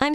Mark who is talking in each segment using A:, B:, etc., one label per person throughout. A: I'm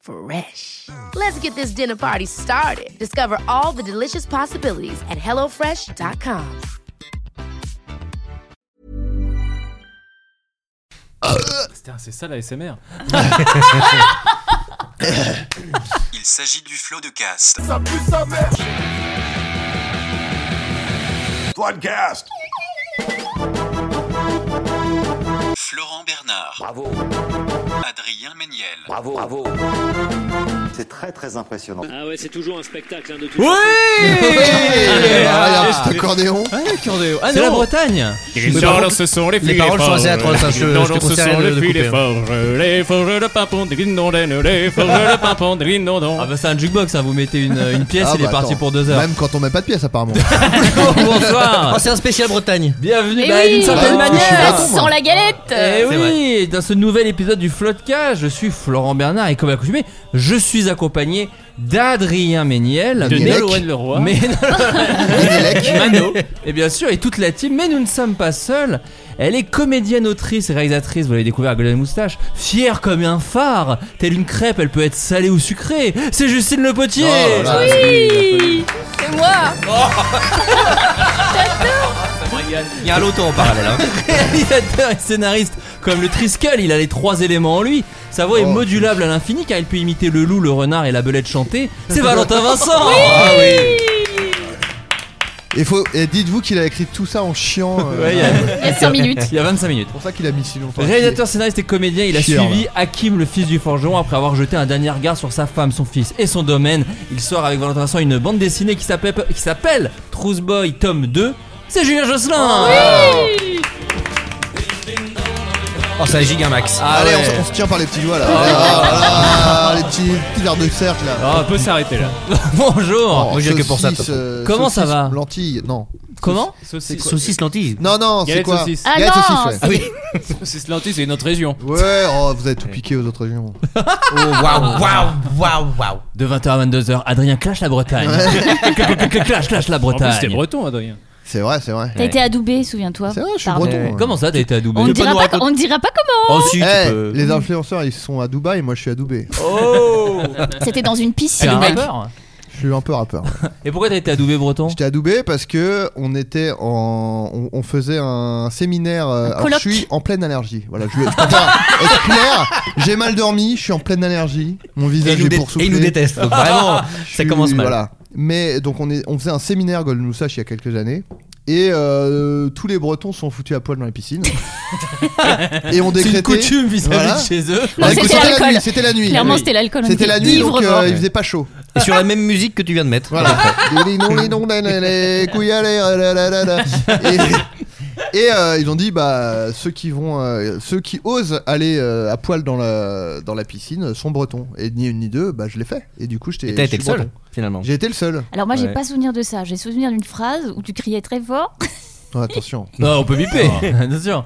B: Fresh. Let's get this dinner party started. Discover all the delicious possibilities at hellofresh.com.
C: Putain, c'est ça la SMR.
D: Il s'agit du flot de cast.
E: Floodcast.
D: Florent Bernard.
F: Bravo,
D: Adrien Méniel.
F: bravo, bravo. C'est très très impressionnant.
G: Ah ouais, c'est toujours un spectacle hein, de toute
C: Oui
G: façon.
H: regarde
C: Ah,
H: cet accordéon.
C: ouais, Cordéo. Ah
I: C'est la
C: non
I: Bretagne
C: Les
H: paroles-
C: paroles, ce sont les
H: les paroles sont assez atroces, hein, je- je te conseille de- de couper, hein.
C: forges, les forges de pimpon, drindondon, les forges de pimpon, drindondon.
I: Ah bah c'est un jukebox, hein. vous mettez une, une pièce,
H: Ah
I: il
H: bah
I: est parti
H: attends.
I: pour deux heures.
H: Même quand on met pas de pièce, apparemment.
I: Bonsoir
H: Oh, c'est un spécial Bretagne.
I: Bienvenue
J: Mais
I: bah,
J: oui,
I: d'une certaine
H: bah, je suis
I: manière
H: breton, moi.
J: sans la galette
I: Eh
J: euh,
I: oui, dans ce nouvel épisode du Floodcast, je suis Florent Bernard et comme accoutumé, je suis accompagné d'Adrien Méniel,
C: De
H: Mélec.
C: Nolwenn Leroy.
I: mais
H: Ménélec.
I: Mano, et bien sûr, et toute la team, mais nous ne sommes pas seuls. Elle est comédienne, autrice et réalisatrice, vous l'avez découvert à Golden Moustache, fière comme un phare, telle une crêpe, elle peut être salée ou sucrée, c'est Justine Le Potier
H: Oh là là.
J: Oui, c'est moi
I: Il y a un loto en parallèle. hein. Réalisateur et scénariste comme le Triskel, il a les trois éléments en lui. Sa voix est
H: Oh.
I: modulable à l'infini car il peut imiter le loup, le renard et la belette chantée. C'est Valentin Vincent
H: Ah oui. Et, faut- et dites-vous qu'il a écrit tout ça en chiant. euh,
I: Ouais, il y a-
J: Il y a 5 minutes.
I: Il y a 25 minutes. Oh,
H: C'est pour ça qu'il a mis si longtemps.
I: Réalisateur, scénariste et comédien, il a
H: Chieur,
I: suivi Hakim, le fils du forgeron, après avoir jeté un dernier regard sur sa femme, son fils et son domaine. Il sort avec Valentin Vincent une bande dessinée qui s'appelle, qui s'appelle Trousse Boy Tome 2. C'est Julien Josselin
H: Oh, ça giga max.
I: Ah
H: Allez,
I: ouais.
H: on, s- on se tient par les petits doigts là. Ah, là, là, les petits, petits verres de cercle là.
C: Ah, on peut s'arrêter là.
I: Bonjour
H: Oh,
I: Saucisse,
H: saucisse, euh,
I: Comment ça
H: saucisse,
I: va
H: Lentilles, non.
I: Comment
C: Saucisse.
I: lentille
H: Non, non, c'est
C: Galette
H: quoi
C: saucisse.
J: Ah
H: Galette
J: non,
H: saucisse, ouais.
C: Saucisse lentille, c'est une autre région.
H: Ouais, oh, vous avez tout piqué aux autres régions.
I: Waouh, waouh, waouh, waouh. De 20h à 22h, Adrien clash la Bretagne. Clash, clash, clash, clash la
C: En
I: Bretagne.
C: plus, t'es breton, Adrien.
H: C'est vrai, c'est vrai.
J: T'as été adoubé, souviens-toi.
H: C'est vrai, je suis
J: Pardon.
H: breton. moi.
I: Comment ça, t'as été adoubé
J: On ne dira, pas- on ne dira pas comment
I: Oh, si, tu
H: Eh,
I: peux.
H: les influenceurs ils sont à Dubaï, moi je suis à Dubaï.
I: Oh
J: C'était dans une piscine.
I: C'est un
J: mec.
I: rappeur
H: Je suis un peu rappeur.
I: Et pourquoi t'as été adoubé breton
H: J'étais à Dubaï parce que on était en, on, on faisait un séminaire. euh, alors,
J: colloque.
H: je suis en pleine allergie. Voilà, je, le- je préfère être clair. J'ai mal dormi, je suis en pleine allergie. Mon visage est boursouflé.
I: déteste, vraiment,
H: Je suis- Voilà. Mais donc on, est, on faisait un séminaire Golden Moustache il y a quelques années. Et euh, tous les Bretons sont foutus à poil dans la piscine. et on
I: C'est une
H: décrétait.
I: coutume vis-à-vis
H: Voilà.
I: de chez eux.
J: Non,
H: Ouais,
J: c'était
H: écoute, la
J: l'alcool.
H: nuit. C'était la nuit.
J: Clairement,
H: Oui.
J: c'était l'alcool. on
H: C'était
J: était
H: la nuit, donc
J: ivres-morts.
H: euh, il faisait pas chaud.
I: Et sur la même musique que tu viens de mettre.
H: Voilà. Les non, les non, les non, les couilles à l'air, la, la, la, la. Et, et, euh, ils ont dit bah ceux qui vont, euh, ceux qui osent aller euh, à poil dans la dans la piscine sont bretons. Et ni une ni deux, bah je l'ai fait. Et du coup j'étais. je suis breton.
I: finalement.
H: J'ai été le seul.
J: Alors moi, j'ai
I: Ouais.
J: pas souvenir de ça. J'ai souvenir d'une phrase où tu criais très fort
H: Oh, attention.
I: Non, on peut biper, bien sûr.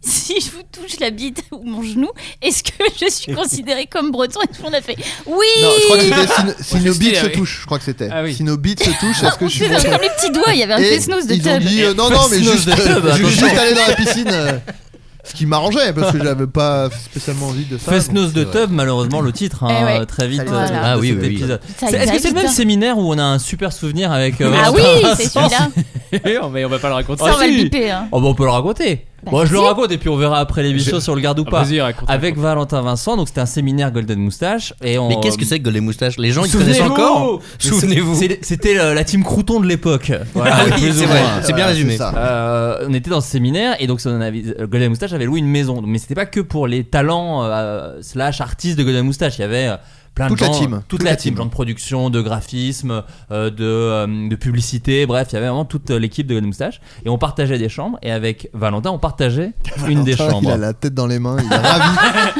J: si je vous touche la bite ou mon genou, est-ce que je suis considéré comme breton Et tout le monde a fait oui.
H: Non, je crois que c'était si, si
C: Ouais,
H: nos
C: c'était,
H: bites se
C: oui.
H: touchent. Je crois que c'était.
C: Ah oui.
H: Si nos bites se touchent, est-ce que
J: C'est
H: je suis
J: comme
H: breton
J: les petits doigts, il y avait un
H: Et
J: face-nose de
H: ils ont
J: tub.
H: dit euh, non non mais
I: Face-nose
H: juste,
I: de tub,
H: je veux juste
I: attention.
H: aller dans la piscine. euh, ce qui m'arrangeait parce que j'avais pas spécialement envie de ça. donc euh,
I: Fest-nose de
H: c'est vrai.
I: Tub, malheureusement, le titre, hein,
J: Eh ouais.
I: très vite.
J: Voilà.
I: euh, Ah oui,
H: cet
I: oui, oui.
H: épisode.
J: Ça,
I: C'est- Est-ce que
J: exact.
I: c'est le même séminaire où on a un super souvenir avec. euh,
J: Ah oui,
I: Valentin
J: c'est
I: Vincent
J: celui-là.
C: Mais on va pas le raconter.
J: Ça, on va le
I: si.
J: biper. hein.
I: Oh bah on peut le raconter. Bon, je le
J: si.
I: raconte et puis on verra après l'émission
C: Je-
I: si on le garde ou
C: Ah,
I: pas.
C: vas-y, raconte,
I: Avec Valentin Vincent, donc c'était un séminaire Golden Moustache. Et on,
E: Mais qu'est-ce que c'est que Golden Moustache Les gens, ils
I: Souvenez-vous
E: connaissent encore
I: Mais
E: Souvenez-vous.
I: c'est- C'était euh, la, la team Crouton de l'époque. Voilà,
E: Ah oui,
I: plus ou
E: c'est vrai,
I: moins.
E: c'est bien résumé.
I: c'est ça. Euh, on était dans ce séminaire et donc on avait, euh, Golden Moustache avait loué une maison, mais c'était pas que pour les talents euh, slash artistes de Golden Moustache. Il y avait euh, plein de
H: Toute
I: gens,
H: la team.
I: toute, la, team, gens de production, de graphisme, euh, de, euh, de publicité, bref, il y avait vraiment toute euh, l'équipe de Golden Moustache et on partageait des chambres et avec Valentin on partageait une des
H: Valentin,
I: chambres.
H: Il a la tête dans les mains, il est ravi.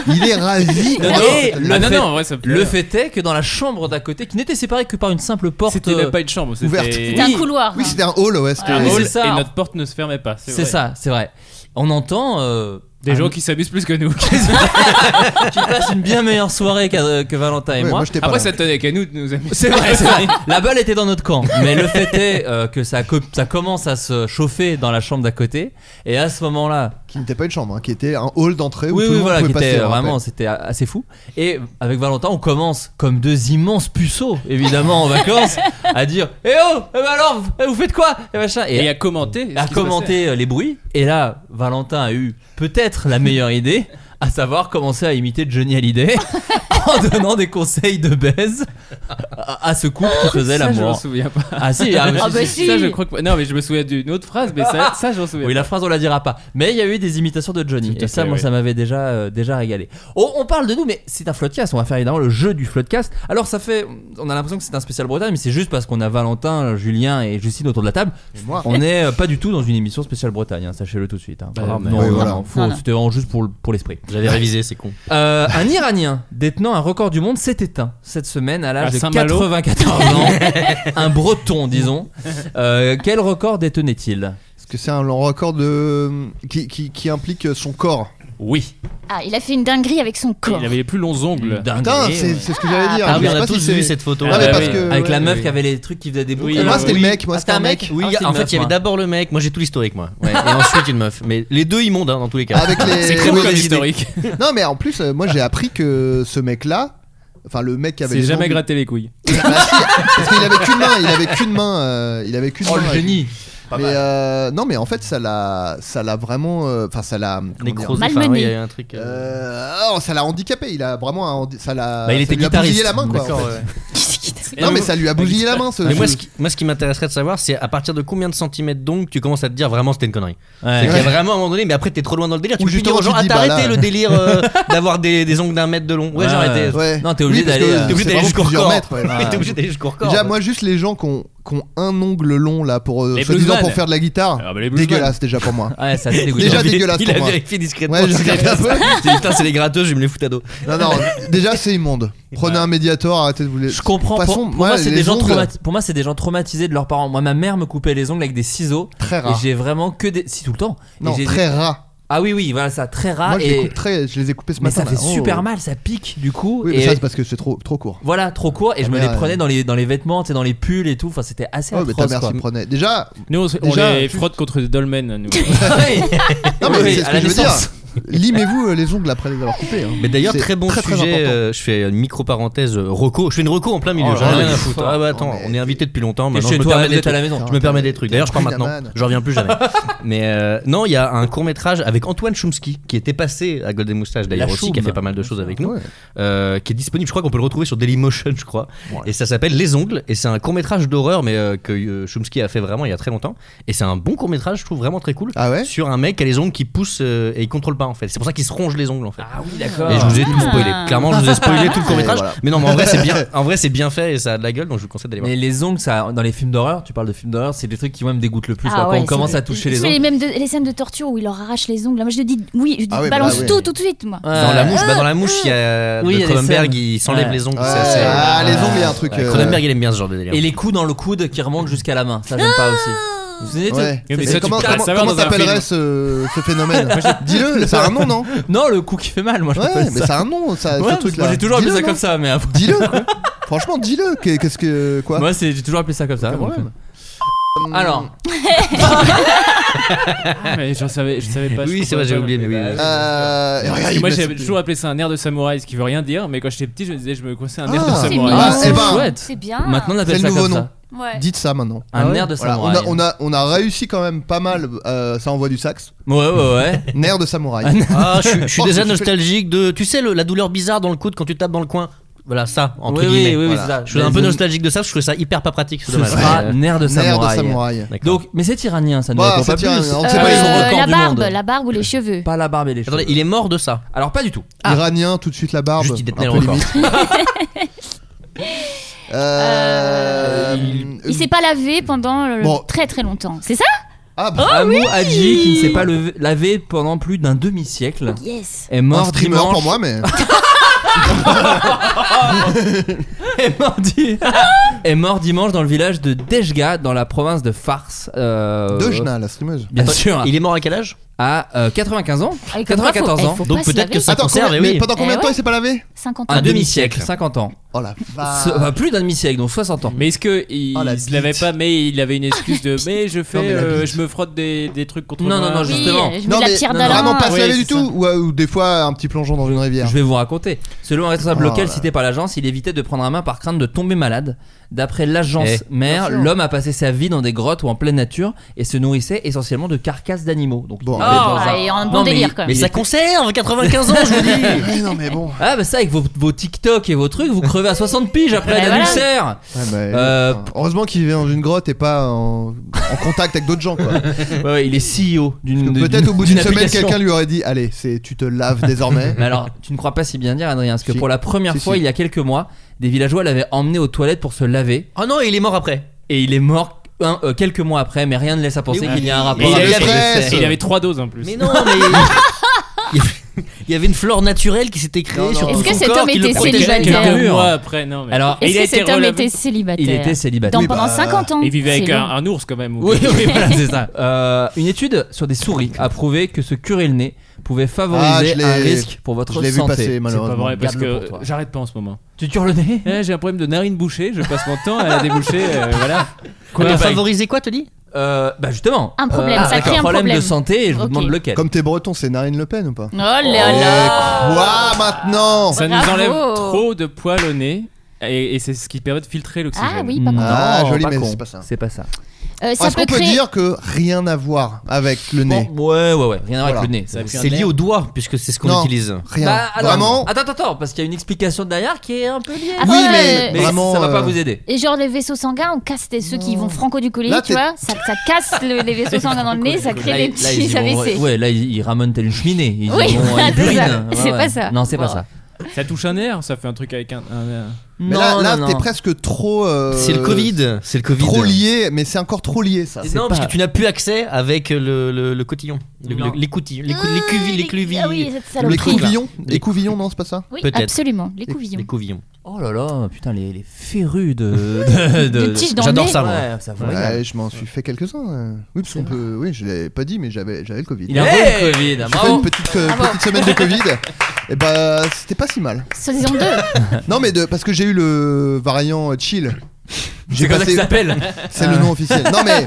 H: il est ravi.
I: Non, non,
H: Et
I: le
C: Ah non,
I: fait-
C: non, en vrai, ça me plaît.
I: le fait est que dans la chambre d'à côté, qui n'était séparée que par une simple porte,
C: C'était même pas une chambre, c'était
H: Ouverte.
J: C'était un couloir.
H: Oui,
J: hein.
H: c'était un hall, ouais. c'était-
C: un
I: mais
C: hall
I: c'est ça.
C: et notre porte ne se fermait pas.
I: euh, C'est
C: vrai.
I: ça, c'est vrai. On entend euh,
C: Des
I: un-
C: gens qui s'amusent plus que nous.
I: qui passent une bien meilleure soirée qu'à- euh, que Valentin et
H: Ouais,
I: moi.
H: moi, j'étais pas
C: Après,
H: là.
C: ça tenait qu'à nous de nous amuser.
I: C'est vrai, c'est vrai. La balle était dans notre camp, mais le fait est euh, que ça, co- ça commence à se chauffer dans la chambre d'à côté, et à ce moment-là,
H: qui n'était pas une chambre, hein, qui était un hall d'entrée où
I: oui,
H: tout
I: oui,
H: le monde
I: voilà, qui
H: pouvait
I: était
H: passer.
I: euh,
H: on rappelle.
I: vraiment, c'était a- assez fou. Et avec Valentin, on commence comme deux immenses puceaux, évidemment en vacances, à dire Eh oh, eh ben alors, vous- eh, vous faites quoi Et machin.
C: Et à commenter.
I: à
C: ce qui se
I: commenter euh, les bruits. Et là, Valentin a eu peut-être la meilleure idée, à savoir commencer à imiter Johnny Hallyday en donnant des conseils de baise à, à ce couple qui
C: passait.
I: faisait
C: Ça, je m'en
I: l'amour.
C: souviens pas.
I: Ah si, ah,
J: Ah bah si.
C: Ça, je crois que. Non, mais je me souviens d'une autre phrase, mais ça, ça j'en souviens.
I: Oui, la phrase on la dira pas. Mais il y a eu des imitations de Johnny.
C: Tout à
I: Et ça,
C: fait,
I: moi,
C: oui.
I: ça m'avait déjà, euh, déjà régalé. Oh, on parle de nous, mais c'est un floodcast. On va faire évidemment le jeu du floodcast. Alors, ça fait. On a l'impression que c'est un spécial Bretagne, mais c'est juste parce qu'on a Valentin, Julien et Justine autour de la table.
H: Et moi.
I: On n'est euh, pas du tout dans une émission spéciale Bretagne, hein, sachez-le tout de suite. hein.
C: Bah,
I: Vraiment,
C: mais-
I: non,
H: Oui,
I: non,
H: voilà.
I: non, faut-
J: Non, non.
I: C'était vraiment juste pour, le- pour l'esprit.
E: J'avais révisé, c'est con.
I: Euh, un Iranien détenant un record du monde s'est éteint cette semaine à l'âge
C: À
I: de
C: Saint-Malo.
I: 94 ans. un breton, disons. Euh, quel record détenait-il
H: Parce que c'est un long record de... qui, qui, qui implique son corps.
C: Oui.
J: Ah, il a fait une dinguerie avec son corps.
C: Il avait les plus longs ongles.
I: Dingue.
H: Putain, c'est c'est ce que j'allais dire.
E: Ah
H: Je
E: oui,
H: sais
E: on
H: pas
E: a
H: si
E: tous
H: c'est-
E: vu cette photo.
H: Ah, mais
C: Ah,
H: parce
C: oui.
H: que-
I: hein. Avec la
H: ouais.
I: meuf
C: oui.
I: qui avait les trucs qui faisaient des boucles.
C: Oui,
H: Et Moi,
C: euh,
H: c'était le
C: oui.
H: mec. Moi,
I: Ah,
H: c'était un mec.
E: Oui,
I: Ah, c'est
E: en
I: une
E: fait,
I: meuf,
E: il y avait
I: moi.
E: d'abord le mec. Moi, j'ai tout l'historique, moi. Ouais. Et ensuite une meuf. Mais les deux immondes, hein, dans tous les cas.
H: Avec les-
E: C'est
C: Très
E: très
C: bon
H: oui,
E: mauvais
C: comme
H: idée.
C: historique.
H: Non, mais en plus, euh, moi, j'ai appris que ce mec-là. Enfin, le mec qui avait.
C: C'est
H: les
C: jamais
H: ongles-
C: gratté les couilles.
H: Bah, si, parce qu'il avait qu'une main. Il avait qu'une main. euh, il avait qu'une
I: Oh
H: main.
I: le génie
H: Mais euh, non, mais en fait, ça l'a, ça l'a vraiment. euh, Enfin, ça l'a. comment
E: Les
H: dire
E: gros
J: Malmené.
E: enfin, ouais, il y a un truc. euh,
H: Euh, oh, ça l'a handicapé. Il a vraiment. un handi- ça l'a.
I: Bah, il
H: ça
I: était
H: lui a bousillé
I: guitariste.
H: la main, quoi. en
E: d'accord,
H: fait.
E: ouais.
H: Non, mais ça lui a bousillé la main. Ce,
E: Mais moi,
H: ce-
E: ce qui, moi, ce qui m'intéresserait de savoir, c'est à partir de combien de centimètres donc tu commences à te dire vraiment c'était une connerie.
I: Ouais.
E: C'est qu'il y a vraiment un moment donné, mais après t'es trop loin dans le délire. Tu
H: Ou
E: peux plus
H: justement,
E: dire aux gens,
H: tu
E: ah
H: dis,
E: t'as
H: bah, là-
E: arrêté le délire euh, d'avoir des, des ongles d'un mètre de long. Ouais,
I: Ouais,
E: j'ai arrêté.
I: ouais.
H: Ouais.
I: Non, t'es obligé
H: Oui, parce
I: d'aller,
H: que
I: euh,
E: T'es obligé
H: c'est
E: d'aller
H: vraiment
E: jusqu'au
H: plusieurs
E: record.
H: mètres, ouais.
E: T'es obligé d'aller jusqu'au record.
H: Déjà, moi, juste les gens qui ont, qui ont un ongle long là pour euh,
C: Les
H: soi-disant
C: bluesman.
H: pour faire de la guitare,
C: Ah, bah, les bluesman.
H: dégueulasse déjà pour moi.
I: Ouais, ça c'est dégoûtant.
E: Il
H: Déjà
E: a-
H: dégueulasse
E: Il
H: pour
E: a
H: moi.
E: vérifié discrètement.
H: Ouais, j'ai
E: C'est-
H: regardé un peu.
E: J'ai dit, Putain, c'est les gratteuses, je vais me les foutre à dos.
H: Non, non, déjà c'est immonde. Prenez un médiator, arrêtez de vous les.
I: Je comprends.
H: De
I: Pour,
H: toute façon,
I: pour moi, c'est
H: les
I: des gens
H: ongles,
I: traumati- pour moi, c'est des gens traumatisés de leurs parents. Moi, ma mère me coupait les ongles avec des ciseaux.
H: Très
I: Et
H: rare.
I: j'ai vraiment que des. Si tout le temps. Et
H: Non,
I: j'ai-
H: très rare.
I: Ah oui, oui, voilà, ça très rare.
H: Moi, je les
I: Ah, et...
H: coupe très. Je les ai coupés ce
I: Mais
H: matin.
I: ça fait
H: là. Oh.
I: super mal, ça pique du coup.
H: Oui,
I: et
H: mais ça c'est Ah, parce que c'est trop trop court.
I: Voilà, trop court. Et je
H: Ta
I: me les
H: mère,
I: prenais
H: elle-
I: dans les, dans les vêtements, tu sais, dans les pulls et tout. Enfin, c'était assez
H: Ouais, Oh, mais ta
I: atroce.
H: mère
I: quoi.
H: s'y prenait. Déjà,
C: Nous, on, se- on
H: Déjà,
C: les
H: tu-
C: frotte contre des dolmens, nous.
I: Ouais.
H: Non, mais
I: Oui,
H: c'est ce
I: à
H: que
I: la
H: je veux dire.
I: naissance.
H: Limez-vous euh, les ongles après les avoir coupés. hein.
E: Mais d'ailleurs,
H: C'est
E: très bon
H: très, très
E: sujet.
H: important.
E: euh, je fais une micro parenthèse Roco. Je fais une Roco en plein milieu.
I: Oh
E: J'en
I: là
E: ai
I: là,
E: rien à
I: il est
E: foutre.
I: fort.
E: Ah bah attends,
H: Non, mais
E: on est invité depuis longtemps.
I: Et
E: Maintenant,
I: chez
E: je me
I: toi,
E: permets
I: vous
E: des
I: êtes à la
E: trucs.
I: maison.
E: Je me permets des trucs. D'ailleurs, je pars
H: T'es un
E: maintenant.
H: man.
E: Je reviens plus jamais. Mais euh, non, il y a un court métrage avec Antoine Chomsky qui était passé à Golden Moustache d'ailleurs
I: La
E: aussi, qui a
I: Choum.
E: fait pas mal de choses avec nous,
H: Ouais.
E: euh, qui est disponible. Je crois qu'on peut le retrouver sur Dailymotion, je crois. Et ça s'appelle Les Ongles. Et c'est un court métrage d'horreur, mais euh, que euh, Chomsky a fait vraiment il y a très longtemps. Et c'est un bon court métrage, je trouve vraiment très cool.
H: Ah ouais
E: Sur un mec qui a les ongles qui poussent euh, et il contrôle pas en fait. C'est pour ça qu'il se ronge les ongles en fait.
I: Ah oui, d'accord.
E: Et je vous ai tout spoilé.
J: Ah.
E: Clairement, je vous ai spoilé tout le court métrage.
H: Et voilà.
E: Mais non, mais en vrai, c'est bien. En vrai, c'est bien fait et ça a de la gueule, donc je vous conseille d'aller voir.
I: Ah, Mais les ongles, ça, dans les films d'horreur, tu parles de films d'horreur, c'est des trucs qui moi me dégoûtent le plus.
J: Ah
I: quoi.
J: ouais,
I: quand on commence
J: c'est-
I: à toucher les
J: Tu fais
I: ongles.
J: les, mêmes de- les scènes de torture où il leur arrache les ongles. Moi, je te dis, oui, je dis,
H: Ah oui, bah
J: balance
H: là, oui.
J: tout, tout de suite, moi.
E: Dans la
I: Ouais.
E: mouche, bah, dans la mouche, il y a
I: Oui, il y
E: de
I: a des
E: Cronenberg,
I: scènes.
E: il s'enlève
I: Ouais.
E: les ongles.
H: Ouais,
E: c'est assez-
H: Ah, les ongles, il y a un truc.
E: Ouais,
H: euh,
E: Cronenberg, il aime bien ce genre de délire.
I: Et les coups dans le coude qui remontent jusqu'à la main. Ça, j'aime pas aussi. Vous vous souvenez de ce-
H: Ouais.
C: Mais
H: Et
C: ça, tu
H: comment
C: peux pas
H: comment-
C: savoir
H: comment
C: dans un film.
H: t'appellerais ce, ce phénomène Dis-le, ça a un nom, non
I: Non, le coup qui fait mal, moi je
H: Ouais,
I: l'appelle
H: mais
I: ça.
H: ça a un nom, ça,
I: Ouais,
H: ce truc-là.
I: moi j'ai toujours appelé
H: Dis-le,
I: ça comme
H: non
I: ça, mais après-
H: Dis-le Franchement, dis-le Qu'est- Qu'est-ce que. Quoi Hum,
I: moi c'est- j'ai toujours appelé ça comme ça.
H: Aucun
I: donc,
H: problème.
I: euh. Alors,
C: Ah, mais j'en savais, je savais pas. je
E: Oui,
C: comprenais
E: c'est vrai, j'ai
C: pas.
E: oublié, mais oui. oui.
H: Euh, et regarde,
C: Parce que
H: il
C: moi
H: me-
C: j'ai toujours appelé ça un air de samouraï, ce qui veut rien dire, mais quand j'étais petit, je me disais je me conseille un air
H: Ah.
C: de
H: C'est
C: samouraï.
H: mignon. Ah, eh
J: c'est
H: ben,
I: chouette.
J: C'est bien.
I: maintenant on
H: c'est
I: appelle
H: le
I: ça
H: nouveau
I: comme
H: nom.
I: ça.
J: Ouais.
H: Dites ça maintenant.
I: Un Ah ouais air de
H: Voilà,
I: samouraï.
H: on, a, on, a, on a réussi quand même pas mal. euh, ça envoie du sax.
I: Ouais, ouais, ouais.
H: Un air de samouraï.
E: Ah, je, suis- je suis
H: Oh,
E: déjà
H: tu fais-
E: nostalgique de. Tu sais, le- la douleur bizarre dans le coude quand tu tapes dans le coin. Voilà, ça, entre
I: Oui, oui,
E: guillemets.
I: oui, oui,
E: Voilà.
I: c'est ça.
E: Je suis un
I: Mais
E: peu
I: je-
E: nostalgique de ça, je trouvais ça hyper pas pratique.
I: Ce
E: C'est dommage. Ah,
I: sera nerf de
H: Nerf de
I: samouraï.
H: samouraï.
I: Donc, mais c'est iranien, ça ne
H: Bah,
I: répond
H: c'est
I: pas plus.
H: iranien, on
I: Euh,
H: sait pas, ils ont
J: Euh,
I: record
J: la
I: du
J: barbe,
I: monde.
J: la barbe ou les cheveux.
I: Pas la barbe et les cheveux.
E: Attendez, il est mort de ça.
I: Alors pas du tout.
H: Ah. Iranien, tout de suite la barbe.
E: Juste, il détenait
H: Ah, bah, un
E: le
H: peu
E: record.
H: limite. Euh,
J: Il s'est pas lavé pendant euh,
H: Bon.
J: très très longtemps. C'est ça
H: Ah, bah,
J: Oh
I: Amou
J: oui
I: Hadji, qui ne s'est pas levé- lavé pendant plus d'un demi-siècle,
J: Yes.
I: est
H: un
I: mort
H: streamer
I: Oh dimanche. Ah
H: pour moi, mais.
I: est mort, di- est mort dimanche dans le village de Dejga, dans la province de Fars. euh,
H: Dejna, la streameuse.
I: Bien
E: Attends,
I: sûr.
E: Il est mort à quel âge
I: à euh, 95 ans.
J: Ah, et comme quoi,
I: 94
J: faut-
I: ans.
J: eh, faut
E: Donc
J: pas se
E: peut-être
J: laver.
E: que ça-
H: Attends,
E: conserve,
H: combien-
E: eh oui.
H: mais pendant combien
J: Eh
H: de temps
J: ouais.
H: il s'est pas lavé
J: 50 ans.
I: Un
E: Un
I: demi-siècle,
E: demi-siècle.
I: 50 ans.
H: Oh la
I: Ce- enfin,
H: vache.
I: plus d'un demi-siècle, donc 60 ans.
C: Mais est-ce que il,
H: Oh, la
C: il se l'avait
H: bite.
C: pas, mais il avait une excuse de mais je fais,
H: mais la
C: euh,
H: bite.
C: je me frotte des, des trucs contre
I: Non,
C: moi.
I: non, non,
J: Oui,
I: justement.
J: euh, je mets
H: Non,
J: de la
H: mais
J: pierre d'Alain.
H: vraiment pas se
C: Oui,
H: laver
C: c'est
H: du tout ou, euh, ou des fois un petit plongeon dans une rivière.
I: Je vais vous raconter. Selon un responsable
H: Oh.
I: local cité par l'agence, il évitait de prendre un main par crainte de tomber malade. D'après l'agence
E: Eh.
I: mère,
H: Bien sûr.
I: l'homme a passé sa vie dans des grottes ou en pleine nature et se nourrissait essentiellement de carcasses d'animaux. Donc, il
H: Bon.
I: était dans
J: Oh,
I: un-
J: et en
I: Non,
J: bon
I: mais-
J: délire quand
E: Mais
J: même.
E: ça conserve 95 ans, je vous dis
H: Mais Eh non, mais bon.
I: Ah, bah ça, avec vos, vos TikTok et vos trucs, vous crevez à 60 piges après
J: Mais
I: un
J: voilà.
I: ulcère.
H: Ouais, bah,
I: Euh,
H: putain. Heureusement qu'il vivait dans une grotte et pas en, en contact avec d'autres gens quoi.
I: Ouais, ouais, il est CEO d'une. d'une-
H: Peut-être au bout d'une semaine
I: application.
H: quelqu'un lui aurait dit allez c'est tu te laves désormais.
I: Mais alors, tu ne crois pas si bien dire, Adrien, parce que
H: Si.
I: pour la première
H: Si,
I: fois,
H: si.
I: il y a quelques mois, des villageois l'avaient emmené aux toilettes pour se laver,
E: Oh non, et il est mort après.
I: et il est mort un- euh, quelques mois après, mais rien ne laisse à penser
E: Mais oui.
I: qu'il y a un
C: Mais
I: rapport
C: il,
H: Bon,
I: avec
H: le
C: avait,
I: le
H: stress.
I: décès.
C: il avait trois doses en plus.
E: Mais non, mais. Il y avait- Il y avait une flore naturelle qui s'était créée
H: Non, non.
E: sur
J: Est-ce
E: tout
J: que
E: son
J: cet
E: corps
J: homme
E: qui le
J: était
E: protégeait.
J: célibataire
C: Quelques
I: Mur.
C: mois après, non. Mais...
I: Alors,
C: Et
J: Est-ce
C: il a
J: que
C: été
J: cet homme
C: relevé.
J: était célibataire
I: il était célibataire.
J: Dans-
H: Oui,
J: pendant
H: bah,
J: 50 ans.
C: Il vivait avec
J: C'est
C: un,
J: long.
C: un ours quand même. ou-
I: Oui, oui, voilà, c'est ça. Euh, une étude sur des souris a prouvé que se curer le nez pouvait favoriser
H: Ah, je l'ai-
I: un risque pour votre
H: Je l'ai vu
I: santé.
H: passer
C: C'est pas
H: malheureusement.
C: vrai parce
I: Garde-le
C: que
I: pour toi.
C: j'arrête pas en ce moment.
I: tu cures le nez
C: Eh, J'ai un problème de narine bouchée, je passe mon temps à la déboucher, euh, voilà.
E: Quoi,
C: Ouais, bah,
E: favoriser quoi, te dis
I: Euh, Bah justement.
J: Un problème, ça
I: d'accord.
J: crée un problème.
I: de santé et je vous
J: Ok.
I: demande lequel.
H: Comme t'es breton c'est Narine Le Pen ou pas
J: Oh là là
H: Et quoi
I: Oh,
H: maintenant
C: Ça nous
J: Bravo.
C: enlève trop de poils au nez et, et c'est ce qui permet de filtrer l'oxygène.
J: Ah oui, pas
I: Non,
J: con.
H: Ah, joli,
I: pas
H: mais
I: con.
H: c'est pas ça.
I: C'est pas ça.
J: Euh, ça
H: Est-ce
J: peut
H: qu'on peut
J: créer.
H: dire que rien à voir avec le nez
I: Bon, ouais, ouais, ouais. Rien à voir avec
H: Voilà.
I: le nez.
C: Ça a pu un
E: C'est lié
C: nez.
E: au doigt, puisque c'est ce qu'on
H: Non.
E: utilise.
H: Rien.
I: Bah, alors-
H: Vraiment
I: Attends, attends, attends, parce qu'il y a une explication derrière qui est un peu liée.
J: Après,
H: Oui,
J: euh,
H: mais-
I: Mais
H: Vraiment,
I: ça va pas
H: euh,
I: vous aider.
J: Et genre les vaisseaux sanguins, on casse des- ceux qui vont franco du colis,
H: Là,
J: tu
H: t'es-
J: vois, ça, ça casse le- les vaisseaux sanguins dans le nez, ça crée
I: Là,
J: des
I: ils- là, ils
J: petits
I: y vont-
J: AVC.
I: ouais, là ils, ils ramonent telle une cheminée. Ils y
J: Oui,
I: vont,
J: voilà,
I: ils
J: c'est ça.
I: burinent. Ouais,
J: C'est
I: ouais.
J: pas ça.
I: Non, c'est pas
J: Bon.
I: ça.
C: Ça touche un nerf, ça fait un truc avec un. un- un-
H: Mais
I: non,
H: là, là,
I: non,
H: t'es
I: non.
H: presque trop. euh,
E: C'est le Covid. C'est le Covid.
H: Trop lié, mais c'est encore trop lié ça.
E: Et Non,
I: C'est
E: parce
I: pas-
E: que tu n'as plus accès avec le, le, le cotillon. Le-
I: Non.
E: le- les coutillons. Les, cou-
J: Ah,
E: les cuvilles. Les cluvilles.
J: Ah oui, cette
H: Les
E: truc,
J: saloperie.
E: couvilles.
H: couvillons
E: là.
H: Les couvillons, non, c'est pas ça
J: Oui,
E: Peut-être.
J: absolument, les
H: Les-
J: couvillons.
E: Les couvillons.
I: Oh là là, putain, les, les férus de. de,
J: De tiges dans le
E: J'adore
J: nez.
E: ça, moi.
I: Ouais, ça vous régale.
H: Ouais, je m'en suis fait quelques-uns. euh. Oui, parce qu'on peut. Oui, je l'ai pas dit, mais j'avais j'avais le Covid.
I: Il a un
H: J'ai
I: bon le Covid,
H: fait une
I: bravo.
H: petite, euh,
J: Bravo.
H: petite semaine de Covid. Et bah, c'était pas si mal.
J: Ce disons deux.
H: Non, mais de, parce que j'ai eu le variant euh, chill. J'ai
I: C'est comme ça
H: passé-
I: qu'il s'appelle.
H: C'est le nom officiel. Non, mais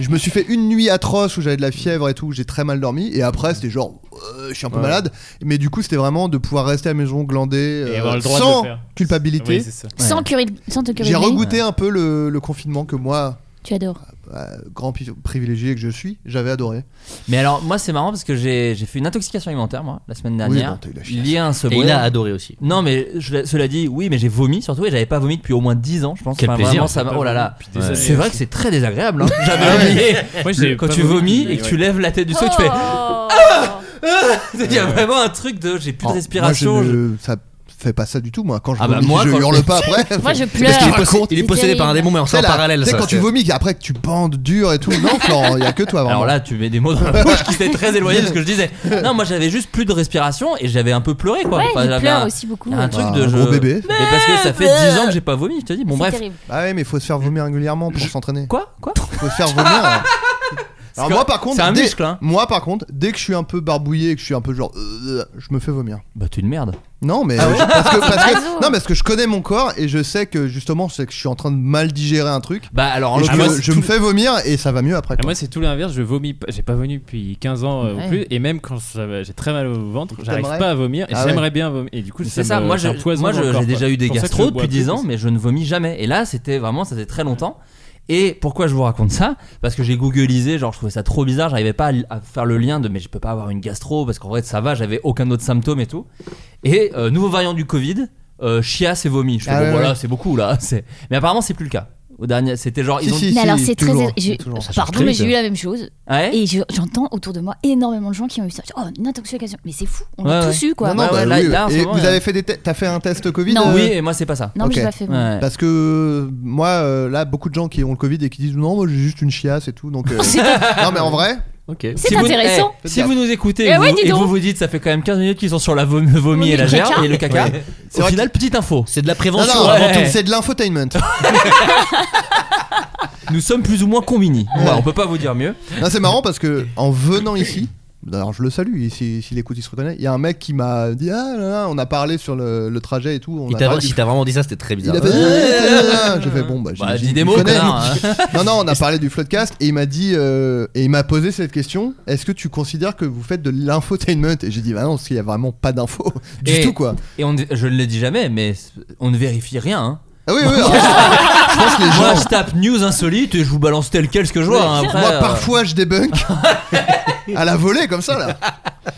H: je me suis fait une nuit atroce où j'avais de la fièvre et tout. J'ai très mal dormi. Et après, c'était genre, euh, je suis un peu malade. Mais du coup, c'était vraiment de pouvoir rester à la maison, glander,
C: Et avoir le droit de
H: sans
C: le faire.
H: culpabilité.
C: Oui, c'est ça.
J: Sans, curie, sans te curer
H: j'ai
J: le nez,
H: regoûté un peu le, le confinement que moi,
J: Tu adores.
H: euh, grand pi- privilégié que je suis, j'avais adoré.
I: Mais alors, moi, c'est marrant parce que j'ai j'ai fait une intoxication alimentaire, moi, la semaine dernière.
H: bon, t'as eu la chiasse.
I: liée à un
E: Et
I: subway.
E: il a adoré aussi.
I: Non, mais je- cela dit, oui, mais j'ai vomi surtout et j'avais pas vomi depuis au moins 10 ans, je pense.
E: Quel plaisir.
I: vraiment, ça m'a- Oh là là.
C: Puis désolé.
I: C'est vrai que c'est très désagréable. hein. J'avais oublié.
C: Moi, j'ai
I: Eh, Le- quand
C: pas
I: tu
C: vomi,
I: vomis et
C: mais
I: que
C: ouais.
I: tu lèves la tête du seau, et tu fais. Ah Il y a vraiment un truc de. J'ai plus de
H: Oh,
I: respiration.
H: moi,
I: je-
H: je ne- Ça fait pas ça du tout, moi. Quand je,
I: Ah bah,
H: vomis,
I: moi,
H: je
I: quand je-
H: hurle pas après.
J: Moi, je
E: Parce
J: pleure.
E: qu'il est possédé, il est
J: C'est
E: possédé par un
J: terrible.
E: démon, mais en
H: Tu sais, là,
E: parallèle.
H: tu sais,
E: ça,
H: quand tu
E: c'est-
H: vomis, après que tu bandes dur et tout. Non, Florent, il y a que toi. Vraiment.
I: Alors là, tu mets des mots dans la bouche qui étaient très éloignés de ce que je disais. Non, moi j'avais juste plus de respiration et j'avais un peu pleuré quoi.
J: Ouais,
I: Enfin, Ah,
J: il
I: j'avais
J: pleure
I: un-
J: aussi beaucoup.
I: un
H: Bah,
I: truc de
H: un
I: je-
H: gros bébé.
I: Mais parce que ça fait 10 ans que j'ai pas vomi, je te dis. Bon,
J: C'est
I: bref.
H: Bah
J: terrible.
H: Ah ouais, mais faut se faire vomir régulièrement pour s'entraîner.
I: Quoi Quoi
H: Faut se faire vomir. hein. Alors
I: que-
H: moi par contre,
I: c'est un
H: dès-
I: muscle, hein.
H: moi par contre, dès que je suis un peu barbouillé et que je suis un peu genre, euh, je me fais vomir.
I: Bah t'es une merde.
H: Non mais
I: Ah ouais
H: je- parce que, parce que-
I: Razo.
H: non parce que je connais mon corps et je sais que justement c'est que je suis en train de mal digérer un truc.
I: Bah alors
H: Et je, me- je me fais vomir et ça va mieux après.
C: Ah, moi, c'est tout l'inverse. Je vomis. pas- J'ai pas vomi depuis 15 ans euh,
I: Ouais.
C: ou plus. Et même quand ça va- j'ai très mal au ventre, j'arrive
I: T'aimerais
C: pas à vomir. Et
I: Ah ouais.
C: j'aimerais bien vomir. Et du coup,
I: Mais c'est ça,
C: me-
I: moi
C: c'est
I: je-
C: un poison
I: moi, je-
C: dans le
I: j'ai
C: corps,
I: déjà
C: quoi.
I: eu des
C: C'est pour ça que
I: gastro
C: je bois
I: depuis 10
C: plus.
I: ans, mais je ne vomis jamais. Et là, c'était vraiment, ça faisait très longtemps. Et pourquoi je vous raconte ça Parce que j'ai googlisé, genre je trouvais ça trop bizarre, j'arrivais pas à, li- à faire le lien de mais je peux pas avoir une gastro parce qu'en vrai ça va, j'avais aucun autre symptôme et tout. Et euh, nouveau variant du Covid, euh, chiasse et vomi. Je fais
H: Ah
I: bon
H: ouais,
I: voilà,
H: ouais.
I: c'est beaucoup là. c'est- Mais apparemment c'est plus le cas. Au dernier, c'était genre
H: Si,
I: ils ont.
H: si,
J: Mais alors c'est très.
I: toujours,
J: j'ai-
I: toujours. Ça change
J: Pardon,
I: très
J: mais
I: vite.
J: j'ai eu la même chose.
I: Ah Ouais.
J: Et je- j'entends autour de moi énormément de gens qui ont eu ça. Oh, une intoxication. Mais c'est fou, on
I: Ouais,
J: l'a
I: ouais.
J: tous eu quoi.
H: Non, non,
I: Ouais,
H: bah
I: Ah, ouais, là-
H: oui,
I: là, en ce
H: et
I: moment,
H: vous
I: il y a-
H: avez fait des te- t'as fait un test Covid
J: Non.
H: euh
I: Oui, et moi c'est pas ça.
J: Non, mais
H: Ok.
J: j'ai pas fait. moi.
I: Ouais.
H: Parce que euh, moi, euh, là, beaucoup de gens qui ont le Covid et qui disent non, moi j'ai juste une chiasse et tout. Donc, euh, non, mais en vrai,
E: Ok.
J: C'est
I: vous-
J: intéressant.
I: eh, si vous nous écoutez
J: Eh
I: et,
J: ouais,
I: vous,
J: dis
I: et vous
J: donc.
I: vous dites ça fait quand même 15 minutes qu'ils sont sur la vom- vomi et la
J: le
I: gerbe
J: caca.
I: et le caca.
H: Ouais. C'est
I: Au
H: vrai
I: final, petite info.
E: C'est de la
H: Non,
E: prévention
H: non,
E: avant
I: ouais.
E: tout.
H: c'est de l'infotainment.
I: Nous sommes plus ou moins combini. Ouais, on peut pas vous dire mieux.
H: Non, c'est marrant parce que en venant ici. D'ailleurs, je le salue, et si- s'il écoute, il se reconnaît. Il y a un mec qui m'a dit Ah là là, on a parlé sur le, le trajet et tout. On
E: Il
H: a
E: t'a-
H: parlé du
E: Si t'as vraiment dit ça, c'était très
H: Il
E: bizarre.
H: a fait Euh, J'ai fait bon bah,
I: Bah,
H: j'imagine
I: dis des
H: qu'il
I: mots,
H: connaît.
I: connard, hein.
H: Non non on a parlé du floodcast et il m'a dit euh, et il m'a posé cette question est-ce que tu considères que vous faites de l'infotainment et j'ai dit bah non parce qu'il y a vraiment pas d'info du
I: Et-
H: tout quoi
I: Et on, je ne le dis jamais, mais on ne vérifie rien. hein.
H: ah oui oui alors, je pense que les
I: Moi,
H: gens
I: je tape news insolite et je vous balance tel quel ce que je vois. hein. Après,
H: moi
I: euh,
H: parfois je débunk à la volée comme ça là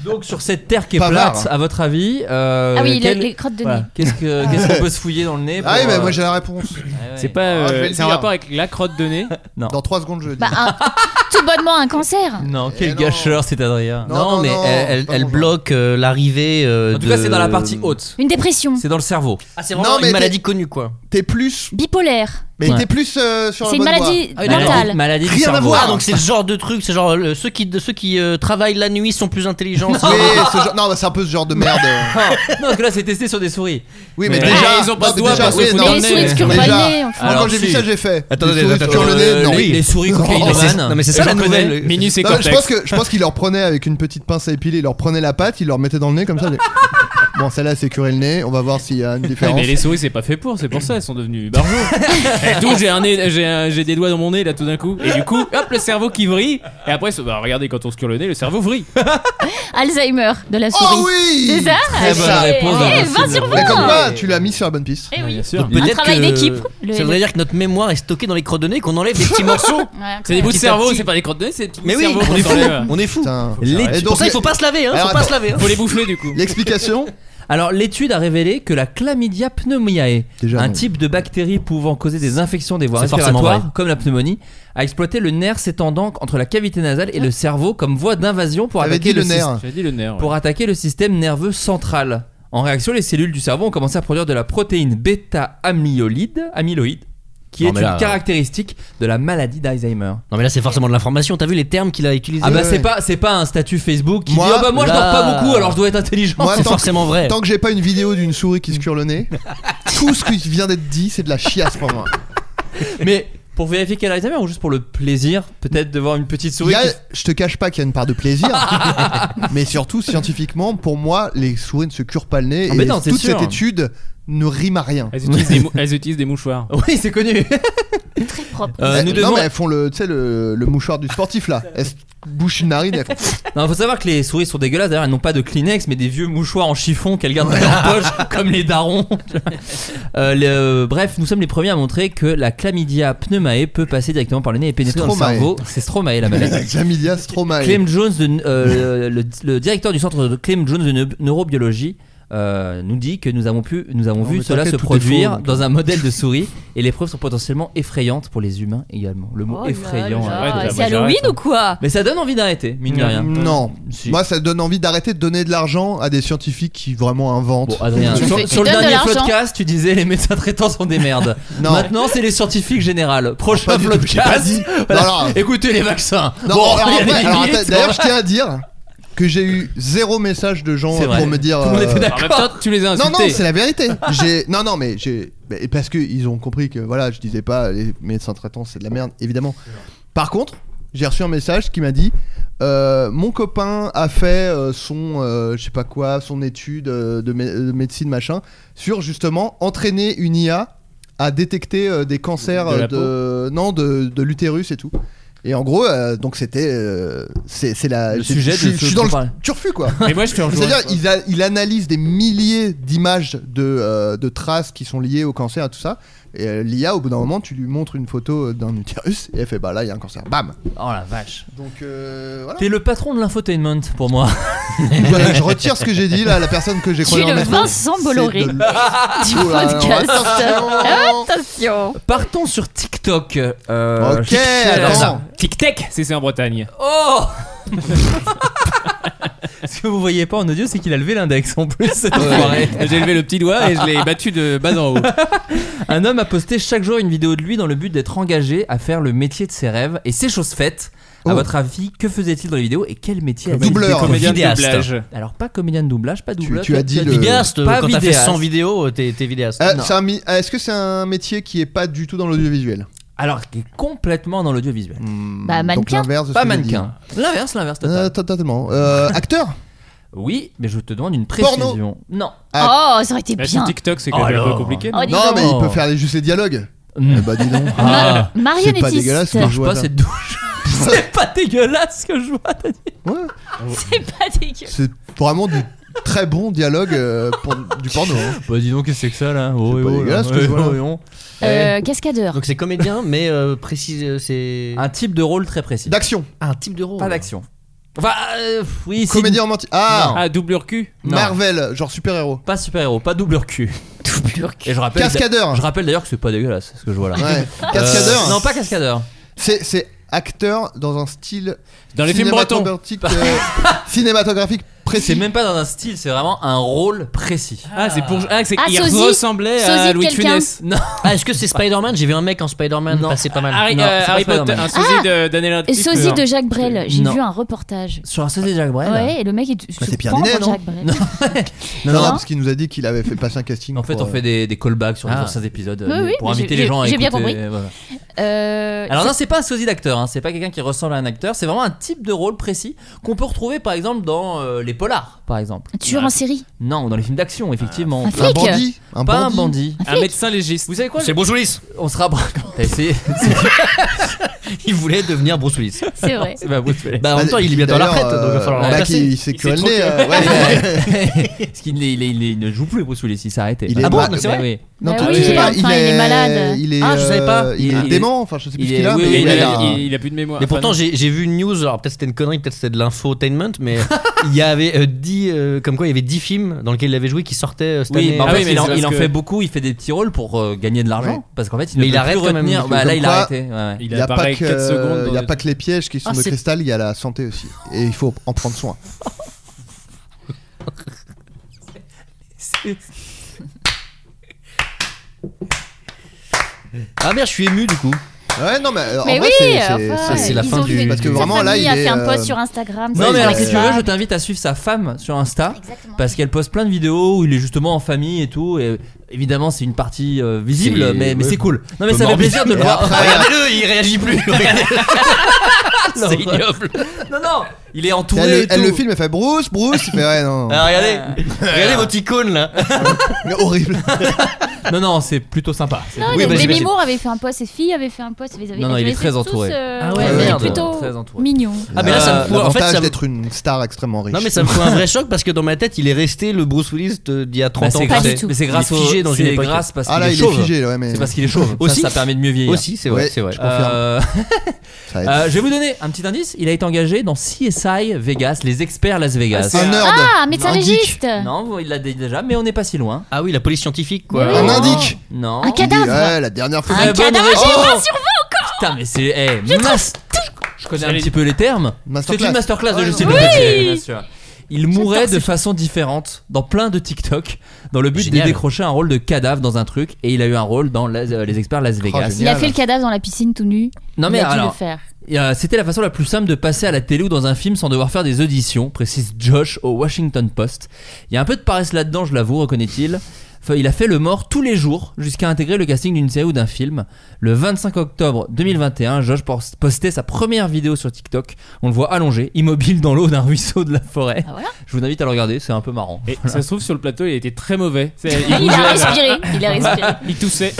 I: donc sur cette terre qui est
H: Pas
I: plate,
H: marre.
I: à votre avis, euh,
J: Ah oui, les-
I: quel-
J: les crottes de
I: voilà,
J: nez.
I: Qu'est-ce que- qu'est-ce qu'on peut se fouiller dans le nez
H: ah oui
I: pour,
H: bah,
I: euh,
H: moi j'ai la réponse
I: ouais, ouais.
C: C'est pas.
H: Ah, je vais
C: euh,
H: le
C: C'est un
H: dire.
C: rapport avec la crotte de nez.
H: dans 3 secondes je le dis
J: Bah, un- tout bonnement un cancer.
I: Non,
H: Eh
I: quel
H: non.
I: gâcheur, c'est Adrien.
H: Non,
E: Non, mais
H: non,
E: elle, elle-
H: c'est pas
E: elle
H: mon genre.
E: bloque euh, l'arrivée. euh,
I: En tout cas,
E: de-
I: c'est dans la partie haute.
J: Une dépression.
I: C'est dans le cerveau.
E: Ah, c'est
H: Non,
E: vraiment
H: mais
E: une maladie connue, quoi.
H: t'es plus
J: Bipolaire.
H: mais
I: Ouais.
H: t'es plus euh, sur la
J: C'est une
H: bonne voie.
J: maladie
I: Ah oui, la
J: mentale.
I: maladie, maladie du
H: Rien à
I: cerveau.
H: voir.
E: Ah, donc c'est le genre de truc, c'est genre euh, ceux qui, ceux qui euh, travaillent la nuit sont plus intelligents.
H: Oui, ce genre- non bah, c'est un peu ce genre de merde euh.
I: non, parce que là, c'est testé sur des souris.
H: oui mais,
I: Mais-
H: déjà
I: Ah, ils ont pas
H: non,
I: de doigts
H: déjà,
I: parce que
H: oui,
I: faut
H: non,
I: dans
J: Mais
I: le
J: les
I: nez.
J: souris
H: Déjà.
J: scurvallées, enfin.
H: Moi,
I: Alors,
H: quand j'ai vu
I: si.
H: ça, j'ai fait.
E: Attendez,
H: Les souris
E: attendez,
H: sur le
E: attendez,
H: nez,
E: euh,
H: non.
E: les-
I: Les,
E: les
I: souris cocaïnomanes.
E: Non, mais c'est ça,
I: Je
E: la
I: reconnais.
E: nouvelle.
C: Mini c'est
H: Non, mais je pense
C: cortex.
H: que je pense qu'il leur prenait avec une petite pince à épiler, il leur prenait la pâte, il leur mettait dans le nez comme ça. les- bon, celle-là c'est curé le nez, on va voir s'il y a une
C: Ouais,
H: différence.
C: mais les souris, c'est pas fait pour, c'est pour ça, elles sont devenues barjots. et tout, j'ai un nez- j'ai un- j'ai des doigts dans mon nez là tout d'un coup. Et du coup, hop, le cerveau qui vrille. Et après, ça- bah, regardez, quand on se cure le nez, le cerveau vrille.
J: Alzheimer de la souris.
H: Oh oui
J: C'est ça
H: Très bonne
J: Eh,
I: réponse,
J: eh,
I: Vincile.
J: 20 sur
H: Mais
J: 20
H: comme quoi, tu l'as mis sur la bonne piste.
J: Eh oui.
C: Bien sûr.
J: Un travail d'équipe. Le-
E: Ça
J: le-
E: voudrait dire que notre mémoire est stockée dans les crocs de nez, qu'on enlève des petits morceaux.
J: Ouais,
C: C'est des bouts de
E: Petit à
C: cerveau,
E: petit.
C: c'est pas des crottes de nez, c'est des petits
E: Mais
C: bouts de
E: oui,
C: cerveau
E: on
C: qu'on
E: est fou.
C: s'enlève.
E: On est fou.
H: Putain.
I: Les-
H: Et
E: C'est
H: Ah donc,
E: pour ça, il faut pas se laver, hein,
H: Alors,
E: faut pas
H: attends.
E: se laver. hein.
C: Faut les bouffer du coup.
H: L'explication
I: Alors, l'étude a révélé que la chlamydia pneumoniae,
H: Déjà,
I: un
H: non.
I: type de bactérie pouvant causer des infections des voies
E: C'est forcément
I: respiratoires,
E: vrai.
I: comme la pneumonie, a exploité le nerf s'étendant entre la cavité nasale et le cerveau comme voie d'invasion pour
H: avait
I: attaquer
H: dit
I: le,
H: le
I: système.
H: nerf.
C: J'ai dit le nerf. ouais.
I: pour attaquer le système nerveux central. En réaction, les cellules du cerveau ont commencé à produire de la protéine bêta-amyloïde, amyloïde, qui
E: Non,
I: est
E: mais
I: une
E: là, euh,
I: caractéristique de la maladie d'Alzheimer.
E: Non, mais là, c'est forcément de l'information. T'as vu les termes qu'il a utilisés
I: Ah bah c'est
H: ouais.
I: pas c'est pas un statut Facebook qui
H: Moi,
I: dit Ah bah moi je dors
E: là-
I: pas beaucoup alors je dois être intelligent.
H: Moi,
E: C'est
H: tant
E: forcément vrai.
I: Eh.
H: que, tant que j'ai pas une vidéo d'une souris qui se cure le nez, tout ce qui vient d'être dit, c'est de la chiasse pour moi.
I: Mais pour vérifier qu'elle a Alzheimer ou juste pour le plaisir peut-être de voir une petite
H: Il y
I: souris
H: a-
I: qui-
H: Je te cache pas qu'il y a une part de plaisir, mais surtout scientifiquement, pour moi, les souris ne se curent pas le nez
I: Ah,
H: et
I: mais non, c'est
H: toute
I: sûr.
H: cette étude ne rime à rien.
C: Elles utilisent, des mou- elles utilisent des mouchoirs.
I: Oui, c'est connu.
J: Très propre.
I: Euh,
H: Eh,
I: nous
H: non,
I: devons-
H: mais elles font le, tu sais, le, le mouchoir du sportif là. Elles se bouchent une narine et elles font.
I: Non, faut savoir que les souris sont dégueulasses. D'ailleurs, elles n'ont pas de Kleenex, mais des vieux mouchoirs en chiffon qu'elles gardent dans leur poche, comme les darons. Euh, le- euh, bref, nous sommes les premiers à montrer que la chlamydia pneumae peut passer directement par le nez et pénétrer dans le
H: Stromae.
I: cerveau. C'est Stromae la maladie.
H: Jamilia Stromae.
I: Clem Jones, de- euh, le, le directeur du centre de Clem Jones de neu- neurobiologie, euh, nous dit que nous avons pu, nous avons
H: Non,
I: vu
H: mais
I: cela
H: t'inquiète,
I: se
H: tout est
I: produire
H: faux, donc.
I: dans un modèle de souris et les preuves sont potentiellement effrayantes pour les humains également. Le mot
J: Oh là
I: effrayant.
J: là,
I: euh,
C: Ouais, déjà, moi,
J: c'est
C: j'arrête,
J: Halloween
C: hein.
J: ou quoi
I: Mais ça donne envie d'arrêter, mine de rien.
H: Mm, Non.
I: Si.
H: Moi, ça donne envie d'arrêter de donner de l'argent à des scientifiques qui vraiment
I: Bon,
H: inventent.
I: Adrien,
J: Tu
I: sur,
J: fais- tu
I: sur le
J: donnes de
I: dernier
J: l'argent.
I: podcast, tu disais les médecins traitants sont des merdes.
H: Non.
I: Maintenant, c'est les scientifiques générales. Prochain
H: Pas du tout, j'ai pas
I: podcast.
H: dit.
I: voilà.
H: Non, alors-
I: Écoutez les vaccins.
H: Non,
I: Bon,
H: alors,
I: il y a
H: après-
I: des
H: alors,
I: limites.
H: attends, d'ailleurs, je tiens à dire que j'ai eu zéro message de gens
I: C'est vrai.
H: pour me dire. euh,
I: Tout le monde était
C: En même temps, tu les as
H: Non,
C: insultés.
H: non, c'est la vérité. J'ai, non, non, mais j'ai, mais parce que ils ont compris que voilà, je disais pas les médecins traitants, c'est de la merde, évidemment. Par contre, j'ai reçu un message qui m'a dit euh, mon copain a fait euh, son euh, je sais pas quoi son étude euh, de, mé- de médecine machin sur justement entraîner une IA à détecter euh, des cancers
K: De la
H: euh, de, non de, de l'utérus et tout et en gros euh, donc c'était euh, c'est c'est la
I: Le
H: j'ai-
I: sujet
H: je
I: de ce
H: suis- je suis
I: dont
H: dans
I: on
H: le
I: parle.
H: turfu quoi
I: Mais moi, je te rejoins.
H: c'est-à-dire il, a- il analyse des milliers d'images de, euh, de traces qui sont liées au cancer et tout ça. Et euh, l'IA, au bout d'un moment, tu lui montres une photo euh, d'un utérus et elle fait bah là il y a un cancer. Bam
I: Oh la vache.
H: Donc euh, voilà.
I: T'es le patron de l'infotainment pour moi.
H: Voilà, je retire ce que j'ai dit là, la personne que j'ai
J: Tu es
H: croyée en
J: le
H: être-
J: Vincent
H: c'est
J: Bolloré
H: de-
J: du
I: Ah,
H: Oh là là,
J: podcast.
H: attention.
J: Attention.
I: Partons sur TikTok. Euh,
C: Ok,
I: Michel.
C: attends. Tic Tac, c'est c'est en Bretagne.
I: Oh Ce que vous voyez pas en audio, c'est qu'il a levé l'index en plus. cet enfoiré.
C: J'ai levé le petit doigt et je l'ai battu de bas en haut.
I: Un homme a posté chaque jour une vidéo de lui dans le but d'être engagé à faire le métier de ses rêves et ses choses faites. À
C: Oh.
I: votre avis, que faisait-il dans les vidéos et quel métier a-t-il
E: Doubleur.
I: été
E: Comédien de
I: vidéaste.
E: doublage.
I: Alors pas comédien de doublage, pas doubleur.
E: tu as dit le- Vidéaste, quand t'as fait 100 vidéos, t'es vidéaste.
H: Euh, c'est un mi- euh, Est-ce que c'est un métier qui est pas du tout dans l'audiovisuel Hmm,
I: Alors qui est complètement dans l'audiovisuel.
J: Bah, donc mannequin. l'inverse de
I: Pas
H: ce que j'ai
I: mannequin. L'inverse, l'inverse total.
H: Euh, totalement. Euh, acteur
I: Oui, mais je te demande une précision.
H: Porno
I: Non.
H: Ah.
J: Oh, ça aurait été
C: Là,
J: bien.
C: sur TikTok, c'est quand même un peu
I: Alors.
C: compliqué.
J: Oh, dis
H: Non,
J: donc.
H: mais il peut faire les- juste les dialogues. Eh bah dis donc.
I: Hmm. Ah.
J: Ma-
H: C'est pas
J: marionnettiste.
H: dégueulasse que
I: Marche
H: je
I: pas
H: vois. ça.
I: cette douche. C'est pas dégueulasse ce que je vois. t'as dit.
J: C'est pas dégueu.
H: C'est vraiment du très bon dialogue euh, pour du porno. hein.
I: Bah dis donc, qu'est-ce que c'est que ça là Oh,
H: C'est
I: et
H: pas
I: oh,
H: dégueulasse
I: là.
H: que je
I: Eh,
H: vois,
I: oh,
H: là.
I: et oh.
J: Euh, Cascadeur.
E: Donc c'est comédien, mais euh, précise, euh, c'est
I: Un type de rôle très précis.
H: D'action.
E: Ah, un type de rôle.
I: oh. Pas d'action. Enfin, euh, oui, c'est
H: Comédien romantique. Ah
I: Non.
C: Ah, doublure cul.
I: Non.
H: Marvel, genre super-héros.
I: pas super-héros, pas doubleur cul.
J: Doublure.
I: Et je rappelle
H: Cascadeur.
I: Je rappelle d'ailleurs que c'est pas dégueulasse ce que je vois là.
H: Ouais.
I: Euh,
H: Cascadeur.
I: Non, pas cascadeur.
H: C'est, c'est acteur dans un style
C: Dans les films bretons.
H: cinématographique, euh, cinématographique
I: C'est
H: précis.
I: même pas dans un style, c'est vraiment un rôle précis.
C: Ah, c'est pour. Ah, c'est
J: Ah,
C: qu'il
J: sosie.
C: ressemblait
J: Sosie
C: à
J: de
C: Louis de
J: quelqu'un.
C: Funès.
I: Non,
E: Ah, est-ce que c'est Spider-Man J'ai vu un mec en Spider-Man
I: Non.
E: passer pas mal.
C: Harry,
I: Non,
C: euh,
I: c'est pas
C: Harry Potter,
I: Spider-Man.
C: un sosie de Daniel
J: Ah. Et
C: Radcliffe. euh,
J: sosie de Jacques Brel. J'ai
I: Non.
J: vu un reportage.
I: Sur un société de Jacques Brel.
J: Ouais, et le mec est.
H: Ah, Bah, c'est
J: se
H: Pierre
J: prend
H: Ninet,
J: pour
H: non
J: Jacques Brel. Non.
H: Non, non, parce qu'il nous a dit qu'il avait fait passer un casting.
I: En fait,
H: pour,
I: on
H: euh,
I: fait des, des callbacks sur
E: Ah.
I: certains épisodes
J: Oui,
I: euh,
J: oui,
I: pour
J: mais
I: inviter
J: j'ai-
I: les gens à
J: j'ai bien
I: écouter,
J: compris.
I: voilà.
J: Euh,
I: Alors
J: c'est-
I: non, c'est pas un sosie d'acteur, hein, c'est pas quelqu'un qui ressemble à un acteur, c'est vraiment un type de rôle précis qu'on peut retrouver par exemple dans euh, les polars, par exemple.
J: un tueur en série.
I: Non, dans les films d'action, effectivement.
E: Ah,
J: Un
H: Un
J: flic.
H: bandit. Un
I: pas
H: bandit.
I: un bandit.
C: Un médecin légiste.
I: Vous savez quoi
E: Bruce Willis.
I: On sera. T'as essayé
E: Il voulait devenir Bruce Willis.
J: C'est vrai.
I: C'est pas Bruce Willis.
E: Bah, en
H: Bah,
E: même temps, il est bientôt à la
H: d'ailleurs,
E: retraite, donc il va
H: euh,
E: falloir le
H: bah,
E: remplacer.
H: qui- il s'est que le nez. euh, ouais.
I: Parce qu'il est- il est- il est- il ne joue plus Bruce Willis, il s'est arrêté.
H: Il est
I: ah bon,
H: malade.
I: c'est vrai.
H: Oui. Non,
J: Bah
H: toi,
J: oui,
H: je sais pas,
J: enfin, il est malade.
H: Il est,
E: Ah, je savais pas.
H: euh, Il
I: Il
H: est
I: est-
H: dément. Enfin, je sais plus
I: il
H: ce
I: est-
H: qu'il a.
I: oui,
H: Ah, mais
I: oui,
C: Et
H: il
C: il,
I: a-
H: a-
C: il- il a plus de mémoire.
E: Mais pourtant,
C: Enfin,
E: j'ai j'ai vu une news, alors peut-être c'était une connerie, peut-être c'était de l'infotainment, mais il y avait euh, 10, euh, comme quoi il y avait 10 films dans lesquels il avait joué qui sortaient euh, cette
I: Oui,
E: année.
I: bah, en
C: Ah
I: fait,
C: oui, mais
I: il, en,
C: c'est parce
I: il en
C: que-
I: fait beaucoup, il fait des petits rôles pour euh, gagner de l'argent.
H: Ouais.
I: Parce qu'en fait, il ne
E: Mais
I: peut
E: il arrête
I: plus
E: quand même,
I: retenir.
E: parce que
I: Bah, là,
H: comme
I: il a
H: quoi-
I: arrêté. ouais, ouais.
C: il
H: il y a pas
C: apparaît
H: que,
C: 4 secondes.
H: il y
C: dans
H: a
C: le-
H: pas que les pièges qui sont
E: Ah,
H: de
E: c'est-
H: cristal, il y a la santé aussi. Et il faut en prendre soin.
E: Ah merde, je suis ému du coup.
H: Ouais, non, mais euh, en
J: Mais
H: vrai,
J: oui,
H: c'est-
J: enfin,
H: c'est-
E: c'est la
J: ils
E: fin
J: ont
E: du-
J: vu
E: Parce que
J: toute sa
H: vraiment, là,
J: famille
H: il
J: a
H: est,
J: fait un
H: euh,
J: post sur Instagram.
I: Non,
J: ça,
I: mais
J: ils
I: alors,
J: ont
I: si
J: fait
I: tu veux,
J: ça.
I: je t'invite à suivre sa femme sur Insta.
J: Exactement.
I: Parce qu'elle poste plein de vidéos où il est justement en famille et tout. Et évidemment, c'est une partie euh, visible,
E: C'est-
I: mais, mais
E: ouais.
I: c'est cool. Non,
E: Peu
I: mais ça fait
E: morbide.
I: plaisir de le
E: Et
I: voir.
E: après, Regardez-le, il réagit plus. Regardez-le.
I: Non,
E: c'est ignoble.
I: Non, non, il est entouré.
H: Elle,
I: et
H: elle
I: tout.
H: le filme, elle fait Bruce, Bruce. Il fait ouais, non.
I: Ah.
E: Alors, Ah, regardez, regardez votre icône là.
H: Mais horrible.
I: Non, non, c'est plutôt sympa. C'est-
J: Non,
E: Oui, bah,
J: mais Demi
E: j'imagine.
J: Moore avait fait un post, ses filles avaient fait un post. Ils avaient,
I: Non, non,
J: ils
I: il est
J: étaient
I: très
J: tous,
I: entouré.
J: euh,
I: Ah
E: ouais,
J: ils étaient
E: merde.
J: plutôt
I: Très entouré.
J: mignon.
E: Ah, mais là, ça me fout. En fait,
H: L'avantage
E: ça me-
H: Euh, d'être une star extrêmement riche.
E: Non, mais ça me fout un vrai choc parce que dans ma tête, il est resté le Bruce Willis de- d'il y a
I: Bah,
E: 30
I: c'est
E: ans.
J: Pas
I: grâce,
J: du tout.
I: mais c'est grâce
E: Il est figé
I: au-
E: dans une
I: c'est
E: époque.
I: grâce parce qu'il
H: Ah là,
I: est
H: il est
I: chauve.
H: figé, ouais, mais.
I: C'est parce qu'il est chauve.
E: Aussi.
I: ça, ça permet de mieux vieillir.
E: Aussi, c'est vrai,
H: Ouais.
E: c'est vrai.
H: Je confirme.
I: Euh,
H: ça aide.
I: euh, je vais vous donner un petit indice. Il a été engagé dans CSI Vegas, les experts Las Vegas.
H: un nerd.
J: Ah, médecin
H: Un geek.
J: légiste
I: non, il l'a dit déjà, mais on n'est pas si loin.
E: Ah oui, la police scientifique quoi.
H: Un indique.
I: Non.
J: Un
H: Il dit,
J: cadavre
H: Ouais, la dernière fois. Ah,
I: Très
J: Un
I: bonne
J: cadavre,
I: réponse.
J: j'ai
I: Oh
J: pas survenu
I: Putain, mais c'est. eh, mas- Je connais un
C: J'allais
I: petit peu les termes. C'est
H: Masterclass.
I: une masterclass de
H: Ouais,
I: Justine
J: non.
I: Le
J: Oui.
I: Petit, bien sûr. Il mourait
J: J'adore
I: de
J: ces-
I: façon différente dans plein de TikTok dans le but
E: Génial.
I: de décrocher un rôle de cadavre dans un truc et il a eu un rôle dans Las- euh, Les Experts Las Vegas.
H: génial.
J: Il a fait le cadavre dans la piscine tout nu.
I: non mais
J: il a dû le
I: alors,
J: faire.
I: euh, c'était la façon la plus simple de passer à la télé ou dans un film sans devoir faire des auditions, précise Josh au Washington Post. Il y a un peu de paresse là-dedans, je l'avoue, reconnaît-il. Enfin, il a fait le mort tous les jours jusqu'à intégrer le casting d'une série ou d'un film. Le 25 octobre 2021, Josh post- postait sa première vidéo sur TikTok. On le voit allongé, immobile dans l'eau d'un ruisseau de la forêt.
J: Ah.
I: Je vous invite à le regarder, c'est un peu marrant.
C: Et ça se trouve sur le plateau, il était très mauvais. C'est-
J: Il
C: bougeait,
J: a
C: là.
J: respiré, il a respiré.
C: Il toussait.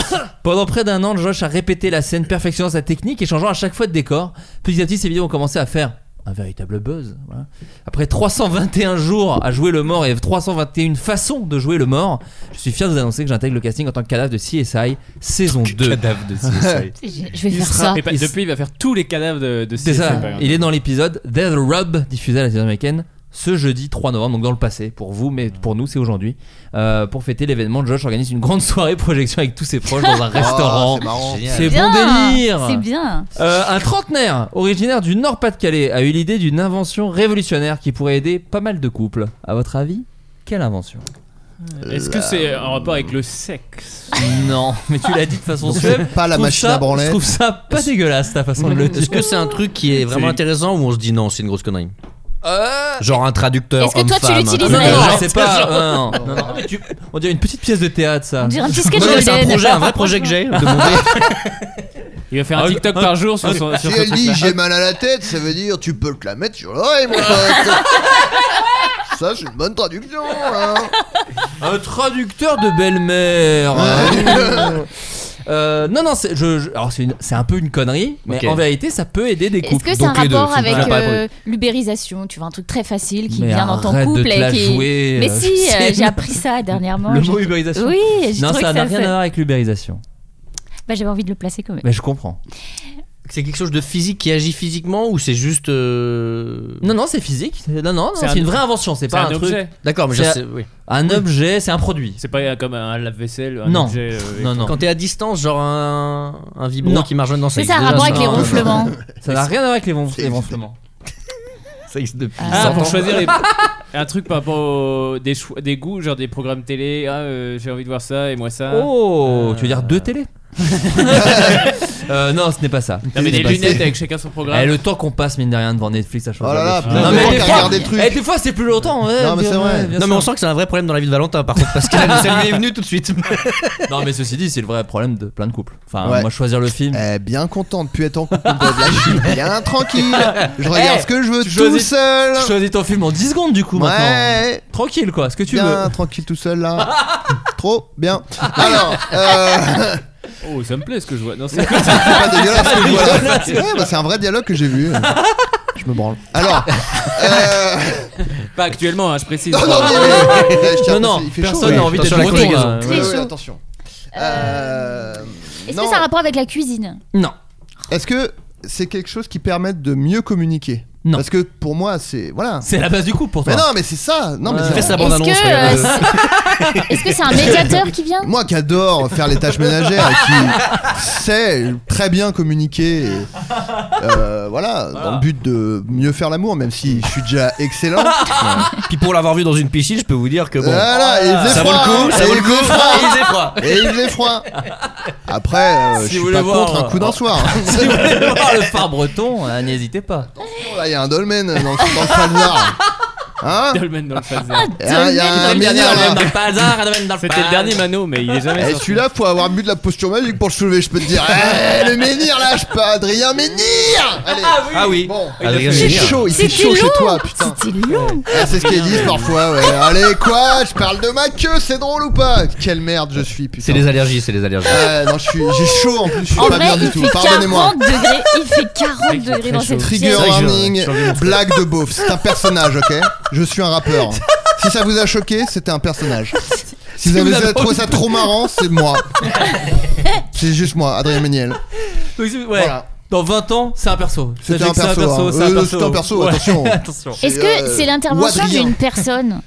I: Pendant près d'un an, Josh a répété la scène, perfectionnant sa technique et changeant à chaque fois de décor. Petit à petit, ses vidéos ont commencé à faire un véritable buzz. voilà. Après 321 jours à jouer le mort et 321 façons de jouer le mort, je suis fier de vous annoncer que j'intègre le casting en tant que cadavre de CSI saison 2.
E: Cadavre de
J: CSI. Je vais
C: Il
J: faire
C: sera-
J: ça.
C: et pas-
I: Il s-
C: depuis, il va faire tous les cadavres de, de
I: C'est
C: CSI,
I: ça,
C: par exemple.
I: il est dans l'épisode Death Rub diffusé à la télévision américaine ce jeudi 3 novembre, donc dans le passé pour vous, mais pour nous c'est aujourd'hui. Euh, pour fêter l'événement, Josh organise une grande soirée projection avec tous ses proches dans un
H: Oh,
I: restaurant.
H: c'est marrant.
I: C'est
J: Bien,
I: bon délire
J: C'est bien.
I: Euh, un trentenaire originaire du Nord-Pas-de-Calais a eu l'idée d'une invention révolutionnaire qui pourrait aider pas mal de couples. À votre avis, quelle invention
C: Est-ce que c'est en rapport avec le sexe
I: Non, mais tu l'as dit de façon
H: Donc,
I: suave.
H: c'est pas
I: Je
H: la
I: trouve
H: machine
I: ça-
H: à branlette.
I: Je trouve ça pas dégueulasse ta façon de le dire.
E: Est-ce que c'est un truc qui est vraiment
C: C'est-
E: intéressant ou on se dit non, c'est une grosse connerie
I: Euh,
E: Genre un traducteur.
J: Est-ce que toi, tu
E: homme-femme,
J: l'utiliserais
I: Non,
E: un truc
I: non,
E: comme ça.
I: c'est pas. Non, non, non, non, mais tu- On dirait une petite pièce de théâtre, ça.
J: On dirait un petit sketch
E: Non, mais
J: de
E: c'est un
J: Eden.
E: projet, un vrai projet que j'ai. de mon-
C: Il va faire un
I: Ah,
C: TikTok
I: un-
C: par jour sur son.
H: Si
E: Ah
C: sur ce
H: elle dit
C: truc-là.
H: j'ai mal à la tête, ça veut dire tu peux te la mettre sur l'oreille, mon pote. Ça, c'est une bonne traduction. hein.
I: Un traducteur de belle-mère. Euh, non, non, c'est je- je- alors c'est une- c'est un peu une connerie, mais
E: Ok.
I: en vérité, ça peut aider des
J: Est-ce
I: couples.
J: que c'est un
E: donc les deux,
J: rapport
E: c'est
J: avec
E: pas- pas-
J: euh, l'ubérisation Tu vois, un truc très facile qui
I: Mais
J: vient dans ton
I: arrête de
J: couple
I: te
J: et
I: la
J: qui.
I: jouer,
J: Mais
I: euh,
J: si,
I: je
J: euh,
I: sais.
J: j'ai appris ça dernièrement.
I: Le
J: J'ai-
I: mot ubérisation.
J: Oui, j'ai
I: Non,
J: trouvé
I: ça
J: que ça.
I: n'a rien
J: ça-
I: à voir avec l'ubérisation.
J: Bah, j'avais envie de le placer quand même.
I: Mais je comprends.
E: C'est quelque chose de physique qui agit physiquement ou c'est juste. euh,
I: Non, non, c'est physique. Non, non, non,
C: C'est
I: c'est
C: un-
I: une vraie invention. C'est
C: C'est
E: Ah
I: pas un,
C: un
I: truc.
C: objet.
E: D'accord, mais je
I: C'est-
E: sais- oui.
I: Un objet, c'est un produit.
C: C'est pas comme un lave-vaisselle, un
I: Non.
C: objet. euh,
I: Non, non.
E: Quand t'es à distance, genre un, un vibro
I: Non.
E: qui marche dans
J: C'est ça, un rapport avec les ronflements.
I: Ça n'a rien à voir avec les ron- les ronflements.
E: Ça existe depuis.
C: Ah, pour
I: J'entends.
C: choisir les- un truc par rapport aux des, choix- des goûts, genre des programmes télé. Ah, euh, j'ai envie de voir ça et moi ça.
I: Oh, tu veux dire deux télés Euh, Non, ce n'est pas ça.
C: Non, mais des
I: Ce n'est pas ça.
C: lunettes avec chacun son programme.
I: Eh, le temps qu'on passe, mine de rien, devant Netflix, ça change.
H: Oh là
I: la
H: là,
I: vie.
H: putain,
I: Non,
H: le
I: mais
H: temps
I: des
H: qu'à
I: fois-
H: regarder des trucs.
I: eh, des fois, c'est plus longtemps. ouais,
H: Non, mais
I: bien-
H: c'est vrai.
I: ouais, bien
E: Non, mais on
I: sûr.
E: sent que c'est un vrai problème dans la vie de Valentin, par contre, parce que ça lui est venu tout de suite.
I: Non, mais ceci dit, c'est le vrai problème de plein de couples. Enfin,
H: Ouais.
I: moi, choisir le film.
H: Eh, bien content de pu être en couple. mon pote. Là, je suis bien tranquille. Je regarde
I: Eh,
H: ce que je veux
I: tu
H: tout
I: choisis-
H: seul.
I: Tu choisis ton film en 10 secondes, du coup, maintenant.
H: Ouais.
I: Tranquille, quoi, ce que tu
H: Bien
I: veux.
H: tranquille tout seul là. Trop bien. Alors, euh,
C: Oh, ça me plaît ce que je vois. Non, c'est
H: c'est pas dégueulasse. ce que je vois là. Ouais, bah, c'est un vrai dialogue que j'ai vu. Je me branle. Alors, euh,
C: pas actuellement, hein, je précise.
H: non, non, mais- Là, je tiens à
I: Non, non,
H: préciser, il fait chaud,
I: personne
H: là.
I: n'a envie d'être
E: Attention à la hein.
I: breton, hein.
E: conjugaison.
I: là.
H: Ouais,
J: Très
H: ouais,
J: chaud.
H: attention. Euh,
J: Est-ce que
H: non.
J: ça a un rapport avec la cuisine
I: Non.
H: Est-ce que c'est quelque chose qui permet de mieux communiquer
I: Non.
H: Parce que pour moi, c'est voilà.
I: C'est la base du couple pour
H: Mais
I: toi.
H: non, mais c'est ça. Non, mais
E: Ouais. Fais
H: c'est vrai.
E: sa
J: Est-ce
E: bande-annonce,
J: que
E: regarde.
J: euh, c'est- est-ce que c'est un médiateur qui vient
H: Moi qui adore faire les tâches ménagères et qui sait très bien communiquer, et, euh, voilà, dans le but de mieux faire l'amour, même si je suis déjà excellent. Euh,
E: Puis pour l'avoir vu dans une piscine, je peux vous dire que bon.
H: Voilà, et il faisait
E: ça vaut
H: froid,
E: le coup,
H: hein,
E: ça
H: et
E: vaut le
H: il
E: coup.
H: faisait froid,
E: Et il faisait froid.
H: Et il faisait froid. Après, euh,
I: Si
H: je
I: vous
H: suis
I: voulez
H: pas
I: voir,
H: contre un coup d'un
I: euh,
H: soir. hein.
I: Si vous voulez voir le phare breton, euh, n'hésitez pas.
H: Oh, Là, il y a un dolmen dans, le- dans le falzar. Hein
C: Dolmen dans le phaser.
H: Il y a un- il y a un
I: Le dernier
H: milliard,
I: dolmen
H: là.
I: dans le Palzar, un dolmen dans le
C: C'était le
I: Palzar.
C: dernier Mano, mais il est jamais
H: Et
C: sorti.
H: Eh, celui-là, faut avoir bu de la posture magique pour le soulever, je peux te dire. Eh, le menhir là, je peux Adrien Menhir Allez.
E: Ah oui.
H: Bon.
E: Adrien
H: Il fait
E: Ménir.
H: chaud, il fait
J: C'était
H: chaud
J: long.
H: chez toi, putain.
J: C'était long.
H: Ah, c'est ce qu'ils disent parfois, ouais. Allez, quoi Je parle de ma queue, c'est drôle ou pas Quelle merde je suis, putain.
E: C'est les allergies, c'est les allergies.
I: Ah,
H: Ouais, non, je suis, j'ai chaud en plus, je suis
J: En
H: pas
J: vrai,
H: bien du
J: il
H: tout.
J: fait 40
H: Pardonnez-moi.
J: degrés. Il fait 40 degrés dans cette
H: Trigger
J: pièce.
E: C'est vrai que je-
H: warning,
E: j'ai enlevé mon frère.
H: blague de beauf. C'est un personnage, ok Je suis un rappeur. Si ça vous a choqué, c'était un personnage. Si vous avez
I: vous avez
H: trouvé ça trop marrant, c'est moi. C'est juste moi, Adrien Méniel.
I: Donc, c'est- ouais.
H: Voilà.
I: Dans 20 ans, c'est un perso.
H: C'était
I: Sachez
H: un
I: que c'est
H: perso. hein.
I: c'est un
H: Euh,
I: perso.
H: c'était un perso,
I: Ouais.
H: attention.
I: Attention.
J: Est-ce que
H: euh,
J: c'est l'intervention
H: Wadrien.
J: d'une personne,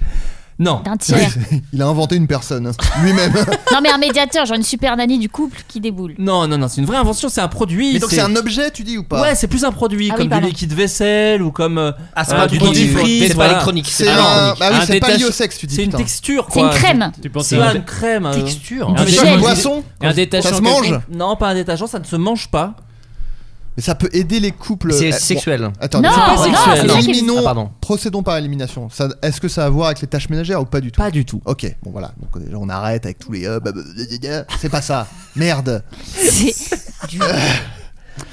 I: Non.
J: d'un tiers
H: Il a inventé une personne, hein, lui-même.
J: Non, mais un médiateur, genre une super nanny du couple qui déboule.
I: Non, non, non, c'est une vraie invention, c'est un produit.
H: Mais donc c'est un objet, tu dis ou pas
I: Ouais, c'est plus un produit,
J: Ah oui,
I: comme du
J: pardon.
I: liquide vaisselle ou comme. euh,
E: Ah, c'est
I: euh,
E: pas
I: du
E: du dentifrice,
I: dentifrice,
E: c'est pas
I: voilà.
E: électronique,
H: C'est
E: pas
H: un.
E: électronique.
H: Ah oui,
I: Un
H: c'est pas lié
I: détache-
H: au sexe, tu dis.
I: C'est une
H: putain.
I: texture,
J: C'est
I: quoi.
J: une crème.
C: Tu penses
I: C'est
C: à un,
I: une crème. euh,
E: texture.
C: un
H: C'est
C: gel.
H: une boisson
C: un détachant
H: Ça se mange
I: Non, pas un détachant, ça ne se mange pas.
H: Mais ça peut aider les couples.
E: C'est
H: Eh,
E: sexuel.
H: Attendez,
E: Non,
H: c'est pas
E: non,
H: sexuel.
E: c'est ça qui-
H: Éliminons-
E: Ah, pardon.
H: procédons par élimination. Ça- Est-ce que ça a à voir avec les tâches ménagères ou pas du tout Pas du tout. Ok, bon voilà. Donc euh, on arrête avec tous les. euh, bah, bah, bah, bah, bah, bah. c'est pas ça. Merde.
J: C'est du-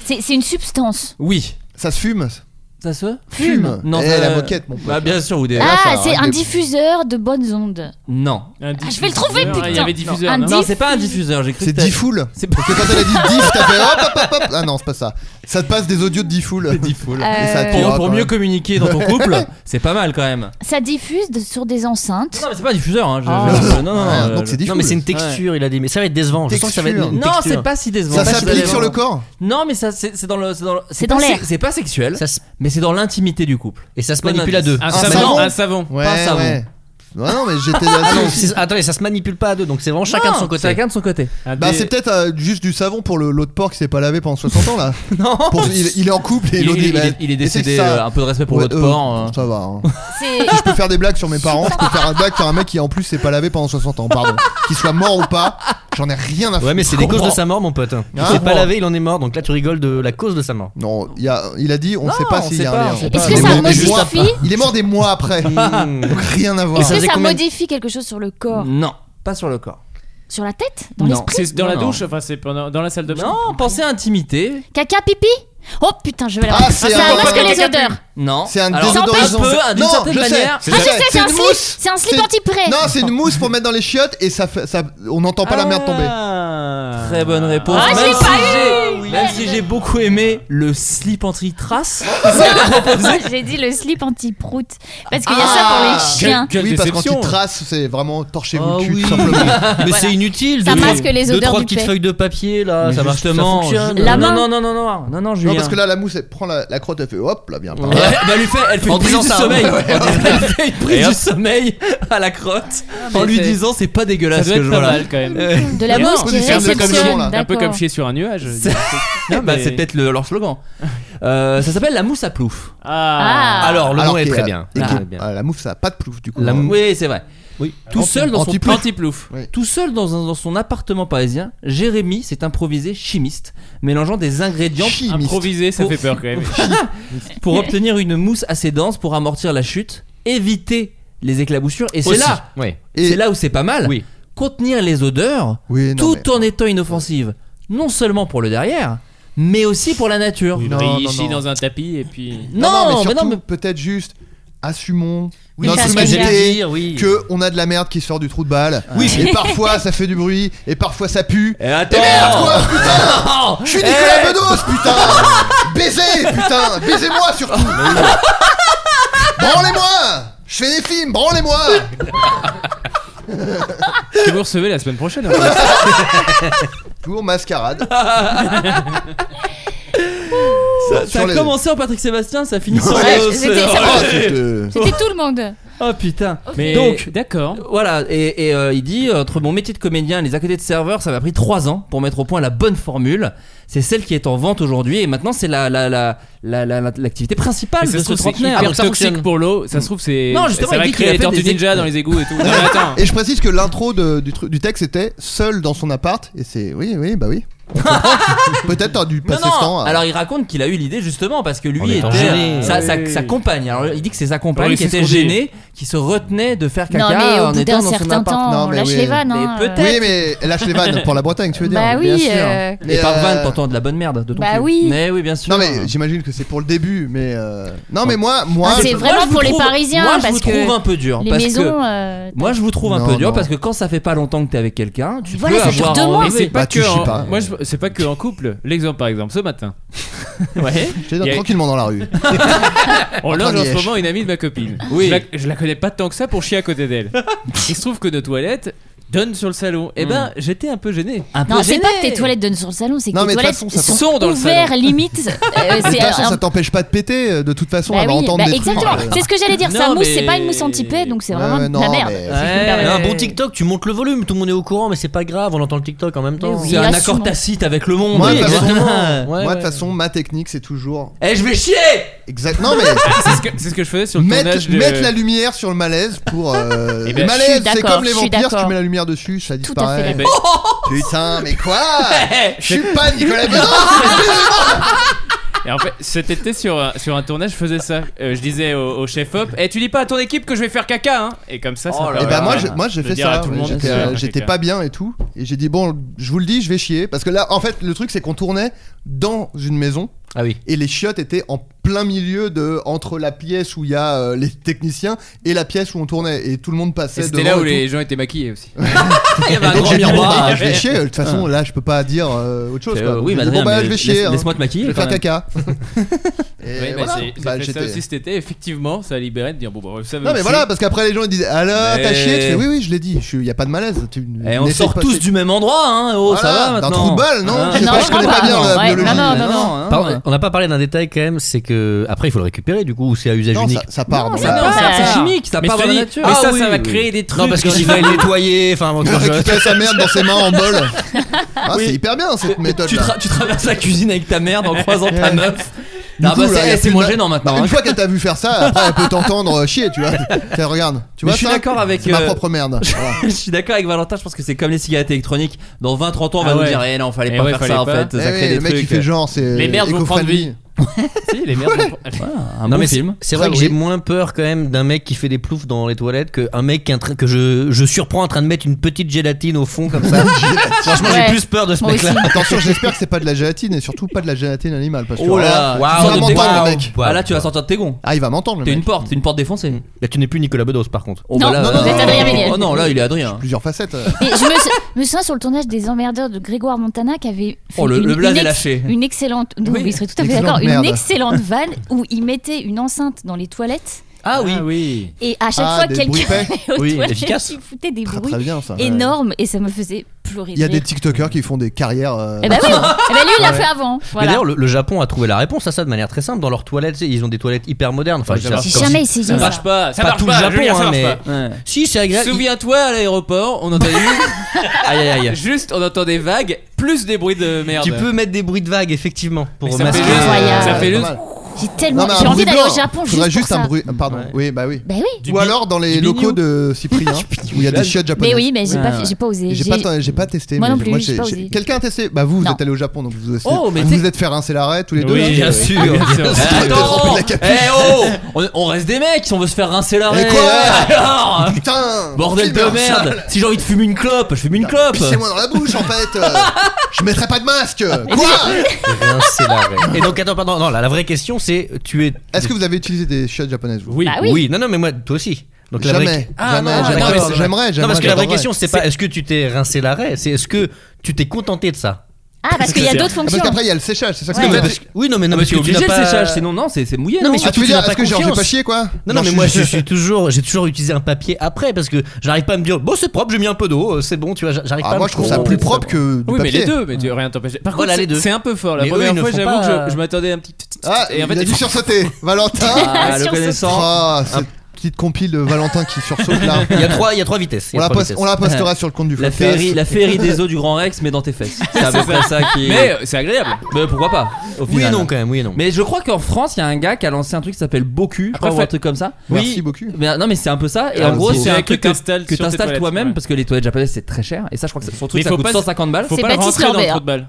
J: C'est c'est une substance.
H: Oui. Ça se fume.
I: Ça se
H: Fume.
I: Non,
H: Eh,
I: ça-
H: la moquette, mon pote.
I: Bah, bien sûr, ou des.
J: Ah,
I: ça,
J: c'est
I: hein,
J: un
I: des-
J: diffuseur de bonnes ondes.
I: Non.
J: Ah, je vais le trouver, putain. Un
I: Non, c'est pas un diffuseur, j'ai cru.
H: C'est Diffoul. C'est parce que quand elle a dit diff, t'as fait hop hop hop hop. Ah non, c'est pas ça. Ça te passe des audios de Diffoul. Diffoul. Ah,
I: Pour, pour mieux communiquer dans ton couple, c'est pas mal quand même.
J: Ça diffuse de- sur des enceintes.
I: C'est pas un diffuseur, hein. je-
E: Ah.
I: je- non, non,
E: Ah,
I: non,
E: donc
I: je-
E: c'est diffus.
I: Non, mais c'est une texture,
E: il a des. Mais ça va être décevant. Je sens que ça va être. une
I: Non,
E: texture.
I: c'est pas si décevant.
E: Ça
I: Pas si
E: s'applique
I: décevant.
E: sur le
H: corps
I: Non, mais ça, c'est c'est dans le. C'est dans, le-
J: C'est
I: pas
J: dans
I: se-
J: l'air.
I: C'est pas sexuel, mais c'est dans l'intimité du couple.
E: Et ça se
I: Bon
E: manipule à
I: indice.
E: deux.
I: Un savon,
E: savon.
I: un savon.
E: Ouais,
I: Pas un savon.
E: ouais.
H: Ah non, mais j'étais
E: Ah
H: là-dessus
E: non,
H: aussi.
E: c'est- attendez, ça se manipule pas à deux, donc c'est vraiment chacun
I: Non,
E: de son côté.
I: chacun de son côté.
H: Bah c'est peut-être euh, juste du savon pour le- l'eau de porc qui s'est pas lavé pendant 60 ans là.
I: non.
H: il, il est en couple et
I: Il-
H: l'eau
I: il-
H: des-
I: il est- il est
H: bah, et c'est
I: décédé,
H: ça.
I: euh, un peu de respect pour l'eau de
H: euh,
I: porc, hein.
H: Ça va. hein.
J: C'est
H: Si je peux faire des blagues sur mes parents, je peux faire un blague sur un mec qui en plus s'est pas lavé pendant 60 ans, pardon. Qu'il soit mort ou pas, j'en ai rien à foutre.
E: Ouais, mais c'est
H: Je
E: les causes de
H: comprends.
E: sa mort, mon pote. Il
H: Ah,
E: s'est pas
H: bon.
E: lavé, il en est mort, donc là tu rigoles de la cause de sa mort.
H: Non, il, y a- il a dit, on
E: Non,
H: sait pas
E: on
H: s'il
E: sait
H: y a
E: pas,
H: un
E: on
H: lien.
E: sait pas.
J: Est-ce que
H: Il
J: ça
H: est mort des mois-
J: modifie
H: Il est mort des mois après.
E: Hmm.
H: Donc rien à voir.
J: Est-ce que ça modifie quelque chose sur le corps
I: Non, pas sur le corps.
J: Sur la tête Dans
I: Non.
J: l'esprit
I: C'est dans la Non, non. douche,
C: enfin, c'est pendant- dans la salle de bain.
I: Non, pensez à intimité.
J: Caca, pipi Oh putain, je vais la
H: Ah,
J: ça
H: c'est un-
J: masque les
H: caca, pipi.
J: odeurs.
I: Non.
H: C'est un
I: Alors,
H: désodorisant.
I: un peu, à d'une
H: Non,
I: certaine
H: je sais.
J: Ah,
I: manière.
J: je sais, c'est
H: une
J: un slip,
H: mousse.
J: c'est un slip
H: C'est-
J: anti-prêt.
H: Non, c'est une mousse pour mettre dans les chiottes et ça, fait- ça on n'entend pas la merde tomber.
C: Ah.
I: Très bonne réponse.
J: Ah, je l'ai
I: même si
J: pas
I: j'ai-
J: eu
I: même si j'ai beaucoup aimé le slip anti-trace, vous avez proposé.
J: J'ai dit le slip anti-prout. Parce qu'il y a
C: Ah,
J: ça pour les chiens.
C: Quelle
H: oui, parce que quand
C: déception.
H: tu traces, c'est vraiment torchez-vous
I: Ah
H: le cul,
I: oui.
H: tout simplement.
E: Mais c'est inutile.
J: Ça
E: deux-
J: masque les
E: deux,
J: odeurs
E: trois
J: du
E: petites
J: paix.
E: feuilles de papier là,
I: Mais
E: ça marche, ça
I: justement,
E: fonctionne.
I: je-
J: La
I: non,
J: main.
I: non, non, non, non, non, non, Julien.
H: Non, parce que là, la mousse, elle prend la, la crotte, elle fait hop, là, bien. par
I: Ouais,
H: là.
I: bah, elle lui fait, elle fait
E: En
I: une prise
E: disant
I: du
E: ça,
I: sommeil.
E: ouais, ouais,
I: Elle fait une
C: Et
I: prise
C: hop.
I: du sommeil à la crotte en lui
C: c'est-
I: disant c'est pas
C: Ça
I: dégueulasse
C: doit
I: que
C: être
I: je
C: pas
I: vois là.
C: mal quand même.
I: Euh,
J: De la
C: Et un
J: mousse
C: peu
J: qui
C: comme- un peu comme chier-
J: réceptionne.
C: un peu comme
J: d'accord.
C: chier sur un nuage.
I: C'est-
C: Non,
I: bah,
C: mais-
I: c'est peut-être le- leur slogan. Euh, ça s'appelle la mousse à plouf.
C: Ah.
J: Ah.
E: Alors le
H: Alors
E: nom est
H: qu'il y a-
E: très bien.
H: et
E: Ah,
H: qu'il-
E: très bien.
H: ah, la mouffe, ça a pas de plouf, du coup.
E: La
H: hein.
E: mou-
I: Oui, c'est vrai.
E: Oui.
I: Tout seul dans son
H: Anti-plouf.
I: Anti-plouf.
H: Oui.
I: Tout seul dans, un- dans son appartement parisien, Jérémy s'est improvisé chimiste, mélangeant des ingrédients
H: Chimiste.
C: Improvisé, ça
I: Pour-
C: fait peur quand même.
I: pour obtenir une mousse assez dense pour amortir la chute, éviter les éclaboussures et c'est
E: Aussi.
I: là,
E: Ouais.
H: Et-
I: c'est là où c'est pas mal.
E: Oui.
I: Contenir les odeurs
H: Oui, non,
I: tout
H: mais-
I: en étant inoffensive, non seulement pour le derrière, mais aussi pour la nature.
C: Il
H: Non,
C: brille,
H: non,
C: il chie
H: non.
C: dans un tapis et puis.
I: Non,
H: mais
I: mais
H: surtout,
I: non, mais-
H: peut-être juste assumons
E: Oui,
H: notre
J: c'est ce que j'allais
H: humanité
E: dire, oui.
H: que on a de la merde qui sort du trou de balle.
I: Oui.
H: Et parfois ça fait du bruit et parfois ça pue.
I: Et attends,
H: putain Je suis Nicolas Bedos, putain Baiser, putain Baisez-moi surtout Branlez-moi Je fais des films, branlez-moi
C: Que vous recevez la semaine prochaine. hein.
H: Tour mascarade.
I: ça, ça
H: Sur
I: a
H: les-
I: commencé en Patrick Sébastien, ça finit sur
J: Ouais,
I: le-
J: c'était
I: sur-
J: ça.
H: Ah, c'est, euh,
J: C'était tout le monde.
I: Oh putain.
C: Mais
I: Donc,
C: d'accord.
I: Voilà, et, et, euh, il dit entre mon métier de comédien et les à côté de serveur, ça m'a pris 3 ans pour mettre au point la bonne formule. C'est celle qui est en vente aujourd'hui et maintenant c'est la, la, la, la- la- la- l'activité principale
C: Mais Ah, ça
I: de
C: se
I: ce
C: trouve, c'est
I: trentenaire.
C: hyper toxique pour l'eau. Ça se trouve, c'est.
I: Non, justement,
C: ça
I: il
C: va
I: dit qu'il
C: créer
I: a
C: les
I: fait
C: tortues
I: des-
C: ninja dans les égouts et tout. Non, mais attends.
H: Et je précise que l'intro de- du, tru- du texte était seul dans son appart et c'est oui oui bah oui. On comprend. Peut-être t'as dû
I: Non,
H: passer ce temps. euh,
I: non.
H: à-
I: Alors il raconte qu'il a eu l'idée justement parce que
E: En
I: lui
E: étant
I: était
E: gêné.
I: sa, sa-
C: Oui.
I: sa compagne. Alors il dit que c'est sa compagne
C: Oui,
I: qui
C: c'est ce
I: était
C: qu'on dit.
I: gênée, qui se retenait de faire caca
J: Non, mais
I: en
J: au bout
I: étant
J: d'un
I: dans son
J: certain
I: appart.
J: temps,
H: Non,
J: on
H: mais
J: lâche
H: oui.
J: les vannes.
I: Mais
J: hein, euh.
I: peut-être.
H: oui mais lâche les vannes pour la Bretagne tu veux dire.
J: Bah oui,
H: bien sûr.
J: euh,
I: Et par
H: euh,
I: van, t'entends de la bonne merde de ton
J: Bah
I: cul.
J: oui.
I: Mais oui, bien sûr.
H: Non mais j'imagine que c'est pour le début mais euh, non mais moi moi
J: Ah, c'est
H: je-
J: vrai. Vraiment
I: je vous
J: pour les
I: trouve-
J: Parisiens,
I: moi, je
J: parce
I: vous
J: que
I: trouve un peu dur.
J: Les
I: parce
J: maisons.
I: que-
J: euh,
I: Moi, je vous trouve un
H: Non,
I: peu dur
H: non.
I: parce que quand ça fait pas longtemps que t'es avec quelqu'un, tu
J: Voilà,
I: peux
J: ça dure
I: avoir
J: deux
I: envie-
J: mois.
C: hein. Mais c'est
H: Bah,
C: pas
H: tu
C: que.
H: chies
C: en-
H: pas.
C: Moi, je- c'est pas que en couple. L'exemple, par exemple, ce matin. Ouais.
H: je les donne
C: Il y a-
H: tranquillement dans la rue.
C: On loge en
H: Attends,
C: ce
H: Liège.
C: moment une amie de ma copine.
I: Oui.
C: Je, la, je la connais pas tant que ça pour chier à côté d'elle. Il se trouve que nos toilettes donnent sur le salon. Et
H: Hmm.
C: ben, j'étais un peu gêné.
I: Un peu
J: Non, c'est
I: gêné.
J: pas que tes toilettes donnent sur le salon, c'est que
H: Non, mais
J: tes
H: de
J: toilettes
H: toute façon, ça
J: sont,
C: tombe. Sont dans le
J: ouvertes
C: salon.
J: limite. euh,
H: De toute
J: c'est
H: façon
J: un-
H: ça t'empêche pas de péter euh, de toute façon
J: Bah
H: on va
J: oui,
H: entendre
J: bah
H: des
J: exactement.
H: trucs. euh,
J: C'est ce que j'allais dire.
I: Non,
J: Ça mousse,
I: mais-
J: c'est pas une mousse anti-paix, donc c'est
H: Ouais,
J: vraiment
H: ouais,
J: de
H: non,
J: la merde.
H: mais-
J: Si je peux me
I: Ouais.
J: permettre.
E: Un bon TikTok, tu montes le volume, tout le monde est au courant, mais c'est pas grave, on entend le TikTok en même temps.
J: Mais oui.
I: C'est un
J: assumons.
I: accord tacite avec le monde.
H: Moi, de toute façon,
I: exactement.
H: moi,
I: Ouais,
H: de toute façon, ma technique, c'est toujours.
I: Eh, je vais chier
H: Exact. Non, mais
C: C'est ce, que- c'est ce que je faisais sur le tournage
H: mettre,
C: de.
H: mettre la lumière sur le malaise pour. euh,
C: Eh
H: le
C: ben,
J: je
H: malaise,
J: suis
H: c'est
J: d'accord,
H: comme les
J: je suis
H: vampires, si tu
J: d'accord.
H: mets la lumière dessus, ça
J: Tout à fait
H: disparaît.
C: Eh ben,
J: d'accord.
H: Putain, mais quoi
I: Eh,
H: Je suis pas Nicolas Bedos
C: Et en fait, cet été sur un, sur un tournage, je faisais ça. Euh, je disais au, au chef op, et tu dis pas à ton équipe que je vais faire caca, hein Et comme ça, ça.
H: et
C: permet
H: bah moi
C: de-
H: j'ai, moi j'ai
C: de
H: fait
C: dire à
H: ça,
C: tout le monde
H: j'étais,
C: que je vais
H: euh,
C: faire
H: j'étais
C: caca.
H: pas bien et tout, et j'ai dit bon je vous le dis je vais chier, parce que là en fait le truc c'est qu'on tournait dans une maison,
E: ah oui.
H: et les chiottes étaient en plein milieu de entre la pièce où il y a euh, les techniciens et la pièce où on tournait, et tout le monde passait
K: Et C'était
H: devant
K: là où
H: et tout.
K: les gens étaient maquillés aussi.
H: Il
K: y avait un grand
H: j'ai dit, bon,
K: miroir.
H: bah, je vais chier. De toute façon, là, je peux pas dire euh, autre chose.
I: C'est,
H: quoi.
I: euh,
H: Donc,
I: oui,
H: j'ai dit,
I: Adrien,
H: bon, bah,
I: mais
H: je vais
I: laisse-
H: chier. hein.
I: laisse-moi te maquiller,
H: Je vais
I: quand
H: faire
I: même.
H: caca. Et
C: Oui, bah,
H: voilà.
C: c'est- j'ai
H: Bah,
C: fait
H: j'étais-
C: ça aussi cet été, effectivement, ça libérait de dire bon, bah, ça
H: Non, mais voilà, parce qu'après les gens ils disent Alors,
C: Mais-
H: t'as chié Tu fais, Oui, oui, je l'ai dit. Il y a pas de malaise. Tu-
I: Et on
H: n'essaie
I: sort
H: pas-
I: tous
H: c'est-
I: du même endroit, hein. Oh, ça
H: Voilà,
I: va
H: d'un
I: maintenant.
H: trou de balle, non Hein,
I: Ah.
H: Je sais pas, je connais pas bien la biologie.
E: Par- on n'a pas parlé d'un détail quand même, c'est que après il faut le récupérer du coup, ou c'est à usage
H: Non,
E: unique.
H: ça- ça part,
I: Non, ça part. c'est chimique, ça
E: Mais
I: part
E: je te
I: dans la
E: dis-
I: nature.
E: mais
I: Ah
E: ça,
I: oui,
E: ça va
I: oui.
E: créer des trucs.
I: Non, parce que
E: dans
I: s'il
E: les-
I: va le nettoyer,
E: enfin,
I: bon,
H: Il
I: quand je-
H: récupère sa merde dans ses mains en bol. Ah, c'est hyper bien cette méthode.
I: tu, tra- tu traverses la cuisine avec ta merde en croisant ta meuf.
H: Du
I: Ah
H: coup,
I: bah
H: là, y
I: c'est,
H: a
I: eh, c'est
H: plus
I: moins
H: de-
I: gênant maintenant.
H: Bah, Une
I: hein.
H: fois qu'elle t'a vu faire ça, après elle peut t'entendre euh, chier, tu vois. Tiens, regarde, tu
I: Mais
H: vois,
I: je suis
H: ça,
I: d'accord avec,
H: c'est ma
I: euh,
H: propre merde. Voilà.
I: je suis d'accord avec Valentin, je pense que c'est comme les cigarettes électroniques. Dans 20-30 ans, on va
C: Ah
I: nous
C: ouais.
I: dire Eh non, fallait
C: Eh
I: pas
C: ouais,
I: faire
C: fallait
I: ça en
C: pas.
I: fait. Ça
H: Eh
I: crée
H: oui,
I: des
H: le mec,
I: trucs.
H: il fait genre, c'est
C: Les merdes vont prendre vie. si, les merdes vont prendre-
I: un
E: Non,
I: bon
E: mais
I: film.
E: c'est- C'est vrai
I: Ah
E: que
I: oui.
E: j'ai moins peur quand même d'un mec qui fait des ploufs dans les toilettes que un mec qui est en train- que je, je surprends en train de mettre une petite gélatine au fond comme ça. Franchement, j'ai plus peur de ce mec-là.
H: Attention, j'espère que c'est pas de la gélatine et surtout pas de la gélatine animale. Parce que,
I: Oh là,
H: alors
I: tu
H: là,
I: sors
H: il va
I: de tes gonds.
H: m'entendre le mec.
I: Ah là, tu vas sortir de tes gonds.
H: Ah, il va m'entendre le
I: T'es
H: mec.
I: une porte, t'es une porte défoncée.
E: Là, tu n'es plus Nicolas Bedos par contre.
I: Oh,
H: Non,
I: bah là,
H: non, non,
I: euh,
H: vous êtes Adrien
I: oh,
H: Méniel.
I: Oh non, là, il est Adrien.
H: Plusieurs facettes.
J: Et je me, sou- me souviens sur le tournage des emmerdeurs de Grégoire Montana qui avait fait
I: Oh, le-
J: une,
I: le blaze
J: une
I: est lâché.
J: une excellente, non, mais il serait tout à fait
I: Excellente
J: d'accord, une
I: merde.
J: excellente vanne où il mettait une enceinte dans les toilettes
I: Ah oui.
C: oui.
J: et à chaque
H: Ah,
J: fois
H: des
J: quelqu'un
H: bruits faits.
J: allait aux
H: Oui,
J: toilettes,
H: efficace.
J: il foutait des bruits
H: très bien, ça, ouais.
J: énormes et ça me faisait pleurer.
H: Il y a des TikTokers qui font des carrières. euh,
J: Eh ben oui, eh ben lui il l'a
E: Ouais.
J: fait avant.
E: Mais
J: Voilà.
E: d'ailleurs, le, le Japon a trouvé la réponse à ça de manière très simple. Dans leurs toilettes, tu sais, ils ont des toilettes hyper modernes. Enfin,
C: Ouais,
E: je veux dire,
J: j'ai
E: comme
J: jamais
E: si-
J: essayé ça.
C: marche pas, ça marche
E: tout
C: pas,
E: le Japon,
C: Julien, ça
E: hein,
C: marche
E: mais.
C: pas.
E: Si, c'est agréable.
C: Souviens-toi à l'aéroport, on entendait
E: Aïe, aïe, aïe.
C: juste on entend des vagues plus des bruits de merde.
E: Tu peux mettre des bruits de vagues, effectivement, pour
C: ça
E: masquer.
C: fait juste-
J: Incroyable.
C: ça fait
H: pas
C: juste-
H: mal.
J: J'ai
H: Non,
J: tellement
H: mais un
J: j'ai envie
H: bruit
J: d'aller
H: blanc.
J: au Japon juste
H: Faudrait
J: pour
H: juste
J: ça.
H: un bruit. Pardon. Oui, bah oui.
J: Bah oui.
H: Ou alors dans les
C: du
H: locaux
C: bignou.
H: de Cyprien où il y a des chiottes japonaises.
J: Mais oui, mais j'ai
H: Ouais.
J: pas, fait- j'ai pas osé.
H: J'ai pas, ten- j'ai pas testé.
J: Moi
H: mais
J: non plus, j'ai
H: j'ai-
J: pas
H: j'ai-
J: osé.
H: Quelqu'un a testé Bah vous, vous
J: Non.
H: êtes allé au Japon, donc vous aussi.
I: Oh, mais
H: vous
I: t'es-
H: vous êtes fait rincer l'arrêt tous les deux.
C: Oui, bien sûr.
E: Bien sûr.
H: Ah, t'es
I: Attends
H: trempé de la capuche.
I: Eh oh on, on reste des mecs, on veut se faire rincer la
H: Et
I: raie.
H: quoi
I: Alors
H: Putain
I: Bordel de
H: filme un sale.
I: merde Si j'ai envie de fumer une clope, je fume une clope
H: Pissez-moi dans la bouche en fait. euh, Je mettrai pas de masque. Quoi
E: Rien, Eh c'est la vraie. Et donc, attends, pardon, non, la, la vraie question, c'est tu es.
H: Est-ce que vous avez utilisé des chiottes japonaises vous
C: Oui.
J: Bah oui.
E: non, non, mais moi, toi aussi. Donc, la vraie-
H: Jamais.
I: Ah,
H: jamais,
I: non,
H: jamais.
I: non, mais c'est-
H: J'aimerais, j'aimerais.
E: Non, parce que la vraie
H: j'adorerais.
E: question, c'est pas est-ce que tu t'es rincé l'arrêt, c'est est-ce que tu t'es contenté de ça
J: Ah parce qu'il y a d'autres
H: Ah,
J: fonctions.
H: Parce qu'après il y a le séchage, c'est ça que
J: Ouais.
H: Ah, bah, tu veux
J: Parce
H: dire.
E: Oui, non, mais non,
I: Non, mais
E: parce
I: tu es
E: que tu
I: obligé
E: n'as
I: de
E: pas-
I: séchage, sinon non, c'est c'est mouillé.
E: Non, mais
H: Ah, tu
E: surtout,
H: veux
E: tu
H: dire,
E: n'as
H: est-ce
E: pas
H: que genre j'ai pas
E: confiance.
H: chier quoi
E: Non, non, mais
H: je-
E: moi je suis toujours, j'ai toujours utilisé un papier après parce que j'arrive pas à me dire bon c'est propre, j'ai mis un peu d'eau, euh, c'est bon, tu vois, j'arrive pas.
H: Ah,
E: à
H: moi
E: me-
H: je trouve ça
E: Oh,
H: plus
E: c'est
H: propre
E: bon.
H: que du
C: Oui, mais
H: papier.
C: les deux, mais tu- rien t'empêche. Par
E: Voilà,
C: contre,
E: les
C: c'est-
E: deux.
C: c'est un peu fort. La
E: Mais eux,
C: première
E: ils ne
C: fois,
E: font
C: j'avoue
E: pas-
C: que je, je m'attendais un petit.
H: Ah,
C: Et en fait,
H: il a dû sursauter. Valentin.
I: Ah, le
J: Sur ce-
I: connaissant.
H: Ah, cette petite compile de Valentin qui sursaute là.
E: Il y a trois, il y a trois vitesses. il y
H: On
E: a
H: la,
E: trois
H: poste-
E: vitesses.
H: on la postera sur le compte du
I: La
H: podcast.
I: féerie, la féerie des eaux du Grand Rex, mais dans tes fesses. C'est à peu près ça qui.
C: Mais euh, c'est agréable.
I: Mais pourquoi pas au
E: Oui et
I: final.
E: non quand même, oui et non.
I: Mais je crois qu'en France, il y a un gars qui a lancé un truc qui s'appelle Boku, je
C: Après,
I: crois, ou
C: fait-
I: un truc comme ça.
H: Merci beaucoup.
I: Mais, non, mais c'est un peu ça. Et
C: Ah,
I: en gros,
C: c'est
I: c'est
C: vrai
I: un
C: que
I: truc que
C: t'installes
I: que
C: sur tes
I: t'installes
C: toilettes,
I: toi-même
C: ouais.
I: parce que les toilettes japonaises c'est très cher. Et ça, je crois que son truc
C: Mais
I: ça
C: faut
I: coûte
C: pas-
I: 150 balles.
C: Faut
J: C'est
C: pas le
J: Baptiste
C: rentrer dans le
J: Lambert.
C: trou de balle.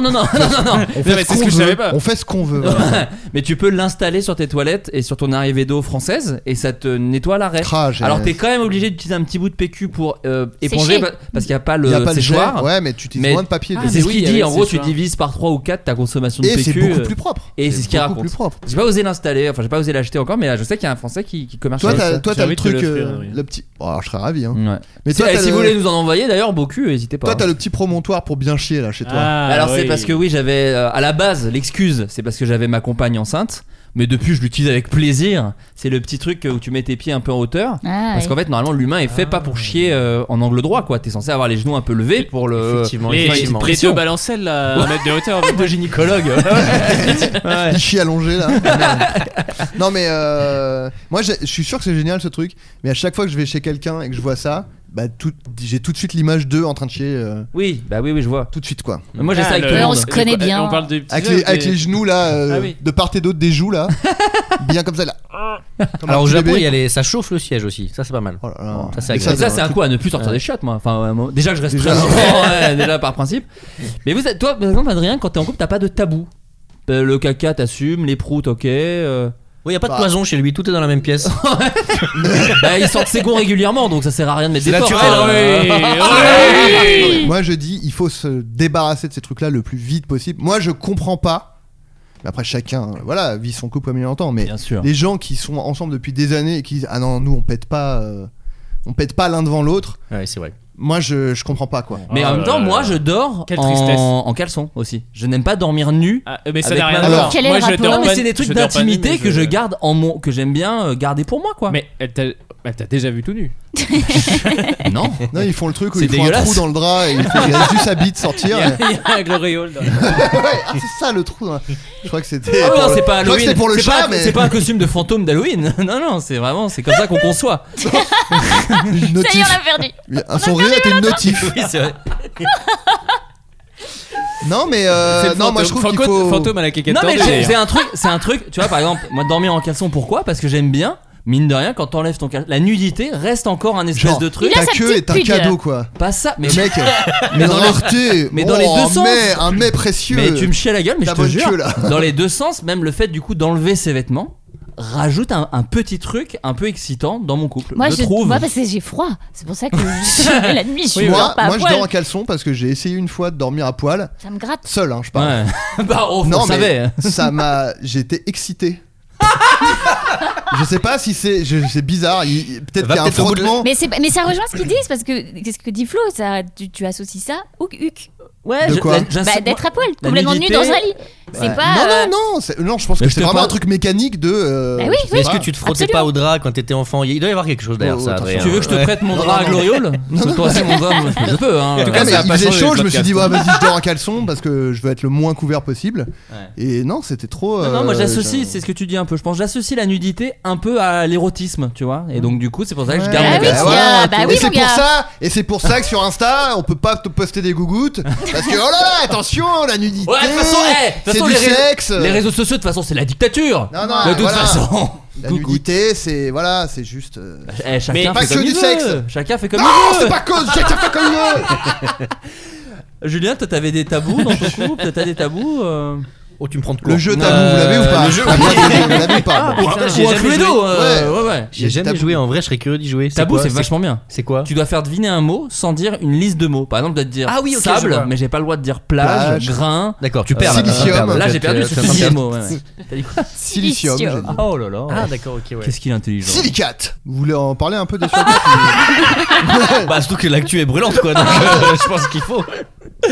I: non, non, non, non, non.
H: On
C: Non,
H: fait
C: mais
H: ce
C: c'est ce
H: qu'on
C: que je savais
H: veut.
C: pas.
H: On fait ce qu'on veut.
I: Mais tu peux l'installer sur tes toilettes et sur ton arrivée d'eau française et ça te nettoie l'arrêt.
H: Ah, j'ai-
I: Alors t'es quand même obligé d'utiliser un petit bout de PQ pour euh, éponger
J: Sécher.
I: pa- parce qu'il n'y a pas
H: Il
I: le
H: n'y a pas le gel.
I: séchoir.
H: Ouais, mais tu utilises
I: Mais-
H: moins de papier.
I: Et
H: du
I: c'est ce
H: coup.
C: oui,
I: qu'il
C: il y avait
I: dit. En
C: le
I: gros, tu
C: séchoir.
I: divises par 3 ou 4 ta consommation de
H: Et c'est
I: PQ.
H: beaucoup
I: euh,
H: plus propre.
I: et c'est ce qu'il
H: beaucoup
I: raconte.
H: plus propre.
I: J'ai pas osé l'installer. Enfin, j'ai pas osé l'acheter encore, mais euh, je sais qu'il y a un Français qui, qui
H: Toi,
I: commercialise
H: t'as,
I: ça.
H: toi,
C: J'ai
H: t'as
C: envie
H: le
C: de te
H: truc,
C: l'offrir,
H: euh,
C: Adrien.
H: le petit. Bon, alors, je serais ravi. Hein.
I: Ouais.
H: Mais
I: Si,
H: toi,
I: eh,
H: t'as
I: si
H: le-
I: vous voulez nous en envoyer d'ailleurs beaucoup, n'hésitez pas.
H: toi,
I: hein.
H: t'as le petit promontoire pour bien chier là chez toi.
E: Ah.
C: Ah,
I: Alors c'est parce que oui, j'avais euh, à la base l'excuse, c'est parce que j'avais ma compagne enceinte. Mais depuis, je l'utilise avec plaisir. C'est le petit truc euh, où tu mets tes pieds un peu en hauteur.
J: Ah,
I: Parce
J: ouais.
I: qu'en fait, normalement, l'humain est fait pas pour chier euh, en angle droit, quoi. T'es censé avoir les genoux un peu levés pour le. euh,
E: Effectivement,
I: Les-
C: Les,
I: effectivement.
C: les deux balancelles là, à un mètre de hauteur.
I: de gynécologue.
H: Il chie allongé là. non mais euh, moi j'ai- je suis sûr que c'est génial ce truc. Mais à chaque fois que je vais chez quelqu'un et que je vois ça, bah tout- j'ai tout de suite l'image d'eux en train de chier euh,
I: oui, bah oui, oui, je vois.
H: tout de suite quoi.
I: Mais Moi, j'ai ça avec tout le
J: on
I: monde.
J: se connaît bien.
C: On parle des petits
H: Avec
C: jeux,
H: les, avec
C: des-
H: les genoux là, euh,
C: Ah oui.
H: de part et d'autre des joues là, bien comme ça là. Comme un
E: Alors au
H: petit
E: Japon,
H: bébé.
E: il y a les, ça chauffe le siège aussi. Ça c'est pas mal.
H: Oh là là.
E: Ça, c'est
H: Mais
I: Ça,
E: agréable.
I: ça, c'est un coup à ne plus sortir des chiottes, moi. Enfin, ouais, moi- déjà que je reste
H: Déjà.
I: très longtemps, ouais, déjà par principe. Mais vous, êtes- toi, par exemple, Adrien, quand t'es en couple, t'as pas de tabou. euh, le caca, t'assumes, les proutes, ok. euh.
E: Oui, y a pas de cloison chez lui, tout est dans la même pièce.
I: bah, il sort de ses gonds régulièrement, donc ça sert à rien de mettre des
E: C'est
I: portes. Ah,
E: naturel,
I: hein.
H: Moi je dis, il faut se débarrasser de ces trucs-là le plus vite possible. Moi je comprends pas. Mais Après chacun, euh, voilà, vit son couple comme il l'entend. Mais
I: sûr.
H: les gens qui sont ensemble depuis des années et qui disent ah non nous on pète pas, euh, on pète pas l'un devant l'autre.
E: Ouais, c'est vrai.
H: Moi je, je comprends pas quoi.
I: Mais en même temps, moi, je dors
C: Quelle tristesse.
I: en, en caleçon aussi. Je n'aime pas dormir nu.
C: Ah, mais ça
I: avec
C: n'a rien
I: ma
C: à
I: meuf.
C: voir. Quel est Moi, le je rapport dors
I: Non, mais
C: pas-
I: c'est des trucs
C: je dors pas nu,
I: d'intimité
C: mais
I: que
C: je-
I: je garde en mon, que j'aime bien euh, garder pour moi, quoi.
C: Mais elle t'a elle t'a déjà vu tout nu.
I: non.
H: Non, ils font le truc où
C: C'est
H: ils font un
C: dégueulasse.
H: trou dans le drap et ils font- il reste juste sa bite sortir.
C: Il y a-
H: Et-
C: il y a un gloriole dans-
H: Ouais, ah, c'est ça le trou. hein. Je crois que c'était.
I: Ah ouais, non,
H: pour le-
I: c'est pas
H: je crois que
I: Halloween.
H: c'était pour le
I: C'est
H: chat,
I: pas-
H: mais
I: c'est pas un costume de fantôme d'Halloween. Non, non, c'est vraiment, c'est comme ça qu'on conçoit.
H: une
J: Ça y est,
H: notif.
J: on l'a perdu.
H: Un son rire était une notif.
I: Oui, c'est vrai.
H: Non, mais euh,
C: C'est le
H: non, moi je
C: fantôme.
H: trouve qu'il
C: Fantôme-
H: faut.
C: Fantôme à la quéquette
I: Non, mais
C: tordue,
I: j'ai-
C: d'ailleurs.
I: c'est un truc, c'est un truc. Tu vois, par exemple, moi dormir en caleçon, pourquoi Parce que j'aime bien. Mine de rien, quand t'enlèves ton caleçon, la nudité reste encore un espèce
H: Genre,
I: de truc.
J: Il a
H: ta
J: sa
H: queue
J: petite
H: est un
J: pudeur.
H: cadeau quoi.
I: Pas ça, mais
H: Le mec, mais
I: dans
H: dans
I: les-
H: les,
I: mais dans les deux sens.
H: Mais un mets précieux.
I: Mais tu me chies à la gueule, mais
H: Ta
I: je te
H: euh, bonne
I: jure,
H: queue, là.
I: dans les deux sens, même le fait du coup d'enlever ses vêtements rajoute un, un petit truc un peu excitant dans mon couple.
J: Moi,
I: je
J: je,
I: trouve.
J: moi, parce que j'ai froid. C'est pour ça que je- la nuit, je suis
H: moi,
J: pas à
H: moi je
J: poil.
H: dors en caleçon parce que j'ai essayé une fois de dormir à poil,
J: Ça me gratte.
H: seul, hein, je parle. Oh,
I: Ouais. bah, on,
H: Non,
I: on savait.
H: mais ça m'a. J'étais excité. je sais pas si c'est. je- C'est bizarre. il- Peut-être
E: Va
H: qu'il y a un
E: peut-être au bout de la-
H: frottement.
J: Mais, c'est, mais ça rejoint ce qu'ils disent parce que qu'est-ce que dit Flo ça, tu, tu associes ça au huc
I: Ouais,
H: De
I: je-
H: quoi
I: la- j'assume-
J: bah, D'être à poil,
I: la
J: complètement
I: nudité-
J: nu dans un lit. C'est
H: Ouais.
J: pas.
H: non,
J: euh,
H: non, non, c'est- non, je pense
I: Mais
H: que
I: je te
H: c'est vraiment
I: parle-
H: un truc mécanique de. euh,
J: Bah oui,
H: je sais
J: oui.
E: Est-ce
H: pas.
E: que tu te frottais
J: Absolument.
E: pas au drap quand t'étais enfant Il doit y avoir quelque chose derrière
H: Oh,
E: ça,
H: attention.
E: Adrien.
I: Tu veux que je te prête mon drap à gloriole Parce que toi aussi, mon drap, moi, je peux. Hein.
H: Ah, mais
C: ça a
H: il
C: pas
H: faisait
C: changé
H: chaud,
C: le
H: je me suis
C: podcast.
H: dit, ouais, vas-y, je dors en caleçon parce que je veux être le moins couvert possible. Et non, c'était trop.
I: Non, non, moi
H: euh,
I: j'associe,
H: je-
I: c'est ce que tu dis un peu. Je pense j'associe la nudité un peu à l'érotisme, tu vois. Et donc du coup, c'est pour ça que je
H: Ouais.
I: garde
J: Bah
I: la
J: oui,
I: garçon,
J: il y a-
I: euh,
J: bah
I: tout.
J: oui,
H: et c'est
J: mon
H: pour
J: gars.
H: ça, et c'est pour ça que sur Insta, on peut pas te poster des gougouttes parce que oh là là, attention, la nudité.
I: Ouais, de toute façon, eh, de toute
H: c'est
I: façon,
H: du
I: les, réseaux-
H: sexe.
I: les réseaux sociaux, de toute façon, c'est la dictature.
H: Non, non,
I: de toute
H: voilà.
I: façon.
H: La
I: Coucou.
H: nudité, c'est voilà, c'est juste. euh,
I: Eh, chacun
C: Mais
I: fait
C: pas
H: que
I: comme
H: du
I: il veut.
H: sexe.
I: Chacun fait comme
H: Non,
I: il veut.
H: c'est pas cause, j'ai fait comme il veut.
I: Julien, toi, t'avais des tabous dans ton couple T'as des tabous euh...
E: Oh, tu me prends de court.
H: Le jeu tabou, vous l'avez ou pas
E: Le jeu,
H: Ah, Vous l'avez ou pas
E: Ou un-
I: Ou un cluedo euh,
H: Ouais.
I: Ouais, ouais.
E: J'ai jamais
H: Tabou.
E: joué, en vrai, je serais curieux d'y jouer.
I: Tabou,
E: quoi
I: c'est vachement bien.
E: C'est quoi
I: Tu dois faire deviner un mot sans dire une liste de mots. Par exemple, tu dois te dire
E: Ah oui, ok, je
I: sable,
E: vois.
I: mais j'ai pas le droit de dire plage,
H: Plage.
I: grain.
E: D'accord, tu
I: euh,
E: perds. là,
H: Silicium.
C: Ah,
E: tu vas
C: bah,
E: perdre.
I: Là,
E: Tu-
I: j'ai perdu,
E: tu-
I: ce
E: tu vas
I: sont
E: perdre.
I: des mots. ouais, ouais. T'as dit quoi
H: Silicium. j'ai dit.
I: Oh là là.
E: Ah, d'accord, ok, ouais.
I: Qu'est-ce qu'il est intelligent.
H: Silicate. Vous voulez en parler un peu de ça
E: Bah, surtout que l'actu est brûlante, quoi. Donc, euh, je pense qu'il faut.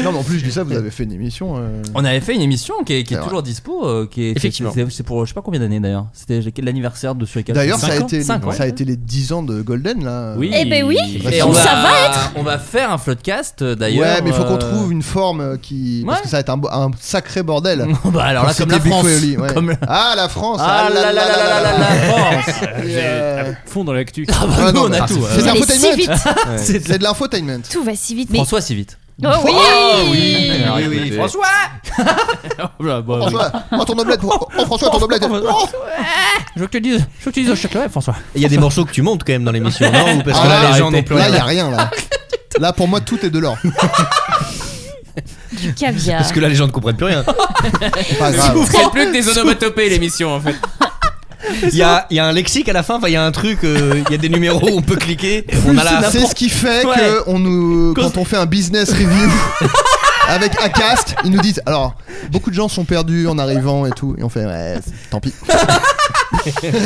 H: Non, mais en plus je dis ça, vous avez fait une émission. euh,
I: On avait fait une émission qui est, qui est
H: C'est
I: toujours dispo, euh, qui est
E: Effectivement.
I: c'est- C'est pour je sais pas combien d'années d'ailleurs. C'était l'anniversaire de Suéka.
H: D'ailleurs, ça a été,
I: Cinq ans.
H: ça a été les 10 ans de Golden là.
C: Oui.
J: Eh ben oui.
I: Et
H: on
I: on
J: Ça va
I: être. On va faire un floodcast euh, d'ailleurs.
H: Ouais, mais il faut qu'on
I: euh,
H: trouve une forme euh, qui. Parce
I: Ouais.
H: que ça va être un, bo- un sacré bordel.
I: bah alors là,
H: Quand
I: comme la
H: c'était
I: France.
H: Buffet au lit, ouais.
I: Comme la-
H: Ah, la France
I: Ah là là là là là là, France.
C: J'ai à fond dans l'actu.
I: Ah bah
H: Ouais,
I: nous,
H: non,
I: on
H: mais-
I: a
H: ah,
I: tout.
H: c'est-
I: euh.
H: un
J: Mais si
H: foutainment.
J: vite.
I: C'est de la-
H: C'est de l'infotainment.
J: Tout va si vite. Mais...
I: François si vite.
J: Oh oui.
I: Alors, écoutez.
C: Voilà,
E: Ah
C: bah,
H: François, oh, ton omelette, oh, oh, François, ton omelette. Oh.
I: Je veux que tu dises, je veux que tu dises au chocolat, François.
E: Il y a des morceaux que tu montes quand même dans l'émission, non Ou Parce
H: Ah,
E: que là,
H: là,
E: les gens n'ont plus
H: Là, il a
E: rien.
H: rien là. Là, pour moi, tout est de l'or.
J: Du caviar.
E: Parce que là, les gens ne comprennent plus rien.
H: C'est Pas grave.
C: C'est plus que des onomatopées l'émission en fait.
E: Il y a, il y a un lexique à la fin, enfin, il y a un truc, euh, il y a des numéros où on peut cliquer. On a la.
H: C'est ce qui fait
E: Ouais.
H: que on nous,
E: Cause-
H: quand on fait un business review avec Acast, ils nous disent alors beaucoup de gens sont perdus en arrivant et tout, et on fait ouais, c'est- tant pis.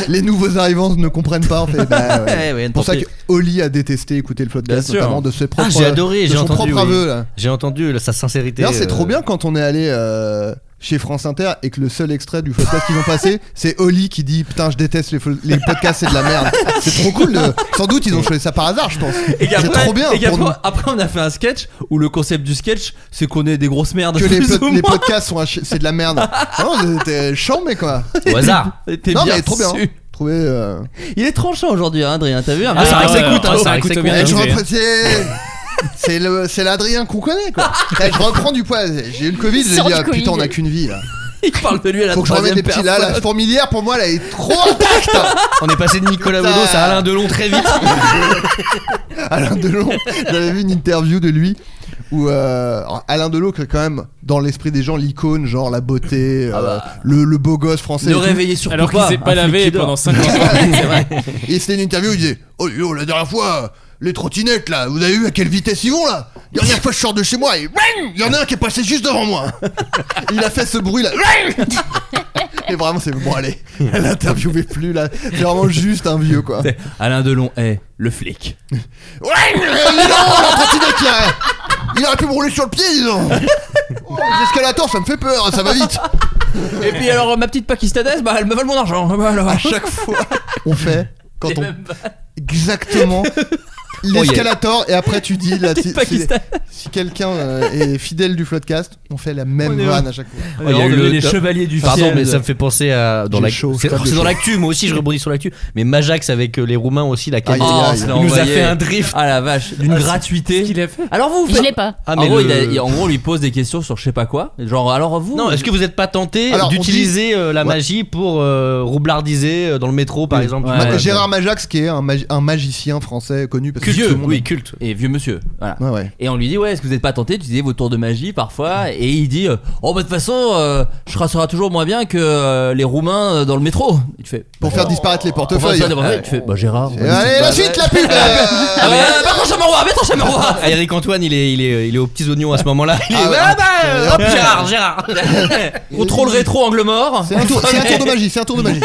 H: Les nouveaux arrivants ne comprennent pas. On fait, bah, ouais.
E: Eh
I: ouais,
H: C'est pour
I: tant
H: ça
I: pis.
H: que Oli a détesté écouter le podcast,
I: Bien sûr.
H: notamment de ses propres.
E: Ah, j'ai adoré,
H: de
E: j'ai
H: son
E: entendu,
H: propre
E: oui.
H: aveu, là.
E: J'ai entendu là, sa sincérité.
H: D'ailleurs, c'est
E: euh,
H: trop bien quand on est allé euh, chez France Inter et que le seul extrait du podcast qu'ils ont passé, c'est Oli qui dit Putain, je déteste les, fo- les podcasts, c'est de la merde. C'est trop cool. de- Sans doute, ils ont choisi ça par hasard, je pense.
I: Et
H: C'est
I: qu'après-
H: trop bien
I: et
H: pour
I: qu'après-
H: nous.
I: après, on a fait un sketch où le concept du sketch, c'est qu'on est des grosses merdes.
H: Que les,
I: plus
H: pod-
I: ou
H: les
I: moins.
H: podcasts sont un chi- c'est de la merde. Ah Non, t'es chiant, mais quoi.
E: Au hasard.
I: T'es
H: non,
I: bien
H: mais trop bien. hein.
I: reçu.
H: Trouvé. euh,
I: Il est tranchant aujourd'hui, hein, Adrien. T'as vu un
C: Ah,
I: vrai
C: ça
I: mec
C: reste écoute, hein,
I: Oh,
C: ça
I: un
C: reste
I: mec
C: écoute.
I: bien
H: eh, je
I: élevé.
H: reprends- c'est- C'est le- c'est l'Adrien qu'on connaît, quoi. Eh, je reprends du poids. J'ai eu le Covid, j'ai
J: Sors
H: dit
J: du
H: ah,
J: Covid.
H: putain, on a qu'une vie là.
I: Il parle de lui à la
H: Faut que je remette
I: troisième
H: des petits là. La
I: personne.
H: fourmilière, pour moi, là, elle est trop intacte. hein.
E: On est passé de Nicolas
H: Putain.
E: Bedos à Alain Delon très vite.
H: Alain Delon, j'avais vu une interview de lui où euh, alors, Alain Delon, qui est quand même dans l'esprit des gens l'icône, genre la beauté, euh, le, le beau gosse français.
I: Ne
H: et tout.
I: réveillez surtout Alors qu'il pas s'est pas un lavé flic qui pendant dort. 50 ans. C'est vrai.
H: Et c'était une interview où il disait Oh, dis donc, la dernière fois. euh, Les trottinettes là, vous avez vu à quelle vitesse ils vont là La Dernière fois je sors de chez moi et Wing il y en a un qui est passé juste devant moi. il a fait ce bruit là. Wing et vraiment c'est bon allez, l'interviewez plus là, c'est vraiment juste un vieux quoi.
I: C'est- Alain Delon est le flic.
H: Ouais, mais Eh, dis donc, la trottinette, il aurait- Il aurait pu me rouler sur le pied, disons. Oh, les escalators, ça me fait peur, ça va vite.
I: Et puis alors, ma petite pakistanaise, bah, elle me vole mon argent. Bah, alors, à chaque
H: fois, on fait quand on exactement
I: Oh,
H: l'escalator et après tu dis là, si, si- si quelqu'un euh, est fidèle du floodcast, on fait la même
I: On est
H: vanne
I: au-
H: à chaque fois.
I: Oh, il y a eu le-
E: Pardon, mais ça me fait penser à. Dans
H: J'ai
E: la...
H: chaud,
E: c'est
H: je tape
E: c'est
H: de
E: dans
H: chaud.
E: l'actu, moi aussi je rebondis sur l'actu. Mais Majax avec euh, les Roumains aussi, la qualité.
I: Oh,
E: Ah,
I: il
E: il
I: nous
E: nous a
I: envoyé-
E: fait un drift.
I: Ah la vache, d'une
E: Ah, c'est-
I: gratuité.
C: qu'il a fait
I: Alors vous, vous
J: Je
I: faites-
J: l'ai pas.
I: Ah,
E: mais
I: en, gros,
E: le-
I: il a- il- en gros, on lui pose des questions sur je sais pas quoi. Genre, alors vous.
E: Non, est-ce que vous n'êtes pas tenté
H: Alors, on
E: d'utiliser euh, la magie pour euh, roublardiser euh, dans le métro par exemple
H: Ma- Gérard Majax, qui est un, magi- un magicien français connu parce que tout
I: vieux,
H: le monde-
I: oui, culte. Et vieux monsieur. Voilà.
H: Ouais, ouais.
I: Et on lui dit, ouais, est-ce que vous n'êtes pas tenté d'utiliser vos tours de magie parfois Et il dit, euh, oh, bah, de toute façon, euh, je rasserai toujours moins bien que euh, les Roumains euh, dans le métro. Il fait,
H: Pour faire disparaître les
I: Pour faire
H: portefeuilles.
I: ça, de vrai, tu fais, bah, Gérard.
H: Et allez, la suite, la pub euh,
I: Ah, ouais, mets ton chamerois, mets ton chamerois
E: Ah, Eric Antoine, il est, il, est, il est aux petits oignons à ce moment-là. Il est-
H: Ah ouais.
E: Ah bah, euh, hop, Gérard, Gérard
I: Contrôle rétro, angle mort.
H: C'est un, tour- c'est un tour de magie, c'est un tour de magie.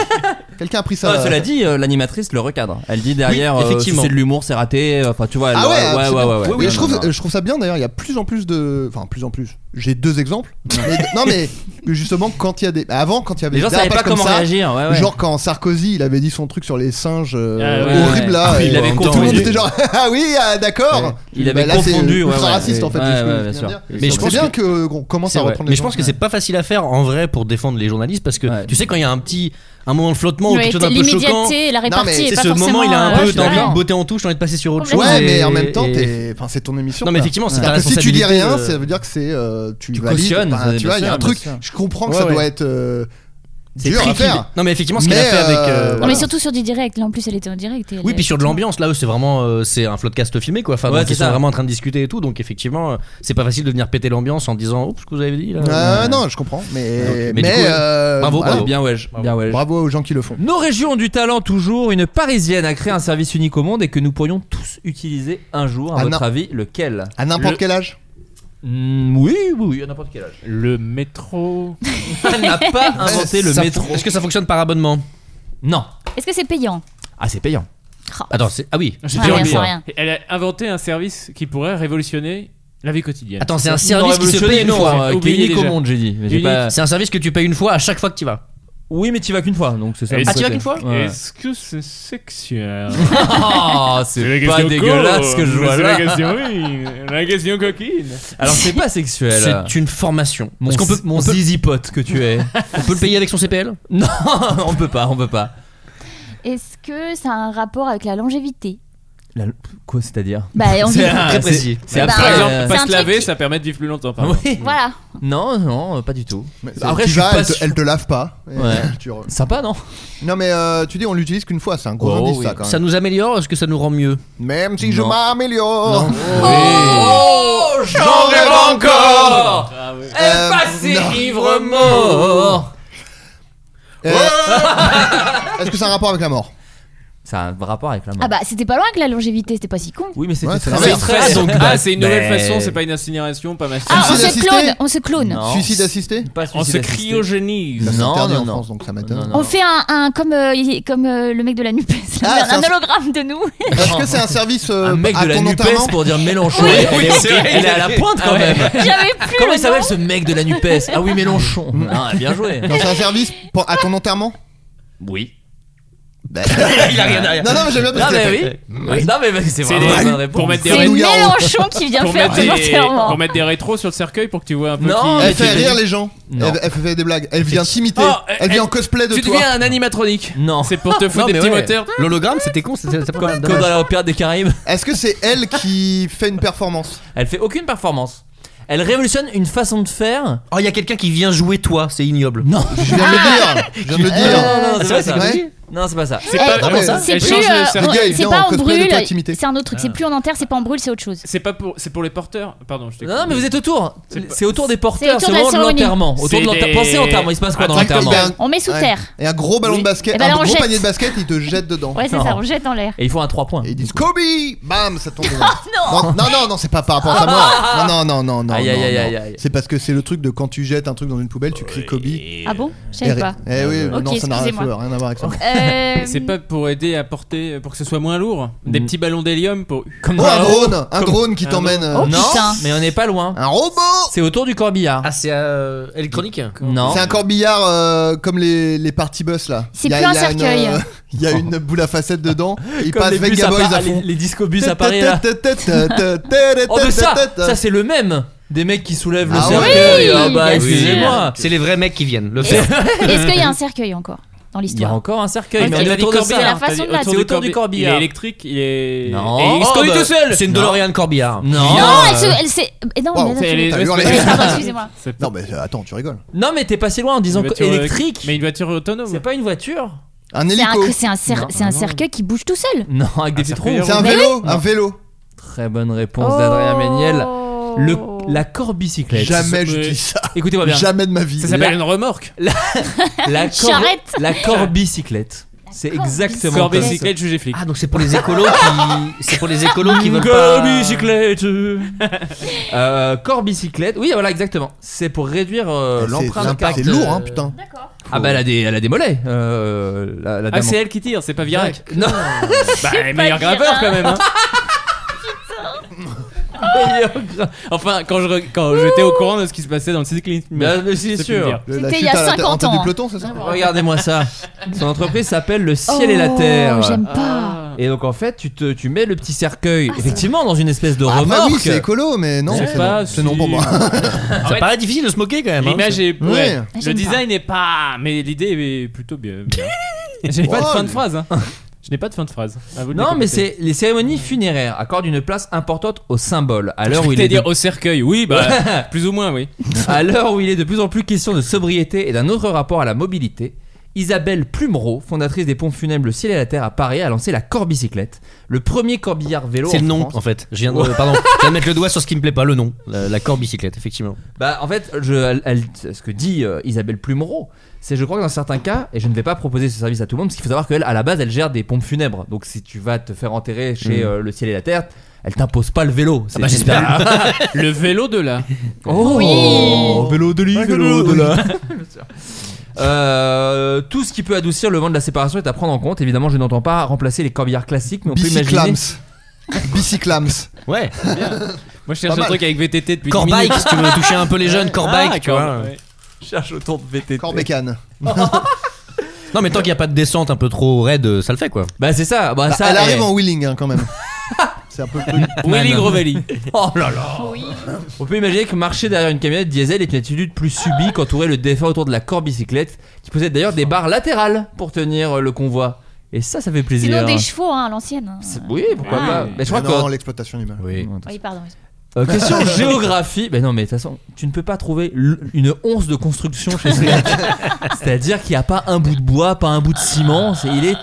H: Quelqu'un a pris ça.
I: Ah, cela dit, euh, l'animatrice le recadre. Elle dit derrière,
E: Oui,
I: euh,
E: effectivement.
I: c'est de l'humour, c'est raté. euh, Enfin, tu vois, elle-
H: Ah ouais,
I: ouais, ouais,
H: absolument.
I: ouais, ouais.
H: Mais
I: Non,
H: je,
I: non,
H: trouve,
I: non.
H: je trouve ça bien d'ailleurs, il y a plus en plus de. Enfin, plus en plus. J'ai deux exemples. Mais- non, mais justement, quand il y a des. Avant, quand il y avait
I: Les gens
H: des
I: savaient
H: dérapages
I: pas
H: comme
I: comment
H: ça,
I: réagir. Ouais, ouais.
H: Genre quand Sarkozy il avait dit son truc sur les singes euh,
I: Ah ouais,
H: horrible
I: ouais.
H: là,
I: Ah, il
H: et
I: l'avait
H: tout le monde
I: confondu.
H: était genre ah oui ah, d'accord.
I: Ouais. Il
H: Bah,
I: avait
H: là, c'est, euh,
I: confondu, ouais,
H: ultra
I: ouais.
H: raciste en fait.
I: Ouais,
H: c'est ce que
I: ouais, bien
H: je viens
I: sûr.
H: de dire.
I: Mais
H: Mais
E: je
H: je
E: pense
H: pense bien que qu'on commence
I: C'est
H: à
I: vrai.
H: reprendre.
E: Mais
H: les
E: je
H: gens.
E: pense que c'est pas facile à faire en vrai pour défendre les journalistes parce que
I: Ouais.
E: tu sais quand il y a un petit un moment de flottement
I: Oh,
E: ou
J: Ouais,
E: quelque chose d'un peu choquant.
J: L'immédiateté, la
H: Non, mais
J: répartie. est
E: C'est
J: pas
E: ce moment,
J: forcément,
E: il a un
J: euh,
E: peu
J: ouais,
E: t'as envie
J: d'accord.
E: de botter en touche, t'as envie de passer sur autre chose.
H: Ouais,
E: et-
H: mais en même temps,
E: et-
H: t'es- enfin, c'est ton émission.
E: Non, mais
H: quoi.
E: effectivement, c'est
H: Ouais.
E: ta
H: Parce que si tu dis
E: responsabilité,
H: rien,
E: euh,
H: ça veut dire que c'est euh, tu,
I: Tu
H: valides.
I: cautionnes,
H: Enfin,
I: bien
H: tu vois, il y a
I: sûr,
H: un truc.
I: bien sûr.
H: Je comprends que
E: Ouais,
H: ça
E: ouais.
H: doit être euh,
E: C'est
H: dur à
E: tricky.
H: faire.
E: Non, mais effectivement, ce qu'il a
H: Mais,
E: fait avec.
H: euh,
E: euh,
H: Non,
J: Non, mais surtout sur du direct. Là, en plus, elle était en direct. et euh, elle-
E: Oui, puis sur de l'ambiance, là, eux, c'est vraiment euh, c'est un floodcast filmé, quoi. Enfin,
I: Ouais,
E: donc,
I: c'est
E: ils sont
I: ça.
E: vraiment en train de discuter et tout, donc effectivement, euh, c'est pas facile de venir péter l'ambiance en disant, oups, ce que vous avez dit là.
H: Ah, non, je comprends, mais
E: Donc, mais du coup, ouais.
H: euh,
E: Bravo,
H: voilà.
E: bravo.
I: Ah, Bien ouais, je- bien ouais. je-
H: Bravo aux gens qui le font.
I: Nos régions ont du talent toujours. Une parisienne a créé un service unique au monde et que nous pourrions tous utiliser un jour. À
H: Ah,
I: votre
H: non.
I: avis, lequel
H: À n'importe
C: Le-
H: quel âge.
I: Mm, Oui, oui, oui, à n'importe quel âge.
C: Le métro.
J: Ah,
I: Elle n'a pas inventé le
E: Ça-
I: métro.
E: Est-ce que ça fonctionne par abonnement
I: Non.
J: Est-ce que c'est payant
I: Ah, c'est payant.
J: Oh.
E: Attends, c'est. Ah oui.
C: J'ai
J: Ah,
C: déjà
J: rien,
C: oublié.
J: sans rien.
C: Elle a inventé un service qui pourrait révolutionner la vie quotidienne.
E: Attends, c'est un
I: Non,
E: service qui se
I: révolutionné,
E: paye une
I: non,
E: fois.
I: euh, qui est
C: Oubliez
I: unique au
C: déjà.
I: monde, j'ai dit. mais j'ai
C: Unique.
I: pas-
E: C'est un service que tu payes une fois à chaque fois que tu y vas.
I: Oui, mais tu vas qu'une fois, donc c'est ça.
C: Et
I: mon
C: si- Ah,
E: tu y vas
I: côté.
E: qu'une fois
I: Ouais.
C: Est-ce que c'est sexuel
I: Ah, c'est pas dégueulasse ce que je vois
C: C'est
I: là.
C: la question, oui. La question coquine.
I: Alors c'est pas sexuel.
E: C'est une formation.
I: Mon,
E: Est-ce qu'on peut,
I: mon
E: on peut-
I: zizi pote que tu es.
E: on peut le payer avec son CPL
I: non, on peut pas, on peut pas.
J: Est-ce que ça a un rapport avec la longévité
I: La- Quoi, c'est-à-dire
J: Bah, on dit.
I: C'est un-
E: Très
I: Ah, c'est-
E: précis.
I: C'est
J: Bah,
I: abstrait.
C: Par
J: euh,
C: exemple,
J: c'est
C: pas
J: un
C: se laver,
J: truc qui-
C: ça permet de vivre plus longtemps.
I: Ah
C: pardon.
I: oui.
J: Voilà.
I: Non, non, pas du tout. Après,
H: tu
I: je suis
H: vas,
I: pas
H: elle, te,
I: sûr.
H: elle te lave pas. Et
I: Ouais.
H: tu re-
I: Sympa, non
H: Non mais euh, tu dis on l'utilise qu'une fois, c'est un gros
I: Oh,
H: indice
I: oui.
H: ça quand même.
E: Ça nous améliore, est-ce que ça nous rend mieux
H: Même si je
I: Non.
H: m'améliore.
I: Eh. Oh, j'en
H: rêve encore. Euh, non.
I: ivre mort
H: Euh, Est-ce que c'est un rapport avec la mort
I: Ça a un rapport avec la mort.
J: Ah bah, c'était pas loin que la longévité, c'était pas si con.
I: Oui, mais c'était
H: Ouais,
I: très
H: c'est
I: abstrait.
C: Ah, donc,
I: Bah,
C: ah, c'est une nouvelle
I: bah,
C: façon, c'est pas une incinération, pas machin.
J: Ah, on
H: Suicide
J: se
H: assisté
J: clone, on se clone.
I: Non.
H: Suicide assisté
I: Pas
C: on se
I: suicide assisté.
C: cryogénise.
H: Ça, c'est
I: Non,
H: interdit
I: non,
H: en
I: non.
H: France donc ça
I: Non,
H: m'étonne.
I: non.
J: On fait un, un- comme, euh, y- comme euh, le mec de la NUPES,
H: Ah,
J: un,
H: c'est un-
J: hologramme de nous.
H: Est-ce que c'est un service euh,
I: Un mec
H: à
I: de la
H: ton
I: NUPES
H: enterrement
I: pour dire Mélenchon.
E: Oui,
I: elle,
E: oui,
I: est,
E: c'est vrai,
I: elle est à
E: il
I: la
E: a-
I: pointe quand
E: Ah ouais.
I: même.
J: J'avais plus
I: Comment
J: le
I: il s'appelle
J: nom.
I: ce mec de la NUPES Ah oui, Mélenchon. Ah, bien joué.
H: Non, c'est un service pour- à ton enterrement Ben,
I: Oui.
E: Il a rien derrière.
H: Non non mais j'aime bien
I: Non
H: parce
I: mais
H: que
I: oui. Non mais parce que
C: C'est
I: c'est vraiment
C: des-
I: une bonne réponse.
C: pour mettre des
J: C'est
H: Nous, garons.
J: Mélenchon qui vient
C: Pour
J: faire
C: mettre,
J: ton
C: des,
J: enterrement.
C: pour mettre des rétros sur le cercueil pour que tu vois un peu
I: Non,
C: qui-
I: mais
H: elle
C: qui-
H: fait rire les gens.
I: Non.
H: Elle, elle fait des blagues. Elle vient t'imiter.
C: Oh,
H: elle,
C: elle-
H: vient en cosplay de
C: Tu
H: toi.
C: deviens un animatronique.
I: Non.
C: C'est pour te
I: Non,
C: foutre des
I: mais
C: petits
I: ouais.
C: moteurs.
E: L'hologramme, c'était con, c'était c'était pas mal.
I: Comme dans
E: dommage.
I: la Opéra des Caraïbes,
H: Est-ce que c'est elle qui fait une performance
I: elle fait aucune performance. Elle révolutionne une façon de faire.
E: Oh, il y a quelqu'un qui vient jouer toi, c'est ignoble.
I: Non.
H: Je viens de le dire. Je viens de le
E: Ah,
H: dire.
I: non, non, c'est vrai,
E: c'est
I: ça.
H: vrai
I: Non, c'est pas ça.
J: Eh, C'est plus, euh, on- c'est pas on brûle, c'est un autre truc.
C: Ah.
J: C'est plus on enterre, c'est pas on brûle, c'est autre chose.
C: C'est pas pour, c'est pour les porteurs. Pardon, je t'ai
I: Non,
C: coupé.
I: non, mais vous êtes autour.
C: pas-
I: C'est autour des
J: C'est
I: porteurs,
J: autour
I: c'est
J: de
I: au
J: la
I: moment de
J: cérémonie.
I: l'enterrement. Autour
C: C'est
I: de l'enterrement.
C: des-
I: Pensez enterrement, il se passe quoi dans
H: Un truc
I: l'enterrement
H: comme-
J: On met sous
H: Ouais.
J: terre.
H: Et un gros ballon de basket,
J: Eh ben là,
H: un
J: on
H: gros
J: jette.
H: panier de basket, ils te jettent dedans.
J: Ouais, c'est ça, on jette dans l'air.
I: Et ils font un 3 points.
H: Et ils disent Kobe Bam, ça tombe dedans.
J: Ah, non. Ah, bah.
H: non, non, non, non, c'est pas par rapport à moi. Non, non, non, non, non.
I: Aïe,
H: non,
I: aïe, aïe,
H: non.
I: aïe, aïe.
H: C'est parce que c'est le truc de quand tu jettes un truc dans une poubelle, tu cries Kobe.
J: Ah bon Je
H: Et-
J: savais pas.
H: Eh oui,
J: Ok,
H: non, ça n'a rien à
J: excusez-moi.
H: voir, rien à voir avec ça.
J: Euh,
C: C'est pas pour aider à porter, euh, pour que ce soit moins lourd. Des petits ballons d'hélium pour. Comme
H: Oh,
C: dans
H: un
C: la-
H: drone Un
C: comme-
H: drone qui
C: un
H: t'emmène. euh,
J: Oh
I: Non,
J: putain.
I: mais on n'est pas loin.
H: Un robot
I: C'est autour du corbillard.
E: Ah, c'est euh, électronique
I: Non.
H: C'est un corbillard euh, comme les, les party bus là.
J: C'est
H: Il y a-
J: plus un
H: il y a une,
J: cercueil.
H: euh, Il y a une boule à facettes dedans. et Il
I: Oh. Comme
H: passe
I: les bus à
H: Venga Boys
I: Par-
H: à
I: les,
H: fond.
I: les disco bus à Paris là. Oh mais
H: mais
I: ça, ça c'est le même des mecs qui soulèvent le
H: Ah
I: cercueil.
J: oui,
I: Ah bah
J: bien
I: excusez-moi.
E: C'est les vrais mecs qui viennent le faire.
J: Est-ce qu'il y a un cercueil encore dans
I: Il y a
J: l'histoire
I: encore un cercueil,
J: Ok.
I: mais on
J: Il
I: est
J: a dit
I: autour de
J: corbillard.
I: ça.
J: Ah, la façon de la-
C: autour
I: C'est autour du
C: Il est
I: corbillard.
C: électrique, il est.
I: Non.
C: Et il se
I: Oh,
C: conduit
I: bah,
C: tout seul.
E: C'est une
C: Non.
E: DeLorean Corbillard.
I: Non.
J: Non, elle se. Elle s'est- eh Non,
H: Wow,
J: mais attends,
C: c'est
J: je
C: les-
J: l'ai pas-
H: T'as hurlé.
J: Oui, pardon, excusez-moi.
C: C'est
H: Non mais euh, attends, tu rigoles.
I: Non mais t'es passé loin en disant
C: Une voiture euh,
I: électrique.
C: Mais une voiture autonome.
I: C'est pas une voiture
H: Un
J: C'est un,
H: hélico.
J: c'est un cer-
I: Non,
J: c'est un cercueil qui bouge tout seul.
I: Non, avec des petits
C: cercueil
I: trous.
H: C'est un
J: Mais
H: vélo, un vélo.
I: Très bonne
E: Oh.
I: réponse
B: Oh.
I: d'Adrien Méniel. Le, la corbicyclette.
H: Jamais je
C: Oui.
H: dis ça.
I: Écoutez-moi bien.
H: Jamais de ma vie.
C: Ça s'appelle une remorque.
I: La, cor-
J: Charrette.
I: la corbicyclette. C'est exactement
J: Comment
C: Corps
I: comme ça.
C: bicyclette, jugé flic.
E: Ah, donc c'est pour les écolos qui. C'est pour les écolos qui veulent pas.
I: Corbicyclette euh, Corbicyclette, oui voilà exactement. C'est pour réduire euh,
H: C'est-
I: l'empreinte
H: l'impact, C'est
I: carbone.
H: lourd hein putain.
J: D'accord.
I: Ah bah elle a des, elle a des mollets. euh, la, la
C: Ah,
I: dame
C: c'est
I: en-
C: elle qui tire, c'est pas Virac.
I: Non,
C: Bah, meilleur
J: Virac.
C: grimpeur quand même. hein. Meilleur grim- Enfin, quand je re- quand j'étais au courant de ce qui se passait dans le cyclisme.
I: Bah, mais c'est
C: C'est
I: sûr.
C: plus dire.
H: Le-
J: C'était
H: la
J: il y
H: chute
J: a
H: à la tête- en
J: 50
H: tête
J: ans. Ah,
H: du peloton, c'est ça
I: Regardez-moi ça. Son entreprise s'appelle Le Ciel et la Terre.
J: Oh, J'aime pas.
C: Ah.
I: Et donc en fait, tu, te, tu mets le petit cercueil, effectivement, dans une espèce de
H: Ah bah
I: remorque.
H: oui, c'est écolo mais non,
C: Je sais
H: c'est
C: pas
H: non.
C: si-
H: C'est non pour moi.
E: Ça paraît difficile de se moquer quand même. hein.
C: L'image est.
H: Ouais.
C: ouais.
J: Ah,
C: Le
J: j'aime
C: design n'est pas. Mais l'idée est plutôt bien. bien. J'ai pas de
H: Oh,
C: fin de
H: mais-
C: phrase. hein. Je n'ai pas de fin de phrase. À vous de
I: Non,
C: décomposer.
I: mais c'est les cérémonies funéraires accordent une place importante au symbole. À l'heure où il est
C: dire
I: de-
C: au cercueil, oui, bah plus ou moins, oui.
I: À l'heure où il est de plus en plus question de sobriété et d'un autre rapport à la mobilité, Isabelle Plumereau, fondatrice des pompes funèbres Le Ciel et la Terre à Paris, a lancé la corbicyclette, le premier corbillard vélo.
E: C'est
I: en
E: le nom
I: France.
E: en fait. Je viens de, pardon, je viens de mettre le doigt sur ce qui me plaît pas, le nom. La, la corbicyclette, effectivement.
I: Bah, en fait, je, elle- elle- ce que dit euh, Isabelle Plumereau, c'est je crois que dans certains cas, et je ne vais pas proposer ce service à tout le monde, parce qu'il faut savoir qu'elle, à la base, elle gère des pompes funèbres. Donc si tu vas te faire enterrer chez euh, Le Ciel et la Terre, elle t'impose pas le vélo. C'est
E: Hmm. bah, j'espère.
C: Le vélo de là.
I: Oh,
J: Oui.
I: vélo de lit,
H: Ah,
I: vélo
H: vélo
I: de
H: de
I: là. Euh, tout ce qui peut adoucir le vent de la séparation est à prendre en compte. Évidemment, je n'entends pas remplacer les corbillards classiques, mais on peut imaginer.
H: Bicyclams. Bicyclams.
E: Ouais.
C: Moi, je cherche
H: Pas
C: un
H: mal.
C: truc avec VTT depuis 10
E: Corbike,
C: minutes.
E: si tu veux toucher un peu les jeunes, Corbike,
C: Ah,
E: tu
C: Corbe-
E: vois.
C: ouais.
I: Cherche autant de VTT.
H: Corbécane.
E: Non, mais tant qu'il n'y a pas de descente un peu trop raide, euh, ça le fait quoi.
I: Bah c'est ça. Bah,
H: Bah,
I: ça.
H: elle arrive
I: eh.
H: en wheeling hein, quand même. C'est un peu le truc.
C: Willy
I: Man.
C: Grovelli.
I: Oh là là. On peut imaginer que marcher derrière une camionnette diesel est une attitude plus subie qu'entourer le défunt autour de la corbicyclette, qui possède d'ailleurs des barres latérales pour tenir euh, le convoi. Et ça, ça fait plaisir.
J: Sinon des chevaux hein, à l'ancienne. hein.
I: C'est- Oui, pourquoi
C: Ah.
I: pas. Mais je crois
H: Mais non,
I: que.
H: l'exploitation humaine.
E: Oui.
J: Oui, pardon. oui.
I: Euh, question géographie. Ben non, mais de toute façon, tu ne peux pas trouver l- une once de construction chez ce mec. C'est-à-dire qu'il n'y a pas un bout de bois, pas un bout de ciment. c'est- il est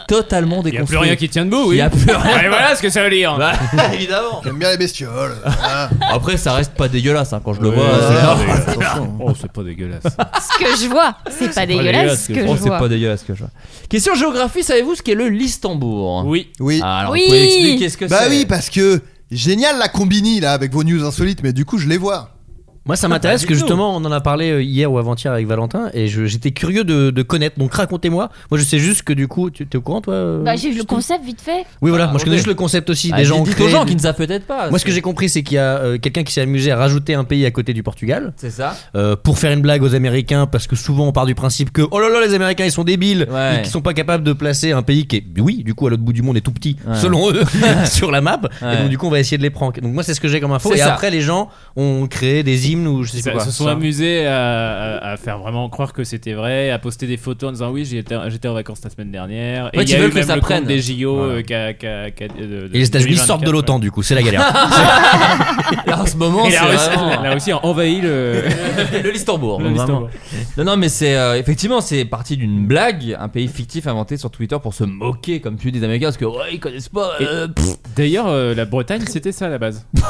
C: Il
I: totalement
C: n'y a plus
I: déconstruit.
C: rien qui tient debout, oui.
I: Il y a plus rien.
C: Et voilà ce que ça veut dire.
I: Bah, évidemment.
H: J'aime bien les bestioles. Ah,
I: Après, ça reste pas dégueulasse hein, quand je le vois.
C: Ouais,
I: c'est-
H: ah, attention.
C: Oh, c'est pas dégueulasse.
J: Ce que je vois, c'est pas dégueulasse. Ce que je
I: Oh, c'est
J: vois.
I: pas dégueulasse ce que je vois. Question géographie, savez-vous ce qu'est le Listembourg
C: Oui.
H: Oui.
I: Ah, alors,
J: Oui.
I: vous pouvez expliquer ce que
H: Bah
I: c'est
H: oui, parce que génial la combini là avec vos news insolites, mais du coup je les vois.
E: Moi, ça m'intéresse parce que justement, on en a parlé euh, hier ou avant-hier avec Valentin et je- j'étais curieux de, de connaître. Donc, racontez-moi. Moi, je sais juste que du coup, tu t'es au courant, toi euh,
J: Bah, j'ai eu le
E: Justine
J: concept vite fait.
E: Oui, voilà.
I: Ah,
E: Moi, je connais
I: ok.
E: juste le concept aussi
I: Ah,
E: des
I: dites-
E: gens.
I: dites aux
E: créés-
I: gens qui ne savent peut-être pas.
E: Moi, ce que j'ai compris, c'est qu'il y a euh, quelqu'un qui s'est amusé à rajouter un pays à côté du Portugal.
I: C'est ça.
E: euh, pour faire une blague aux Américains, parce que souvent on part du principe que oh là là, les Américains ils sont débiles,
I: Ouais.
E: et qu'ils sont pas capables de placer un pays qui est, oui, du coup à l'autre bout du monde est tout petit,
I: Ouais.
E: selon eux, sur la map,
I: Ouais.
E: et donc du coup on va essayer de les prank. Donc moi c'est ce que j'ai comme info,
I: C'est
E: et
I: ça.
E: après les gens ont créé des hymne ou je sais
C: Ça-
E: plus quoi.
C: se sont
E: Ça.
C: amusés à, à- à faire vraiment croire que c'était vrai, à poster des photos en disant oui j'étais j'étais en vacances la semaine dernière.
E: En fait,
C: et il y
E: ils
C: a eu
E: veulent que
C: même
E: ça
C: le compte
E: prenne.
C: des JO
E: Voilà.
C: euh, qu'a- qu'a- qu'a- de- de-
E: Et les États-Unis
C: 2024,
E: sortent de l'OTAN,
C: ouais.
E: du coup, c'est la galère.
I: Là, en ce moment,
C: Et la
I: c'est
C: Russie-
I: vraiment- euh,
C: la Russie a envahi le.
I: le Listembourg.
C: Le
I: vraiment.
C: Listembourg.
I: Non, non, mais c'est euh, effectivement, c'est parti d'une blague, un pays fictif inventé sur Twitter pour se moquer, comme tu dis, des Américains, parce que ouais, ils connaissent pas. euh, pff.
C: D'ailleurs, euh, la Bretagne, c'était ça à la base.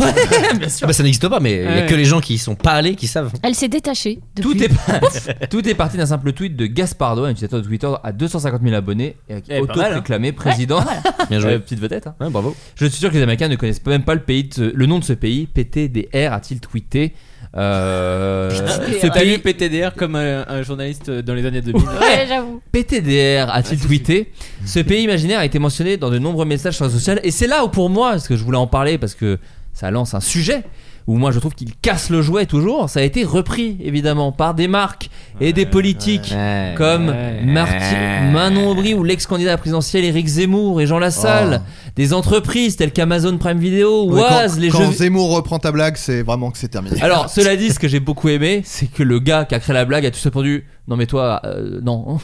E: Ah bah, ça n'existe pas, mais il y a
I: Ouais.
E: que les gens qui y sont pas allés qui savent.
J: Elle s'est détachée.
I: Tout est, pa- tout est parti d'un simple tweet de Gaspardo, un utilisateur de Twitter à 250 000 abonnés, et qui
E: Eh, pas mal, hein.
I: auto-réclamé président.
E: Ouais, pas mal. Bien joué.
I: Euh, petite vedette. bravo. Je suis sûr que les Américains ne connaissent même pas le, pays de ce- le nom de ce pays. PTDR a-t-il tweeté euh, ce
C: T'as
I: pays
C: lu PTDR comme euh, un, un journaliste dans les années 2000.
J: Ouais, j'avoue.
I: PTDR a-t-il tweeté Ce pays imaginaire a été mentionné dans de nombreux messages sur les réseaux sociaux et c'est là où pour moi, parce que je voulais en parler parce que ça lance un sujet où moi je trouve qu'il casse le jouet toujours, ça a été repris évidemment par des marques et des politiques comme
E: ouais.
I: Marti-
E: Ouais.
I: Manon Aubry ou l'ex-candidat présidentiel Éric Zemmour et Jean Lassalle, des entreprises telles qu'Amazon Prime Video,
H: Oh. Ouais, quand-
I: Oise, les
H: quand
I: jeux
H: Zemmour reprend ta blague, c'est vraiment que c'est terminé.
I: alors, cela dit, ce que j'ai beaucoup aimé, c'est que le gars qui a créé la blague a tout répondu Non, mais toi, euh, non.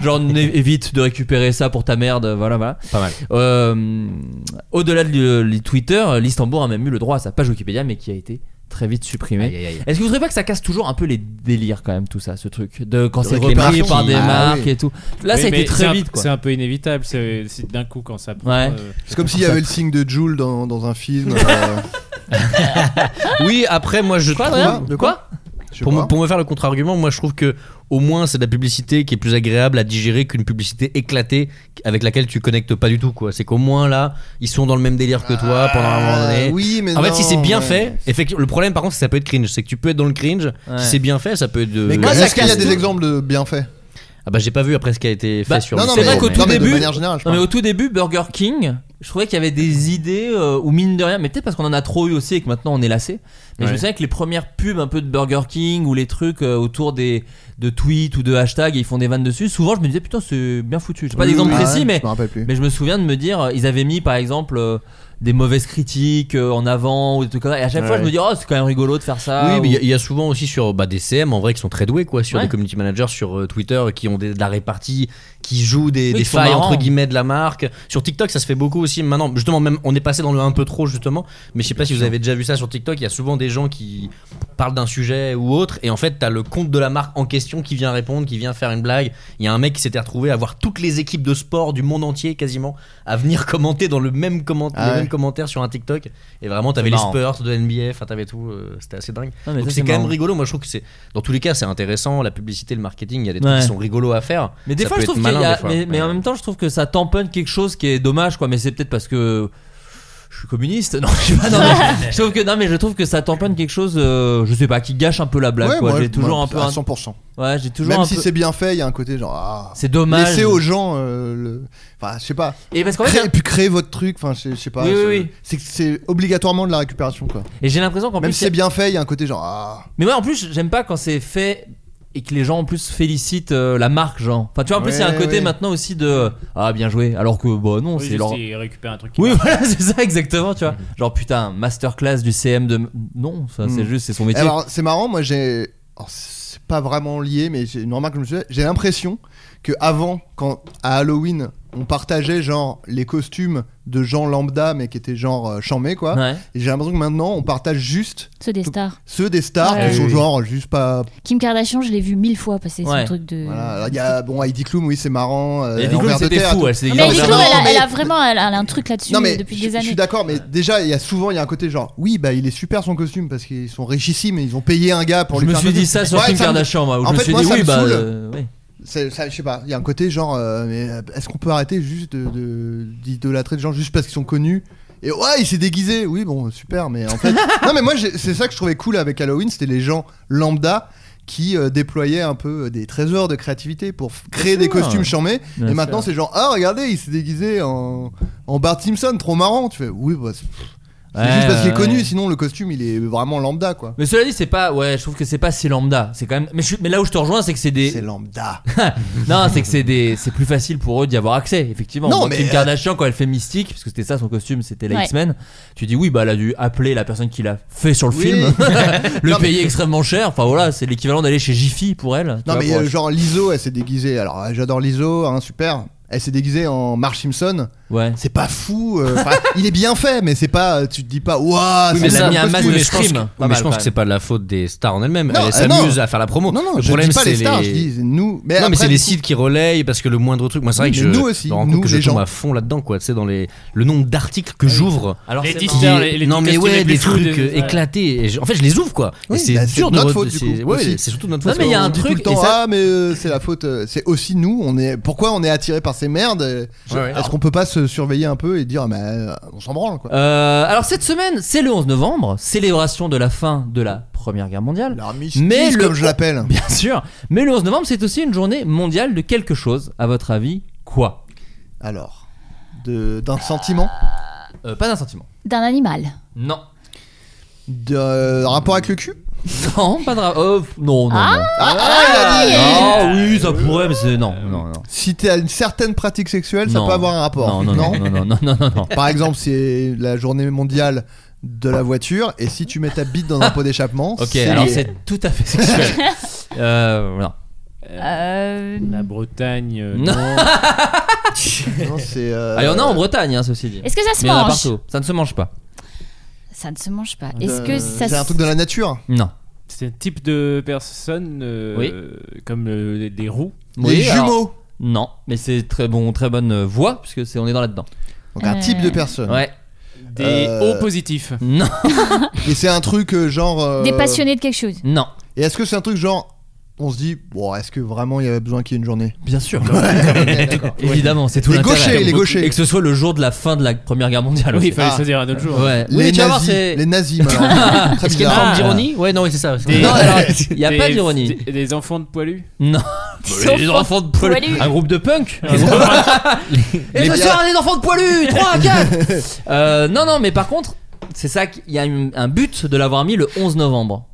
I: Genre, né- évite de récupérer ça pour ta merde, voilà, voilà.
E: Pas mal.
I: Euh, Au-delà de le- les Twitter, l'Istanbul a même eu le droit à sa page Wikipédia, mais qui a été très vite supprimée.
E: Aïe, aïe, aïe.
I: Est-ce que vous trouvez pas que ça casse toujours un peu les délires, quand même, tout ça, ce truc De quand
E: Le
I: c'est
E: truc des
I: repris
E: marques
I: par
E: qui-
I: des
E: Ah,
I: marques
E: oui.
I: et tout. Là,
C: Oui,
I: ça a
C: mais
I: été
C: c'est
I: très
C: un-
I: vite, quoi.
C: C'est un peu inévitable, c'est c'est d'un coup quand ça prend.
I: Ouais.
C: euh,
H: C'est comme s'il y avait le signe de Joule dans, dans un film. euh,
E: Oui, après, moi je
I: Quoi,
E: trouve.
I: Adrien De quoi
H: Je sais
E: pour,
H: pas.
E: me, pour me faire le contre-argument, moi je trouve que au moins c'est de la publicité qui est plus agréable à digérer qu'une publicité éclatée avec laquelle tu connectes pas du tout quoi. C'est qu'au moins là ils sont dans le même délire que toi pendant un moment donné.
H: Ah, oui, mais
E: en fait
H: non,
E: si c'est bien
H: ouais.
E: fait, effectivement le problème par contre c'est que ça peut être cringe, c'est que tu peux être dans le cringe.
I: Ouais.
E: Si c'est bien fait, ça peut être. De...
I: euh,
H: Mais
E: Moi, ça
H: est-ce qu'il y a
E: casse
H: des
E: tout.
H: exemples de bienfaits
E: Ah bah j'ai pas vu après ce qui a été fait
I: Bah,
E: sur.
H: non,
E: le
H: non,
I: C'est
E: site,
I: vrai
H: mais-
I: qu'au
H: non,
I: tout
H: mais de
I: début,
H: manière générale, je
I: non, mais
H: parle.
I: au tout début, Burger King, je trouvais qu'il y avait des idées euh, ou mine de rien, mais peut-être parce qu'on en a trop eu aussi et que maintenant on est lassé. Mais je me
C: Ouais.
I: souviens que les premières pubs un peu de Burger King ou les trucs euh, autour des de tweets ou de hashtags et ils font des vannes dessus. Souvent, je me disais putain c'est bien foutu. J'ai pas
H: Oui,
I: d'exemple
H: oui,
I: précis,
H: ouais,
I: mais
H: je me rappelle plus.
I: mais je me souviens de me dire euh, ils avaient mis par exemple. euh, des mauvaises critiques euh, en avant ou des trucs comme ça. Et à chaque fois,
C: Ouais.
I: je me dis, oh, c'est quand même rigolo de faire ça.
E: Oui, mais
I: ou-
E: il y a- il y, a souvent aussi sur bah, des CM en vrai qui sont très doués, quoi, sur
I: Ouais.
E: des community managers sur euh, Twitter qui ont des- de la répartie, qui jouent des, des
I: qui sont
E: failles
I: marrants.
E: entre guillemets de la marque. Sur TikTok, ça se fait beaucoup aussi. Maintenant, justement, même on est passé dans le un peu trop justement, mais je sais pas si vous avez déjà vu ça sur TikTok. Il y a souvent des gens qui parlent d'un sujet ou autre, et en fait, t'as le compte de la marque en question qui vient répondre, qui vient faire une blague. Il y a un mec qui s'était retrouvé à voir toutes les équipes de sport du monde entier quasiment à venir commenter dans le même, comment-
H: Ah
E: le
H: ouais.
E: même commentaire sur un TikTok. Et vraiment, t'avais les
I: C'est marrant.
E: Spurs de NBA, enfin t'avais tout. euh, C'était assez dingue.
I: Non, mais
E: Donc
I: ça,
E: c'est
I: c'est
E: quand même
I: marrant.
E: rigolo. Moi, je trouve que c'est dans tous les cas, c'est intéressant. La publicité, le marketing, il y a des trucs
I: Ouais.
E: qui sont rigolos à faire.
I: Mais des
E: Ça
I: fois,
E: peut
I: je
E: être
I: trouve qu'il y
E: malin,
I: a.
E: des fois.
I: Mais, mais en même temps, je trouve que ça tamponne quelque chose qui est dommage, quoi. Mais c'est peut-être parce que. Je suis communiste, non, je sais pas, non, mais je trouve que non, mais je trouve que ça tamponne quelque chose, euh, je sais pas, qui gâche un peu la blague,
H: Ouais,
I: quoi.
H: moi,
I: j'ai toujours
H: moi,
I: un peu,
H: à
I: un-
H: 100%.
I: ouais, j'ai toujours
H: Même
I: un
H: si
I: peu-
H: c'est bien fait, il y a un côté genre. ah,
I: c'est dommage.
H: Laissez aux gens euh, le. Enfin, je sais pas.
I: Et parce qu'en fait,
H: Créer-
I: j'ai-
H: puis créer votre truc, enfin, je je sais pas.
I: Oui, oui,
H: je-
I: oui.
H: C'est c'est obligatoirement de la récupération, quoi.
I: et j'ai l'impression qu'en
H: Même
I: plus,
H: si c'est bien fait, il y a un côté genre. ah.
I: mais moi en plus, j'aime pas quand c'est fait et que les gens en plus félicitent euh, la marque, genre. Enfin, tu vois, en plus,
H: Ouais,
I: il y a un côté
H: ouais.
I: maintenant aussi de ah bien joué, alors que bah non,
C: oui,
I: c'est
C: juste,
I: leur.
C: ils récupèrent un truc. qui
I: Oui,
C: marche.
I: voilà, c'est ça exactement, tu vois. Genre putain, masterclass du CM de non, ça c'est
H: Mm.
I: juste, c'est son métier.
H: Alors, c'est marrant, moi j'ai. alors, C'est pas vraiment lié, mais j'ai une remarque que je me suis fait. J'ai l'impression que avant, quand à Halloween, on partageait genre les costumes de gens lambda, mais qui étaient genre euh, chamés, quoi.
I: Ouais.
H: Et j'ai l'impression que maintenant, on partage juste
J: Ceux des stars.
H: ceux des stars
I: Ah
J: Ouais.
H: qui sont
E: Oui.
H: genre juste pas.
J: Kim Kardashian, je l'ai vu mille fois passer
I: Ouais.
J: son truc de.
H: Voilà. Alors, Il y a bon, Heidi Klum, oui, c'est marrant. euh,
I: Elle dit
H: en
I: que
H: verre de
I: c'était
H: terre,
I: fou,
H: tout.
I: elle s'est dit
J: Mais
H: Non,
J: Heidi
H: mais
J: Klum,
H: non,
J: elle, a-
H: mais-
J: elle a vraiment elle a, elle a un truc là-dessus
H: Non mais
J: depuis
H: je,
J: des
H: je suis
J: années.
H: d'accord, mais déjà il y a souvent il y a un côté genre oui bah il est super son costume parce qu'ils sont richissimes et ils ont payé un gars pour
I: je
H: lui
I: me
H: faire
I: suis
H: le
I: dit
H: costume.
I: ça sur
H: Ouais,
I: Kim
H: ça me-
I: Kardashian, moi, où
H: en
I: je
H: fait,
I: me
H: moi,
I: suis dit
H: ça
I: oui,
H: me
I: bah.
H: saoule.
I: euh, oui.
H: C'est- ça, je sais pas, il y a un côté genre, euh, mais euh, est-ce qu'on peut arrêter juste de- de- d'idolâtrer de, des gens juste parce qu'ils sont connus Et ouais, il s'est déguisé, oui, bon, super, mais en fait. non, mais moi, j'ai- c'est ça que je trouvais cool avec Halloween, c'était les gens lambda qui euh, déployaient un peu des trésors de créativité pour f- créer des
I: sûr.
H: costumes charmés.
I: Bien
H: et maintenant,
I: sûr.
H: c'est genre, ah, regardez, il s'est déguisé en, en Bart Simpson, trop marrant. Tu fais, oui, bah, c'est- C'est juste parce qu'il est
I: ouais,
H: connu,
I: ouais.
H: sinon le costume il est vraiment lambda quoi.
I: Mais cela dit, c'est pas. Ouais, je trouve que c'est pas si lambda. C'est quand même. Mais, je suis- mais là où je te rejoins, c'est que c'est des. C'est
H: lambda.
I: non, c'est que c'est des. C'est plus facile pour eux d'y avoir accès, effectivement.
H: Non,
I: Moi,
H: mais,
I: Kim
H: euh,
I: Kardashian, quand elle fait Mystique, parce que c'était ça son costume, c'était la
H: Ouais.
I: X-Men. Tu dis oui, bah elle a dû appeler la personne qui l'a fait sur le
H: Oui.
I: film, le
H: Non, mais-
I: payer extrêmement cher. Enfin voilà, c'est l'équivalent d'aller chez Jiffy pour elle. tu
H: Non
I: vois,
H: mais
I: pour-
H: euh, genre l'ISO elle s'est déguisée. Alors euh, j'adore l'ISO, hein, super. Elle s'est déguisée en Marge Simpson.
I: Ouais.
H: C'est pas fou. euh, enfin, il est bien fait, mais c'est pas. euh, Tu te dis pas waouh.
E: Oui,
H: c'est
E: mais
H: le
E: ça,
H: même
E: mais
H: costume.
E: je pense que- mais je pense que c'est pas de la faute des stars en elles-mêmes.
H: Non,
E: Elles
H: euh, non.
E: s'amusent à faire la promo.
H: Non, non,
E: le
H: je
E: problème,
H: dis pas
E: c'est
H: les stars, je dis nous. Mais
E: non, mais
H: après-
E: c'est les sites qui relayent parce que le moindre truc. Moi, c'est vrai
H: Oui,
E: que je
H: mais nous aussi,
E: je me rends compte
H: nous,
E: que je
H: les
E: tombe
H: gens.
E: à fond là-dedans, quoi. Tu sais, dans les le nombre d'articles que j'ouvre.
I: Alors,
C: Les
E: qui-
C: tisteurs, les- les
E: non, mais
C: petits
E: ouais,
C: costumes les
E: des
C: plus fous
E: trucs
C: des-
E: euh,
C: ouais.
E: éclatés. Et je- En fait, je les ouvre, quoi. Et
H: Oui,
E: c'est
H: bah,
E: dur de.
H: notre
E: re-
H: faute, du
E: c'est-
H: coup,
E: ouais,
H: aussi.
E: c'est surtout notre faute.
H: Parce
E: parce
H: qu'on
E: qu'on
H: dit tout le temps, ah mais euh, c'est la faute euh, c'est aussi nous on est pourquoi on est attiré par ces merdes euh,
I: Ouais, ouais.
H: est-ce qu'on peut pas se surveiller un peu et dire mais euh, on s'en branle quoi
I: Euh, alors cette semaine, c'est le 11 novembre, célébration de la fin de la Première Guerre mondiale. Euh, Mais le...
H: comme je l'appelle.
I: Bien sûr. Mais le 11 novembre, c'est aussi une journée mondiale de quelque chose. À votre avis, quoi
H: Alors, de d'un sentiment
I: Euh, Pas d'un sentiment.
J: D'un animal.
I: Non.
H: de euh, rapport avec le cul
I: Non, pas de ra- euh, pff, non, non,
H: Ah,
I: non.
H: ah, elle a dit.
I: Ah oui, ça pourrait, mais c'est
H: Euh,
I: non, non, non.
H: si t'as une certaine pratique sexuelle ça
I: Non.
H: peut avoir un rapport
I: Non, non, non, non, non, non, non, non, non.
H: par exemple c'est la journée mondiale de la voiture et si tu mets ta bite dans un pot d'échappement
I: Ok, alors
H: lié.
I: c'est tout à fait sexuel. euh, non.
J: Euh,
C: La Bretagne. euh,
I: Non.
C: non.
H: Non, c'est euh,
I: Ah, il y en a en Bretagne, hein, ceci dit.
J: Est-ce que ça se
I: Mais il y en a
J: mange
I: partout. Ça ne se mange pas.
J: Ça ne se mange pas.
H: de-
J: Est-ce que ça
H: c'est Euh, un
J: se-
H: truc de la nature
I: Non.
C: C'est un type de personne euh,
I: Oui.
C: comme euh, les- les roues.
I: Oui,
H: les
I: alors-
H: jumeaux
I: Non, mais c'est très bon, très bonne euh, voix puisque c'est on est dans là-dedans.
H: donc un
J: Euh.
H: type de personne
I: Ouais.
C: Des
H: Euh,
C: hauts positifs.
I: Non.
H: et c'est un truc euh, genre euh,
J: Des passionnés de quelque chose.
I: Non.
H: Et est-ce que c'est un truc genre on se dit bon est-ce que vraiment il y avait besoin qu'il y ait une journée
I: Bien sûr.
H: Ouais, d'accord.
I: Évidemment, c'est tout
H: Les
I: l'intérêt.
H: gauchers, les gauchers.
I: Et que ce soit le jour de la fin de la Première Guerre mondiale.
C: Oui,
I: aussi.
C: il fallait
H: Ah.
C: choisir un autre jour.
I: Ouais. Ah.
H: les,
I: oui, tu vas voir,
H: nazis,
I: c'est.
H: les nazis malheureusement. Très
E: Est-ce qu'il y a une
J: Ah.
H: bizarre.
E: forme d'ironie Ouais, non, oui, c'est ça. c'est
C: Des-
I: Non,
E: ça.
I: alors, il n'y a pas
C: Des-
I: d'ironie.
C: Des, des enfants de poilus.
I: Non.
J: Des
I: Bah, Les
J: enfants
I: enfants de
J: poilus.
I: poilus. Un groupe Ah, de punk.
C: Ah
I: Et
H: Les
I: ce
H: bières.
I: soir, les enfants de poilus 3, 4 euh, Non, non, mais par contre, c'est ça qu'il y a une- un but de l'avoir mis le 11 novembre.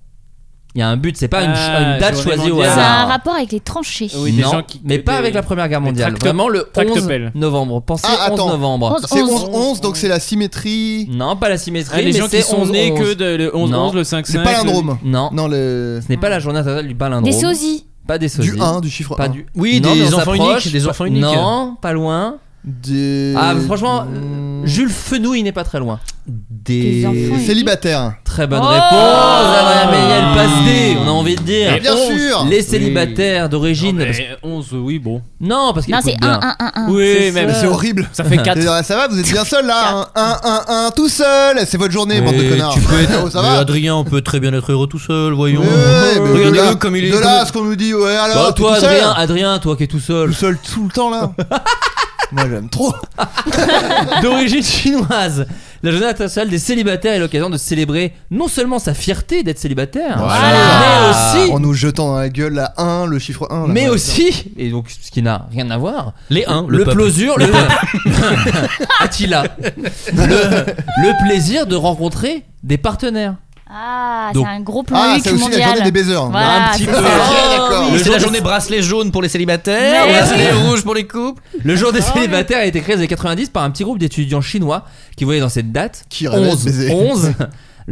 I: Il y a un but, c'est pas une, ch-
C: Ah,
I: une date
C: journée
I: choisie au
C: mondiale.
I: hasard.
J: Ça a un rapport avec les tranchées.
C: Oui, des
I: Non,
C: gens qui-
I: mais
C: des-
I: pas avec la Première Guerre
C: des
I: mondiale.
C: tracto-
I: Vraiment le 11
C: tractopelles.
I: novembre. Pensez
H: Ah,
I: 11
H: attends.
I: novembre.
H: c'est 11 11 donc c'est la symétrie
I: Non, pas la symétrie.
C: Ah, les
I: mais
C: gens qui
I: c'est
C: sont
I: 11,
C: nés
I: 11.
C: que de- le 11
I: Non.
C: 11 le euh, 5
H: c'est palindrome
I: Non,
H: non le
I: ce n'est pas la journée internationale du palindrome.
J: Des sosies.
I: Pas des sosies.
H: du 1 du chiffre
I: Pas
H: 1.
I: du.
E: Oui,
I: Non,
E: des
I: mais
E: enfants
I: on s'approche.
E: uniques, des enfants uniques.
I: Non, pas loin.
H: Des-
I: Ah, franchement, euh,
H: Mm.
I: Jules Fenouil n'est pas très loin.
J: Des enfants
E: Des.
J: uniques.
H: célibataire
I: Très bonne
J: Oh
I: réponse, Adrien Méniel, passe D, on a envie de dire.
H: Mais bien
I: On-
H: sûr.
I: Les célibataires d'origine.
C: Non,
I: parce que-
C: mais 11, oui, bon.
I: Non, parce qu'il
J: Non,
I: écoute
J: c'est 1,
I: bien.
J: 1, 1, 1.
C: Oui, mais
H: Mais
C: ça.
I: Euh,
H: c'est horrible
C: ça fait 4.
H: T'es- ça va vous êtes bien seul là hein. 1 1 1 tout seul c'est votre journée Eh, bande de
E: Mais
H: connards
E: Euh, tu peux être-
H: Oh, ça
E: mais
H: va
E: Adrien, on peut très bien être heureux tout seul, voyons.
H: Ouais, ouais, mais de là-
E: Regardez-le comme il est.
H: de là à
E: comme-
H: ce qu'on nous dit ouais alors
I: Bah,
H: t'es
I: toi,
H: tout seul
I: Adrien, Adrien, toi qui es tout seul,
H: tout seul tout le temps là moi j'aime trop
I: d'origine chinoise. La journée internationale des célibataires est l'occasion de célébrer non seulement sa fierté d'être célibataire,
H: Voilà.
I: mais aussi,
H: en nous jetant dans la gueule la 1 le chiffre 1 là,
I: mais
H: ouais.
I: aussi, et donc ce qui n'a rien à voir,
E: Les 1,
I: le,
E: le peuple.
I: plaisir, le, Attila, le,
H: Ah,
I: le plaisir de rencontrer des partenaires.
J: Ah,
I: Donc-
J: c'est un gros plan
H: ah
J: X
H: c'est aussi la
J: mondial.
H: journée des baiseurs
J: Voilà,
I: Un petit
J: c'est
I: peu.
J: ça.
H: Ah, d'accord.
I: Le
E: C'est
I: jour
E: la
I: des-
E: journée bracelet jaune pour les célibataires,
J: Mais
E: bracelet rouge pour les couples.
I: Le jour des célibataires a été créé dans les années 90 par un petit groupe d'étudiants chinois qui voyaient dans cette date
H: Qui rêvait de
I: 11,
H: baiser.
I: 11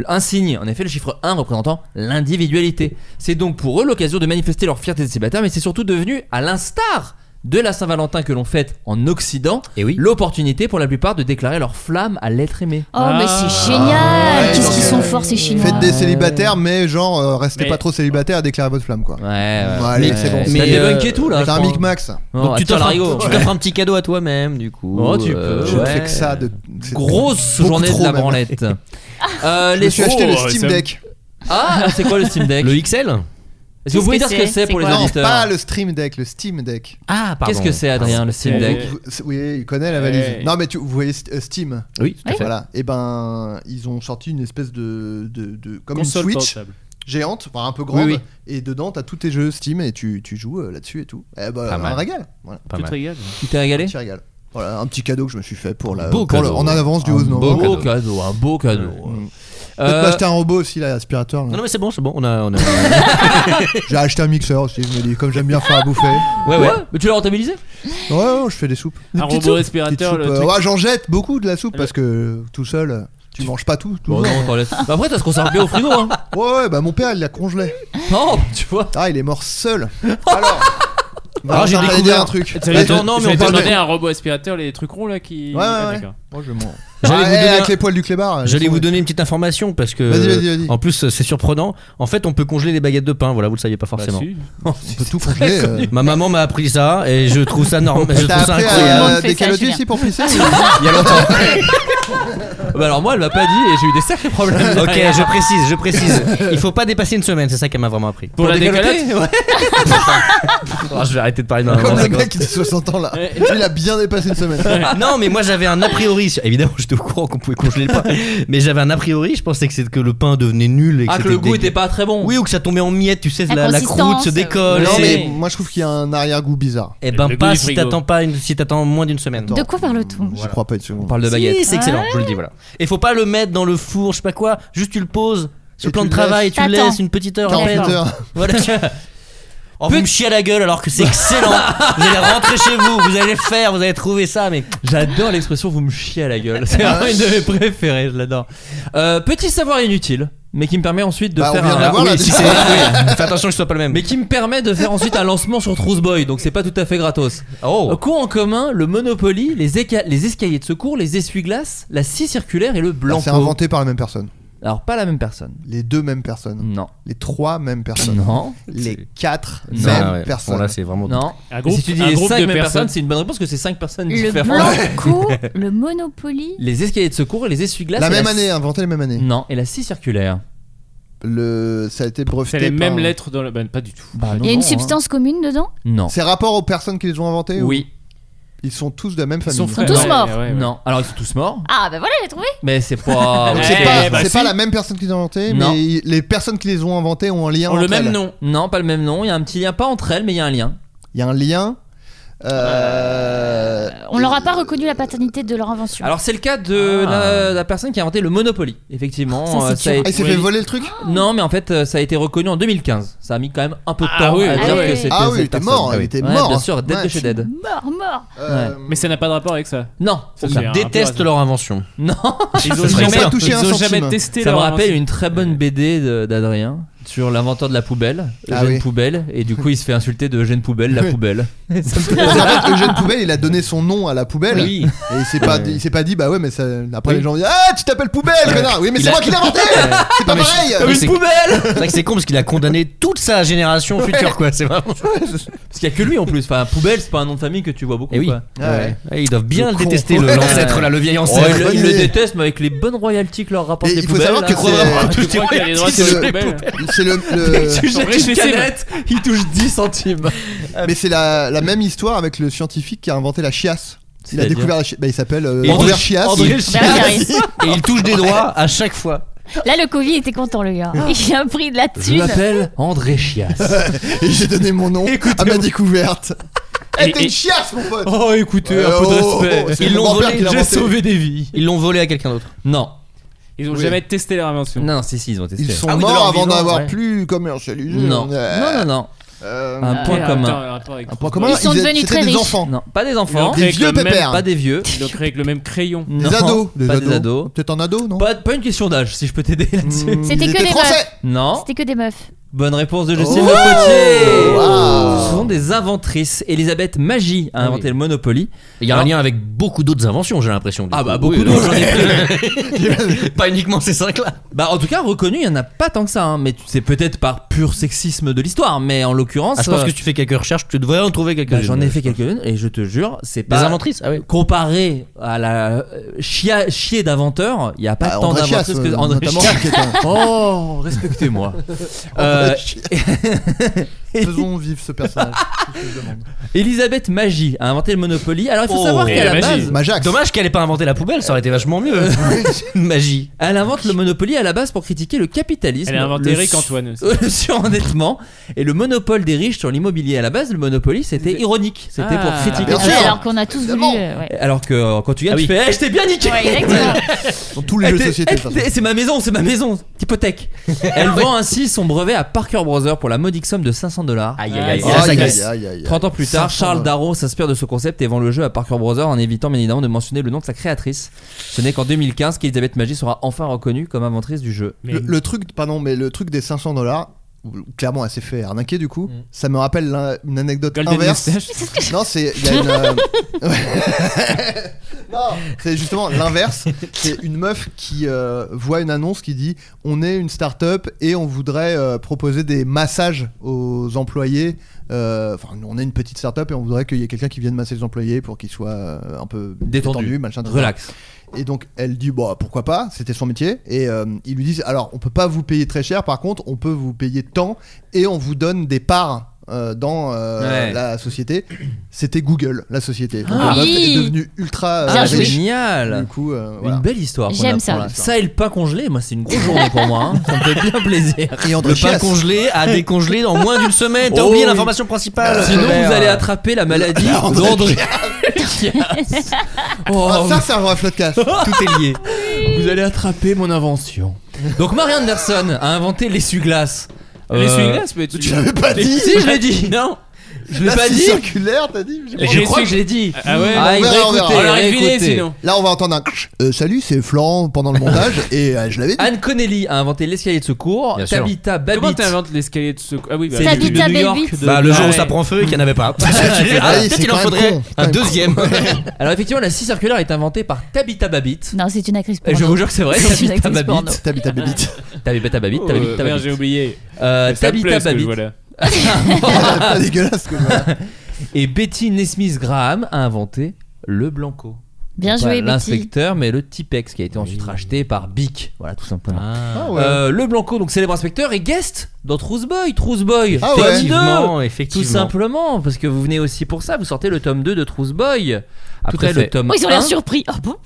I: un signe, en effet le chiffre 1 représentant l'individualité. C'est donc pour eux l'occasion de manifester leur fierté des célibataires, mais c'est surtout devenu, à l'instar de la Saint-Valentin que l'on fête en Occident,
E: Et Eh oui.
I: l'opportunité pour la plupart de déclarer leur flamme à l'être aimé.
J: Oh, mais
I: Ah.
J: c'est génial.
H: Ouais,
J: Qu'est-ce
H: donc,
J: qu'ils
H: euh,
J: sont forts, ces Chinois.
H: Faites des célibataires, mais genre euh, restez
C: Mais-
H: pas trop célibataire à déclarer votre flamme quoi.
I: Ouais, ouais.
H: Bon, Bah, allez,
I: Mais-
H: c'est bon.
I: Mais
E: Mais,
I: des
E: euh,
I: bunks et tout là.
H: C'est
I: je
H: un
I: crois.
H: Mix-Max.
I: Non,
E: Donc tu
I: attends,
E: t'offres un,
I: Larigot.
E: tu t'offres un petit cadeau à toi-même, du coup.
I: Oh, tu
E: euh,
I: peux.
H: Je ne
I: Ouais.
H: fais que ça de. c'est-
I: Grosse
H: beaucoup
I: journée de
H: trop,
I: la
H: même.
I: branlette. Euh,
H: Je
I: les
H: me suis acheté le
C: Oh,
H: Steam
C: ça-
H: Deck.
I: Ah, alors c'est quoi le Steam Deck
E: Le XL
I: Est-ce que vous pouvez
J: Qu'est-ce
I: dire ce que c'est pour les
J: quoi
H: Non,
I: auditeurs
H: pas le Stream Deck, le Steam Deck.
E: Ah, pardon.
I: Qu'est-ce que c'est, Adrien, le Steam
C: Euh,
I: Deck
H: Vous- vous- Oui, il connaît la valise.
C: Eh.
H: Non, mais tu, vous voyez euh, Steam.
E: Oui, tout à
J: Oui.
E: fait.
H: Voilà. Et ben, ils ont sorti une espèce de. de, de- comme
C: Console
H: une Switch
C: portable.
H: géante, enfin un peu grande.
E: Oui, oui.
H: Et dedans, t'as tous tes jeux Steam et tu, tu joues euh, là-dessus et tout. Eh ben,
E: Pas
H: un
E: mal.
H: régal. Voilà.
E: Pas
C: Tu te
E: mal.
C: régales
I: Tu t'es régalé
H: Petit régal. Voilà, un petit cadeau que je me suis fait pour la.
I: Beau
H: pour le-
I: cadeau.
H: en avance du Mmh.
I: Un
H: 11 novembre.
I: Beau cadeau, un beau cadeau.
H: Peut-être
I: Euh,
H: m'acheter un robot aussi, là, aspirateur. là.
E: Non, mais c'est bon, c'est bon. On a, on a...
H: J'ai acheté un mixeur aussi, je me dis, comme j'aime bien faire à bouffer.
E: Ouais, ouais. Mais tu l'as rentabilisé
H: Ouais, ouais, je fais des soupes. Des
C: Un
H: petites
C: robot
H: soupes,
C: aspirateur,
H: petites soupes,
C: le
H: euh,
C: truc.
H: ouais, j'en jette beaucoup de la soupe parce que tout seul, euh, tu manges pas tout. tout
I: Bon,
H: le
I: non,
H: temps.
I: t'en laisses. Bah, après, ça se conserve bien au frigo. Hein.
H: Ouais, ouais, bah mon père, il l'a congelé.
I: Non, tu vois.
H: Ah, il est mort seul. Alors.
E: Alors, j'ai
H: Valentin, t'allais
E: découvert-
H: dire un truc.
C: J'allais te-
E: Attends, non, mais
C: j'allais
E: on
C: te
E: parle-
C: demander un robot aspirateur, les trucs ronds là qui.
H: Ouais, ouais,
C: Ah,
H: ouais.
C: d'accord.
H: Moi, je m'en.
E: J'allais
H: Ah,
E: vous
H: eh,
E: donner un-
H: Avec les poils du clébard.
E: J'allais
H: ils sont-
E: vous donner une petite information parce que.
H: Vas-y, vas-y, vas-y.
E: En plus, euh, c'est surprenant. En fait, on peut congeler des baguettes de pain. Voilà, vous le saviez pas
C: Bah,
E: forcément.
C: si.
H: On peut tout congeler. euh.
E: Ma maman m'a appris ça et je trouve ça normal. je
H: T'as
E: trouve ça
H: appris
E: incroyable.
H: à euh,
J: fait ça,
H: décaloter
J: Julien.
H: aussi pour pisser
E: Il y a longtemps.
I: Bah, alors, moi, elle m'a pas dit et j'ai eu des sacrés problèmes.
E: ok, je précise, je précise. Il faut pas dépasser une semaine. C'est ça qu'elle m'a vraiment appris.
C: Pour la décalote
E: Ah, je vais arrêter de parler de ma maman,
H: Comme le
E: c'est bon.
H: mec de 60 ans là. Lui, il a bien dépassé une semaine.
E: Non, mais moi j'avais un a priori. sur- Évidemment, j'étais au courant qu'on pouvait congeler le pain. Mais j'avais un a priori. Je pensais que, c'est- que le pain devenait nul. Et que
I: Ah, que le
E: c'était
I: goût
E: dégueu.
I: était pas très bon.
E: Oui, ou que ça tombait en miettes. Tu sais,
J: La
E: la, la croûte
J: consistance,
E: se décolle.
H: Non,
E: c'est-
H: mais moi, je trouve qu'il y a un arrière-goût bizarre.
E: Eh ben
C: Le goût
E: pas
C: du
E: si
C: frigo.
E: t'attends pas une- si t'attends moins d'une semaine.
J: De quoi parle-t-on
H: J'y crois pas une seconde.
I: On parle de
E: Si,
I: baguette.
E: c'est excellent, je vous le dis voilà. Et faut pas le mettre dans le four, je sais pas quoi, juste tu le poses sur
H: Et
E: le plan
H: tu
E: de
H: le laisses.
E: travail, tu le
J: T'attends.
E: laisses une petite heure à
H: 48
E: peine.
H: heures.
E: Voilà. Oh, vous me chiez à la gueule alors que c'est excellent. vous allez rentrer chez vous, vous allez le faire, vous allez trouver ça, mais Ah,
I: J'adore l'expression vous me chiez à la gueule. C'est vraiment une de mes préférées, je l'adore. Euh, petit savoir inutile, mais qui me permet ensuite de
H: Bah, on
I: faire
H: vient de
I: un.
H: l'avoir,
I: oui,
H: là,
I: si
H: déjà.
I: c'est- oui.
E: fais attention que ce soit pas le même.
I: Mais qui me permet de faire ensuite un lancement sur Trousse Boy, donc c'est pas tout à fait gratos.
E: oh,
I: Qu'ont en commun le Monopoly, les, éca- les escaliers de secours, les essuie-glaces, la scie circulaire et le blanc
H: Alors, Ah, C'est inventé par la même personne.
I: Alors pas la même personne.
H: Les deux mêmes personnes.
I: Non.
H: Les trois mêmes personnes.
I: Mm. Non.
H: Les quatre
I: Non,
H: mêmes
E: Ah ouais,
H: personnes.
E: bon, là c'est vraiment
I: Non.
C: Un groupe-
I: si tu dis
C: un
I: les
C: groupe
I: cinq
C: de
I: mêmes
C: personnes.
I: personnes, c'est une bonne réponse que c'est cinq personnes
J: Le
I: différentes.
J: Blanco, le Monopoly.
I: Les escaliers de secours et les essuie-glaces.
H: la
I: et
H: même année, hein. inventé la même année.
I: Non, et la scie circulaire.
H: Le... Ça a été breveté.
C: C'est les
H: par-
C: mêmes lettres dans la. Bah, pas du tout.
J: Il y a une
I: hein.
J: substance commune dedans
I: Non.
H: C'est rapport aux personnes qui les ont inventées ou-
I: Oui.
H: Ils sont tous de la même
C: Ils
H: famille.
J: frères. tous
C: Ouais,
J: morts.
C: ouais, ouais.
I: Non. Alors ils sont tous morts.
J: Ah, bah voilà, j'ai trouvé.
I: Mais c'est pas.
C: Ouais,
H: Donc c'est pas,
C: bah
H: c'est
C: si.
H: pas la même personne qui les a inventées,
I: Non.
H: mais ils- les personnes qui les ont inventées ont un lien.
C: Ont le
H: entre
C: même
H: elles.
C: nom.
I: Non, pas le même nom. Il y a un petit lien, pas entre elles, mais il y a un lien.
H: Il y a un lien. Euh...
J: On leur a pas reconnu la paternité de leur invention.
I: Alors c'est le cas de
C: Ah.
I: la, la personne qui a inventé le Monopoly. Effectivement,
J: Ça, c'est
I: euh, a
J: dur.
H: Ah, il s'est
I: été-
H: fait voler le truc
I: Non, mais en fait, euh, ça a été reconnu en 2015. Ça a mis quand même un peu de
C: Ah
I: temps
C: oui,
I: à
C: ah
I: dire
J: oui.
I: que c'était
H: Ah oui,
I: cette
H: il était
I: personne.
H: mort, il était
I: Ouais,
H: mort. hein.
I: Bien sûr, dead
H: Ouais.
I: de chez dead.
J: Mort, mort.
H: Euh,
C: Mais ça n'a pas de rapport avec ça.
I: Non,
C: Ça,
I: aucun.
C: c'est un peu
E: déteste
C: hasard.
E: leur invention.
I: Non.
C: Ils ont
H: Ils ont
C: jamais,
H: pas touché
C: ils
H: un
C: ont
H: centime.
C: jamais testé
I: Ça me
C: leur
I: rappelle
C: invention.
I: une très bonne BD de- d'Adrien sur l'inventeur de la poubelle,
H: Ah
I: Eugène
H: oui.
I: Poubelle, et du coup il se fait insulter de Eugène Poubelle, la
H: Oui.
I: poubelle. Ça me fait-
H: Parce qu'en fait, Eugène Poubelle, il a donné son nom à la poubelle.
I: Oui.
H: Et il s'est pas, il s'est pas dit, bah ouais, mais ça, après les gens disent, ah, tu t'appelles Poubelle, connard. Oui, mais c'est moi qui l'ai inventé. Ah, C'est pas
E: Non, mais
H: pareil.
E: je-
I: Une
E: C'est-
I: poubelle
E: C'est vrai que c'est con parce qu'il a condamné toute sa génération future quoi. C'est vraiment.
I: Parce qu'il y a que lui en plus. Enfin, poubelle, c'est pas un nom de famille que tu vois beaucoup.
E: Eh oui.
I: quoi.
H: Ouais.
E: Ouais, ils doivent bien
H: Le
E: le
H: con.
E: détester le-
H: Ouais.
E: l'ancêtre là, le vieil
I: Oh,
E: ancêtre.
I: il, le- il le
H: Bonne idée.
I: déteste, mais avec les bonnes royalties que leur rapportent
H: Et
I: les
H: il faut
I: poubelles.
H: savoir que
I: là,
H: c'est-
I: vraiment-
C: Tu crois qu'il y a les droits
H: C'est
C: sur les
H: le-
C: poubelles
H: C'est le, le-
I: Tu jettes
C: vrai, je
I: une
C: sais
H: euh,
C: pas.
I: canette, il touche 10 centimes.
H: mais c'est la, la même histoire avec le scientifique qui a inventé la chiasse. Il a
I: C'est-à-dire
H: découvert la chiasse. Bah, il s'appelle euh,
E: Et
H: Robert
E: André-
H: Chiasse.
E: André
H: Il-
J: Bah, j'y arrive.
E: Et il touche des droits à chaque fois.
J: Là, le Covid était content, le gars. Il a pris de la
I: Je
J: thune.
I: m'appelle André Chias.
H: Et j'ai donné mon nom à ma découverte. Eh, t'es
C: Et-
H: une chiasse, mon pote.
I: Oh, écoutez, un
H: Ouais,
I: peu de
H: oh,
I: respect.
H: oh, c'est
I: Ils
H: mon
I: l'ont
H: grand-père
I: volé,
H: qui l'a
I: j'ai
H: inventé.
I: sauvé des vies.
E: Ils l'ont volé à quelqu'un d'autre.
I: Non.
C: Ils ont
H: Oui.
C: jamais testé leur invention.
I: Non, si, si, ils ont testé.
H: Ils sont
E: Ah oui, de leur
H: morts avant
E: vivant,
H: d'avoir
E: ouais.
H: plus commercialisé.
I: Non.
H: Euh,
I: non, non, non.
H: euh,
C: Ah.
I: Un point commun.
H: Un point commun.
J: Ils sont
H: étaient-
J: devenus
H: c'était
J: très
H: des
J: riches.
H: enfants,
I: Non, pas des enfants,
C: Non,
H: des
C: Avec
H: vieux
C: le même-
H: pépères,
I: pas des vieux.
C: Ils l'ont créé avec le même crayon.
H: des
I: Non,
H: ados, des
I: pas
H: ados.
I: des ados.
H: Peut-être un ado, non
I: Pas, pas une question d'âge, si je peux t'aider là-dessus.
E: Mm.
H: Mmh,
J: C'était
H: ils
J: que
H: étaient
J: des
H: français.
I: Non.
J: C'était que des meufs.
I: Bonne réponse de
H: Oh
I: Justine Le Potier.
H: Wow.
I: Ce sont des inventrices. Elisabeth Magie a
E: Ah
I: inventé
E: oui.
I: le Monopoly.
E: Il y a un
I: Alors-
E: lien avec beaucoup d'autres inventions, j'ai l'impression. du
I: Ah
E: coup.
I: bah, beaucoup
E: Oui,
I: d'autres,
E: oui.
I: j'en ai
E: Pas uniquement ces cinq-là.
I: Bah, en tout cas, reconnu, il y en a pas tant que ça. hein. Mais tu- c'est peut-être par pur sexisme de l'histoire. Mais en l'occurrence,
E: Ah, je pense
I: euh,
E: que si tu fais quelques recherches, tu devrais en trouver
I: bah,
E: quelques-unes.
I: j'en ai fait quelques-unes et je te jure, c'est
E: Des
I: pas.
E: inventrices Ah oui.
I: Comparé à la euh, chia- chier d'inventeurs, il n'y a pas
H: Bah,
I: tant
H: André Chiasse,
I: d'inventrices que
H: euh,
I: André Oh,
H: notamment,
I: Chiasse.
H: qui est un-
I: Oh, respectez-moi. Euh,
H: Faisons vivre ce personnage. c'est ce que je demande.
I: Elisabeth Magie a inventé le Monopoly. Alors il faut
H: Oh,
I: savoir
H: et
I: qu'à
H: la
I: la
H: magie.
I: base,
H: Majax.
I: dommage qu'elle ait pas inventé la poubelle, ça aurait été vachement mieux. Une magie. Elle invente le Monopoly à la base pour critiquer le capitalisme.
C: Elle a inventé
I: le
C: Eric
I: su-
C: Antoine aussi.
I: Le surendettement et le monopole des riches sur l'immobilier. À la base, le Monopoly c'était ironique, c'était pour
J: Ah,
I: critiquer.
J: bien
I: tout
J: sûr.
I: ça.
J: Alors qu'on a tous voulu. euh, ouais.
I: Alors que euh, quand tu gagnes,
E: Ah
I: tu
E: oui.
I: fais Eh, je t'ai bien niqué
J: Ouais, exactement.
H: Dans tous les
I: Elle
H: jeux de
I: t'est-
H: société.
I: elle
H: de toute
I: t'est-
H: façon.
I: C'est ma maison, c'est ma maison, hypothèque. Elle vend ainsi son brevet à Parker Brothers pour la modique somme de 500 dollars.
E: Aïe, aïe, aïe.
I: Et là, ça
H: Aïe,
I: glisse.
H: aïe, aïe, aïe, aïe.
I: 30 ans plus tard,
H: 500
I: Charles
H: dollars.
I: Darrow s'inspire de ce concept et vend le jeu à Parker Brothers en évitant bien évidemment de mentionner le nom de sa créatrice. Ce n'est qu'en 2015 qu'Elisabeth Magie sera enfin reconnue comme inventrice du jeu.
H: Le, le truc, pardon, mais le truc des 500 dollars, clairement, elle s'est fait arnaquer du
I: Mm.
H: coup. Ça me rappelle l'in- une anecdote
C: Golden
H: inverse.
C: Moustache.
H: Non, c'est il y a une, euh, non, c'est justement l'inverse. C'est une meuf qui euh, voit une annonce qui dit on est une start-up et on voudrait euh, proposer des massages aux employés. Euh, Enfin, on est une petite start-up et on voudrait qu'il y ait quelqu'un qui vienne masser les employés pour qu'ils soient euh, un peu
I: Détendu.
H: détendus, machin, tout ça.
I: Relax.
H: Et donc elle dit bah pourquoi pas, c'était son métier. Et euh, ils lui disent alors on peut pas vous payer très cher, par contre on peut vous payer tant et on vous donne des parts. euh, dans euh,
I: Ouais.
H: la société, c'était Google, la société. Donc,
I: Ah
H: la meuf
J: oui.
H: est devenue ultra euh,
I: Ah,
H: riche. Du
I: génial
H: coup, euh,
I: Une
H: voilà.
I: belle histoire. qu'on
J: J'aime
I: apprend
J: ça.
I: là. Ça et le pain congelé, moi c'est une grosse journée pour moi. hein. Ça me fait bien plaisir.
H: Et André
E: Le pain
H: Chiasse.
E: congelé à décongeler en moins d'une semaine. T'as
I: Oh,
E: oublié
I: oui.
E: l'information principale.
I: Sinon
E: Robert.
I: vous allez attraper la maladie
H: Ah, André
I: d'André. Oh,
H: Ah, ça, c'est un vrai podcast.
I: Tout est lié. Vous allez attraper mon invention. Donc Marie Anderson a inventé l'essuie-glace. Euh,
C: L'essuie-glace, mais tu,
H: tu l'avais pas dit.
I: Si, je l'ai dit. Non. Je l'ai
H: Là,
I: pas
H: c'est
I: dit.
H: circulaire, t'as dit. j'ai pas-
I: Je crois que je l'ai dit.
C: Ah ouais,
I: il
H: on verra,
I: va
H: on verra.
I: écouter.
H: On
I: il
C: l'a
I: va
C: révélé,
I: écouter.
C: sinon.
H: Là, on va entendre un. Euh, salut, c'est Florent pendant le montage. et euh, je l'avais dit.
I: Anne Connelly a inventé l'escalier de secours.
E: Bien sûr.
I: Tabitha
C: Comment
I: Babbitt.
C: t'inventes l'escalier de secours Ah oui, bah, tu-
I: C'est du- de
J: Tabitha
I: New York,
J: Babbitt.
I: de-
E: Bah, le jour
C: Ah
E: où
C: ouais.
E: ça prend feu et qu'il n'y en avait pas.
H: Ah,
E: Ah,
H: c'est
E: Peut-être il
H: quand
E: en
H: même
E: faudrait
H: con,
E: un
H: quand même con.
E: deuxième.
I: Alors effectivement, la scie circulaire est inventée par Tabitha Babbitt.
J: Non, c'est une actrice
I: Et
J: porno.
I: je vous jure que c'est vrai,
J: C'est une
I: Tabitha
J: actrice porno.
I: Babbitt.
H: Tabitha Bébite.
I: Tabitha Babbitt,
C: Oh,
I: Tabitha
C: merde, j'ai
I: Babbitt.
C: oublié.
I: Euh,
C: Ça me plaît,
I: Tabitha
C: ce que je vois
I: Babbitt.
C: là.
H: pas dégueulasse que
I: Euh, Et Betty Nesmith Graham a inventé le Blanco.
J: Bien
I: Pas
J: joué, Betty.
I: L'inspecteur, mais le Tipex qui a été ensuite racheté par Bic. Voilà, tout simplement.
H: Ah
I: Euh, le Blanco, donc célèbre inspecteur, et guest dans Trousse Boy. Trousse Boy,
H: Ah
I: tome
H: ouais.
I: 2.
E: Effectivement,
I: Tout
E: effectivement.
I: simplement, parce que vous venez aussi pour ça, vous sortez le tome 2 de Trousse Boy. Après
E: fait.
I: le tome
J: Oh, ils ont
I: 1.
J: l'air surpris. Ah bon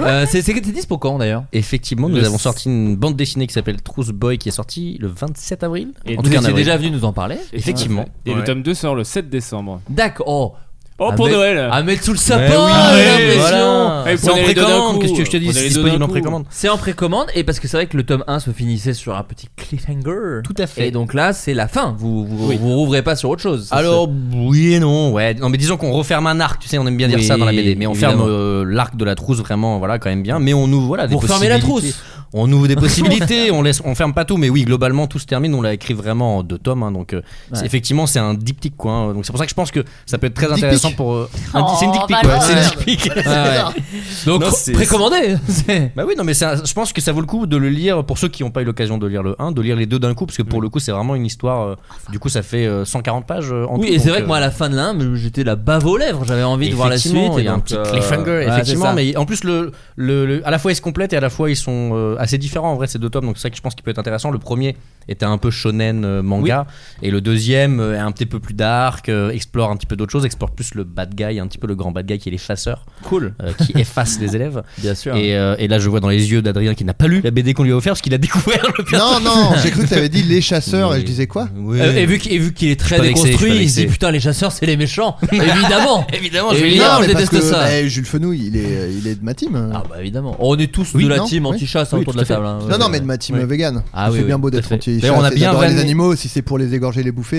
I: Euh, c'est c'est c'était dispo quand d'ailleurs
E: Effectivement, nous
I: Le
E: avons
I: s-
E: sorti une bande dessinée qui s'appelle Trousse Boy qui est sortie le 27 avril.
C: Et
E: en
I: Vous
E: tout cas, en
I: étiez
E: avril.
I: déjà venu nous en parler.
E: Effectivement.
C: Et
E: Ouais.
C: le tome 2 sort le 7 décembre.
I: D'accord. Oh,
C: Oh,
I: à
C: pour
I: mettre-
C: Noël
I: À mettre sous le
E: Mais
I: sapin,
E: Eh oui,
I: j'ai
C: ouais,
I: l'impression.
E: voilà.
C: Eh,
E: C'est en
C: prenez les deux d'un coup.
E: précommande, qu'est-ce que je te dis
C: Prenez les
E: C'est
C: deux d'un
E: disponible en
C: coup.
E: précommande.
I: C'est en précommande et parce que c'est vrai que le tome 1 se finissait sur un petit cliffhanger.
E: Tout à fait.
I: Et donc là, c'est la fin. Vous vous,
C: Oui.
I: vous rouvrez pas sur autre chose. Ça,
E: Alors oui et non, ouais. Non mais disons qu'on referme un arc, tu sais, on aime bien dire
I: Oui,
E: ça dans la BD, mais on
I: évidemment.
E: ferme euh, l'arc de la trousse vraiment, voilà, quand même bien. Mais on ouvre voilà des
I: Vous refermez la
E: possibilités.
I: trousse.
E: On ouvre des possibilités, on laisse, on ferme pas tout, mais oui, globalement tout se termine. On l'a écrit vraiment en deux tomes, hein, donc euh, c'est-
I: Ouais.
E: effectivement c'est un diptyque quoi. hein. donc c'est pour ça que je pense que ça peut être très
H: Dick pic.
E: intéressant pour. euh, un di- c'est une
J: Oh,
E: dick
I: bah
E: pic,
J: Valence.
E: ouais, c'est une dick pic.
I: c'est- Ouais, ouais. Donc
E: Non,
I: re-
E: c'est-
I: précommandez. C'est-
E: Bah oui, non, mais c'est un- je pense que ça vaut le coup de le lire pour ceux qui n'ont pas eu l'occasion de lire le 1, de lire les deux d'un coup, parce que pour le coup, c'est vraiment une histoire. euh, du coup, ça fait euh, 140 pages euh, en
I: Oui,
E: tout,
I: et c'est
E: donc,
I: vrai que moi à
E: euh,
I: la fin de l'un, j'étais la bave aux lèvres. J'avais envie de voir la suite.
E: effectivement,
I: et
E: Il y a un
I: donc,
E: petit
I: euh,
E: cliffhanger,
I: ouais, c'est
E: effectivement.
I: ça.
E: Mais en plus, le, le- le- à la fois ils se complètent et à la fois ils sont euh, assez différents en vrai, ces deux tomes. Donc c'est ça que je pense qu'il peut être intéressant. Le premier était un peu shonen euh, manga et le deuxième euh, est un petit peu plus dark, euh, explore un petit peu d'autres choses, explore plus le bad guy, un petit peu le grand bad guy qui est l'effaceur,
I: cool.
E: euh, qui efface les élèves.
I: Bien sûr.
E: Et, euh, et là, je vois dans les yeux d'Adrien qui n'a pas lu la BD qu'on lui a offert parce qu'il a découvert le
H: Non, non, j'ai cru que t'avais dit les chasseurs et je disais quoi
E: Oui.
I: Euh, et vu qu'il et vu qu'il est très
E: Je suis pas vexé, je suis
I: déconstruit,
E: pas
I: il se dit
E: vexé.
I: putain les chasseurs c'est les méchants. évidemment.
E: Évidemment,
I: je vais
E: lire.
I: lire.
H: Non,
I: on
H: mais parce
I: déteste
H: que
I: ça.
H: eh, Jules Fenouil, il est, il est de ma team.
I: Ah bah évidemment. On est tous
H: Oui,
I: de la
H: non,
I: team
H: oui.
I: anti-chasse hein,
E: Oui,
I: autour
E: tout
I: de la
E: à fait.
I: table. hein.
H: non, non, mais de ma team
I: Oui.
H: vegan.
I: Ah
H: Ça
I: oui,
H: fait
I: oui,
H: bien beau
I: tout à
H: d'être
I: fait.
H: anti
E: D'ailleurs, on a bien
H: les
E: vanné-
H: animaux, si c'est pour les égorger et les bouffer.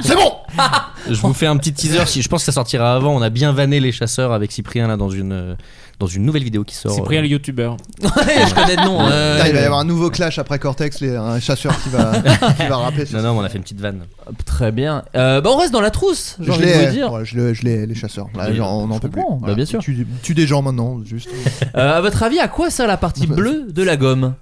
H: c'est bon
E: Je vous fais un petit teaser. Si je pense que ça sortira avant, on a bien vanné les chasseurs avec Cyprien là dans une euh, dans une nouvelle vidéo qui sort.
C: Cyprien
E: euh,
C: le youtubeur.
I: Ouais, je connais de nom. euh,
H: Putain, Il va y avoir un nouveau clash après Cortex, les- un chasseur qui va, qui va rappeler.
E: Non, non, mais on a fait une petite vanne.
I: Très bien. Euh, bah on reste dans la trousse. J'ai
H: Je
I: envie de vous
H: l'ai,
I: dire.
H: ouais, je l'ai- je l'ai, les chasseurs. Là,
I: Mais
H: genre, on en
I: je
H: peut plus.
I: comprends, bah, bien sûr.
H: Tu, tu des gens maintenant, juste.
I: Euh, à votre avis, à quoi sert la partie bleue de la gomme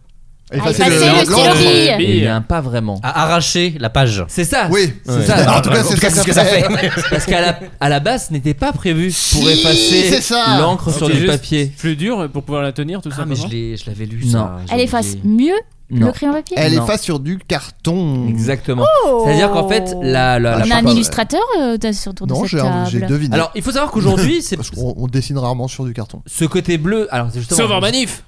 J: Ah,
H: le-
J: c'est le
H: l'encre.
J: stylo.
C: Et-
I: Eh bien, pas vraiment.
E: À arracher la page.
I: C'est ça.
H: Oui,
I: c'est ça.
H: En tout cas, c'est ça que ça fait.
I: Parce qu'à la, à la base, ce n'était pas prévu pour
H: Si,
I: effacer
H: c'est ça.
I: l'encre sur
C: C'est
I: du
C: juste
I: papier.
C: Plus dur pour pouvoir la tenir, tout ça.
E: Ah, mais Ah, je l'ai- je l'avais lu.
I: Non.
E: ça, j'ai
J: Elle efface
E: oublié.
J: mieux
I: Non.
J: Le crayon papier
H: Elle
I: Non.
H: efface sur du carton.
I: Exactement.
J: Oh.
I: C'est-à-dire qu'en fait, la, la- la-
J: On a un illustrateur euh, t'as- sur autour
H: Non,
J: de cette
H: j'ai un-
J: table.
H: j'ai deviné.
I: Alors, il faut savoir qu'aujourd'hui, c'est
H: on, on dessine rarement sur du carton.
I: ce côté bleu. Alors, c'est justement.
C: Sauf en manif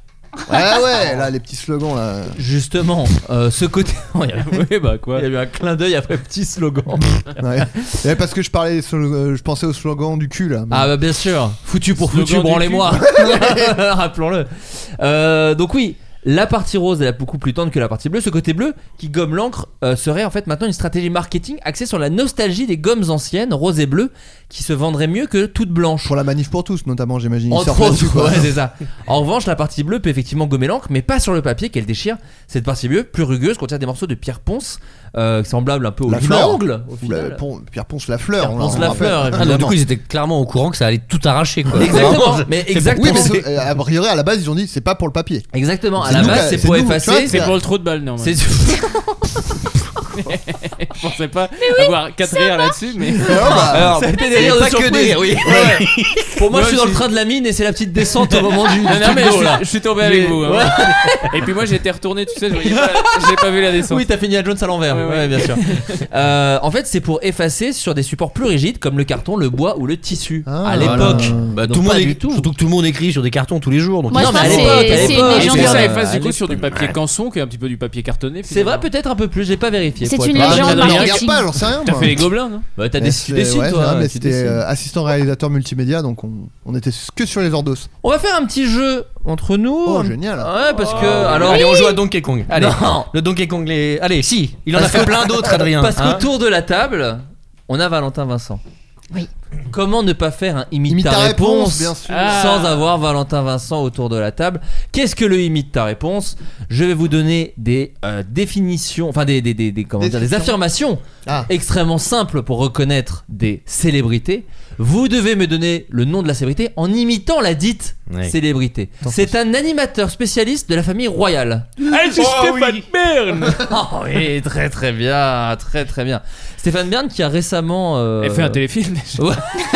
H: Ouais, ouais, là, les petits slogans, là.
I: Justement, euh, ce côté. il, y a,
C: Oui, bah quoi.
I: il y a eu un clin d'œil après petit slogan.
H: Ouais. Ouais, parce que je parlais, des slo- euh, je pensais au slogan du cul, là.
I: Ah bah bien sûr, foutu pour
C: Slogan
I: foutu,
C: du
I: branlez-moi. Rappelons-le. Euh, donc oui, la partie rose elle est beaucoup plus tendre que la partie bleue. Ce côté bleu qui gomme l'encre euh, serait en fait maintenant une stratégie marketing axée sur la nostalgie des gommes anciennes, roses et bleues, qui se vendrait mieux que toutes blanches.
H: Pour la manif pour tous, notamment, j'imagine. Ils
I: Entre
H: surfent là-dessus,
I: autres,
H: quoi.
I: ouais, c'est ça. En revanche, la partie bleue peut effectivement gommer l'encre, mais pas sur le papier qu'elle déchire. Cette partie bleue, plus rugueuse, contient des morceaux de pierre ponce, euh, semblable un peu au
H: La
I: lima
H: fleur.
I: ongle. Au
H: Ou la-
I: final.
H: Pon- Pierre Ponce la fleur.
I: Pierre
H: on
I: Ponce
H: on
I: la
H: rappelle.
I: fleur,
E: Ah, donc, du
I: Évidemment.
E: coup, ils étaient clairement au courant que ça allait tout arracher quoi.
I: Exactement.
E: Vraiment,
I: Mais
E: c'est-
I: exactement.
H: Oui, mais
I: c'est-
H: sauf- euh, a priori, à la base, ils ont dit c'est pas pour le papier.
I: Exactement. À
H: C'est
I: la
H: nous,
I: base,
H: là,
I: c'est
H: c'est
I: pour
H: nous, tu
I: effacer.
H: vois,
C: C'est pour le trou de balle, non
I: C'est
C: Je pensais pas avoir 4 rires là-dessus, mais.
I: Alors, c'était des rires de
E: pas que
I: surprise.
E: des- oui.
I: Ouais. Pour moi,
C: Moi
I: je suis dans le
C: aussi.
I: train de la mine et c'est la petite descente au moment du.
C: Non,
I: du
C: non, mais je,
I: go, là.
C: suis- je suis tombé avec
I: Mais-
C: vous. hein.
I: Ouais.
C: Et puis moi, j'ai été retourné, tu sais, je voyais pas- j'ai pas vu la descente.
I: Oui, t'as fini à Jones à l'envers.
C: Ouais, ouais.
I: Ouais, bien sûr.
J: Ah,
I: Euh, en fait, c'est pour effacer sur des supports plus rigides comme le carton, le bois ou le tissu.
H: Ah,
I: à l'époque.
E: Bah,
I: Donc
E: tout le
I: pas
E: monde
I: du
E: écrit,
I: tout.
E: surtout que tout le monde écrit sur des cartons tous les jours. Donc
J: Moi,
E: ils-
I: Non,
J: je
I: mais à
J: pense que
I: l'époque, à
J: c'est- c'est une
I: l'époque,
C: Est-ce
J: légende
C: que ça
I: euh,
C: efface
I: à
C: du coup
I: l'époque.
C: sur du papier canson qui est un petit peu du papier cartonné
I: C'est vrai,
C: finalement.
I: peut-être un peu plus. J'ai pas vérifié.
J: C'est
I: pour
J: une
I: être honnête.
J: légende
H: je
J: marketing.
H: regarde pas, j'en sais rien.
C: T'as
H: moi.
C: fait les gobelins, non
I: Bah, t'as
H: Mais
I: des tu
H: c'est-
I: dessines,
H: ouais,
I: toi. hein,
H: c'est vrai, mais
I: tu
H: c'était
I: dessines.
H: euh, assistant réalisateur multimédia, donc on, on était que sur les ordos.
I: On va faire un petit jeu entre nous.
H: Oh, génial.
I: Ouais, parce que alors.
E: Euh, Allez, on joue à Donkey Kong. Allez,
I: Non.
E: le Donkey Kong, les... allez, si, il en a
I: Parce
E: fait
I: que-
E: plein d'autres, Adrien.
I: Parce
E: hein.
I: qu'autour de la table, on a Valentin Vincent.
J: Oui.
I: Comment ne pas faire un imite,
H: Imite
I: ta,
H: ta
I: réponse,
H: réponse, bien sûr.
C: Ah.
I: sans avoir Valentin Vincent autour de la table Qu'est-ce que le imite ta réponse Je vais vous donner des euh, définitions, enfin des, des, des, des- comment dire, des
H: Descriptions.
I: affirmations
H: Ah,
I: extrêmement simples pour reconnaître des célébrités. Vous devez me donner le nom de la célébrité en imitant la dite
E: Ouais.
I: célébrité. C'est un animateur spécialiste de la famille royale.
C: Ah, c'est Stéphane Bern
I: Oh oui, très très bien, très très bien. Stéphane Bern qui a récemment euh,
C: Elle fait un téléfilm déjà.
I: Ouais,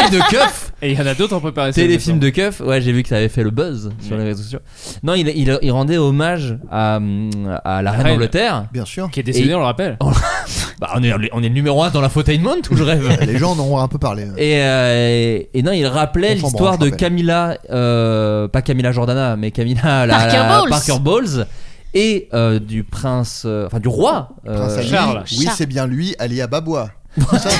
I: de keuf,
C: Et il y en a d'autres en préparation.
I: téléfilm de keuf. Ouais, j'ai vu que ça avait fait le buzz sur
C: Ouais.
I: les réseaux sociaux. Non, il, il, il rendait hommage à, hum, à la reine
C: reine.
I: d'Angleterre.
H: bien sûr.
C: Qui est décédé,
I: Et-
C: on le rappelle.
I: Bah, on est on est le numéro 1 dans l'infotainment où je rêve.
H: Euh, Les gens en ont un peu parlé.
I: Et, euh, et non, il rappelait
H: On s'en
I: l'histoire
H: branle,
I: de
H: je rappelle.
I: Camilla, euh, pas Camilla Jordana, mais Camilla la,
J: Parker
I: la-
J: Bowles.
I: Parker Bowles et euh, du prince, euh, enfin du roi. euh,
H: Prince Ali,
C: Charles.
H: Oui,
J: Charles.
H: c'est bien lui, Ali Ababwa. Ça,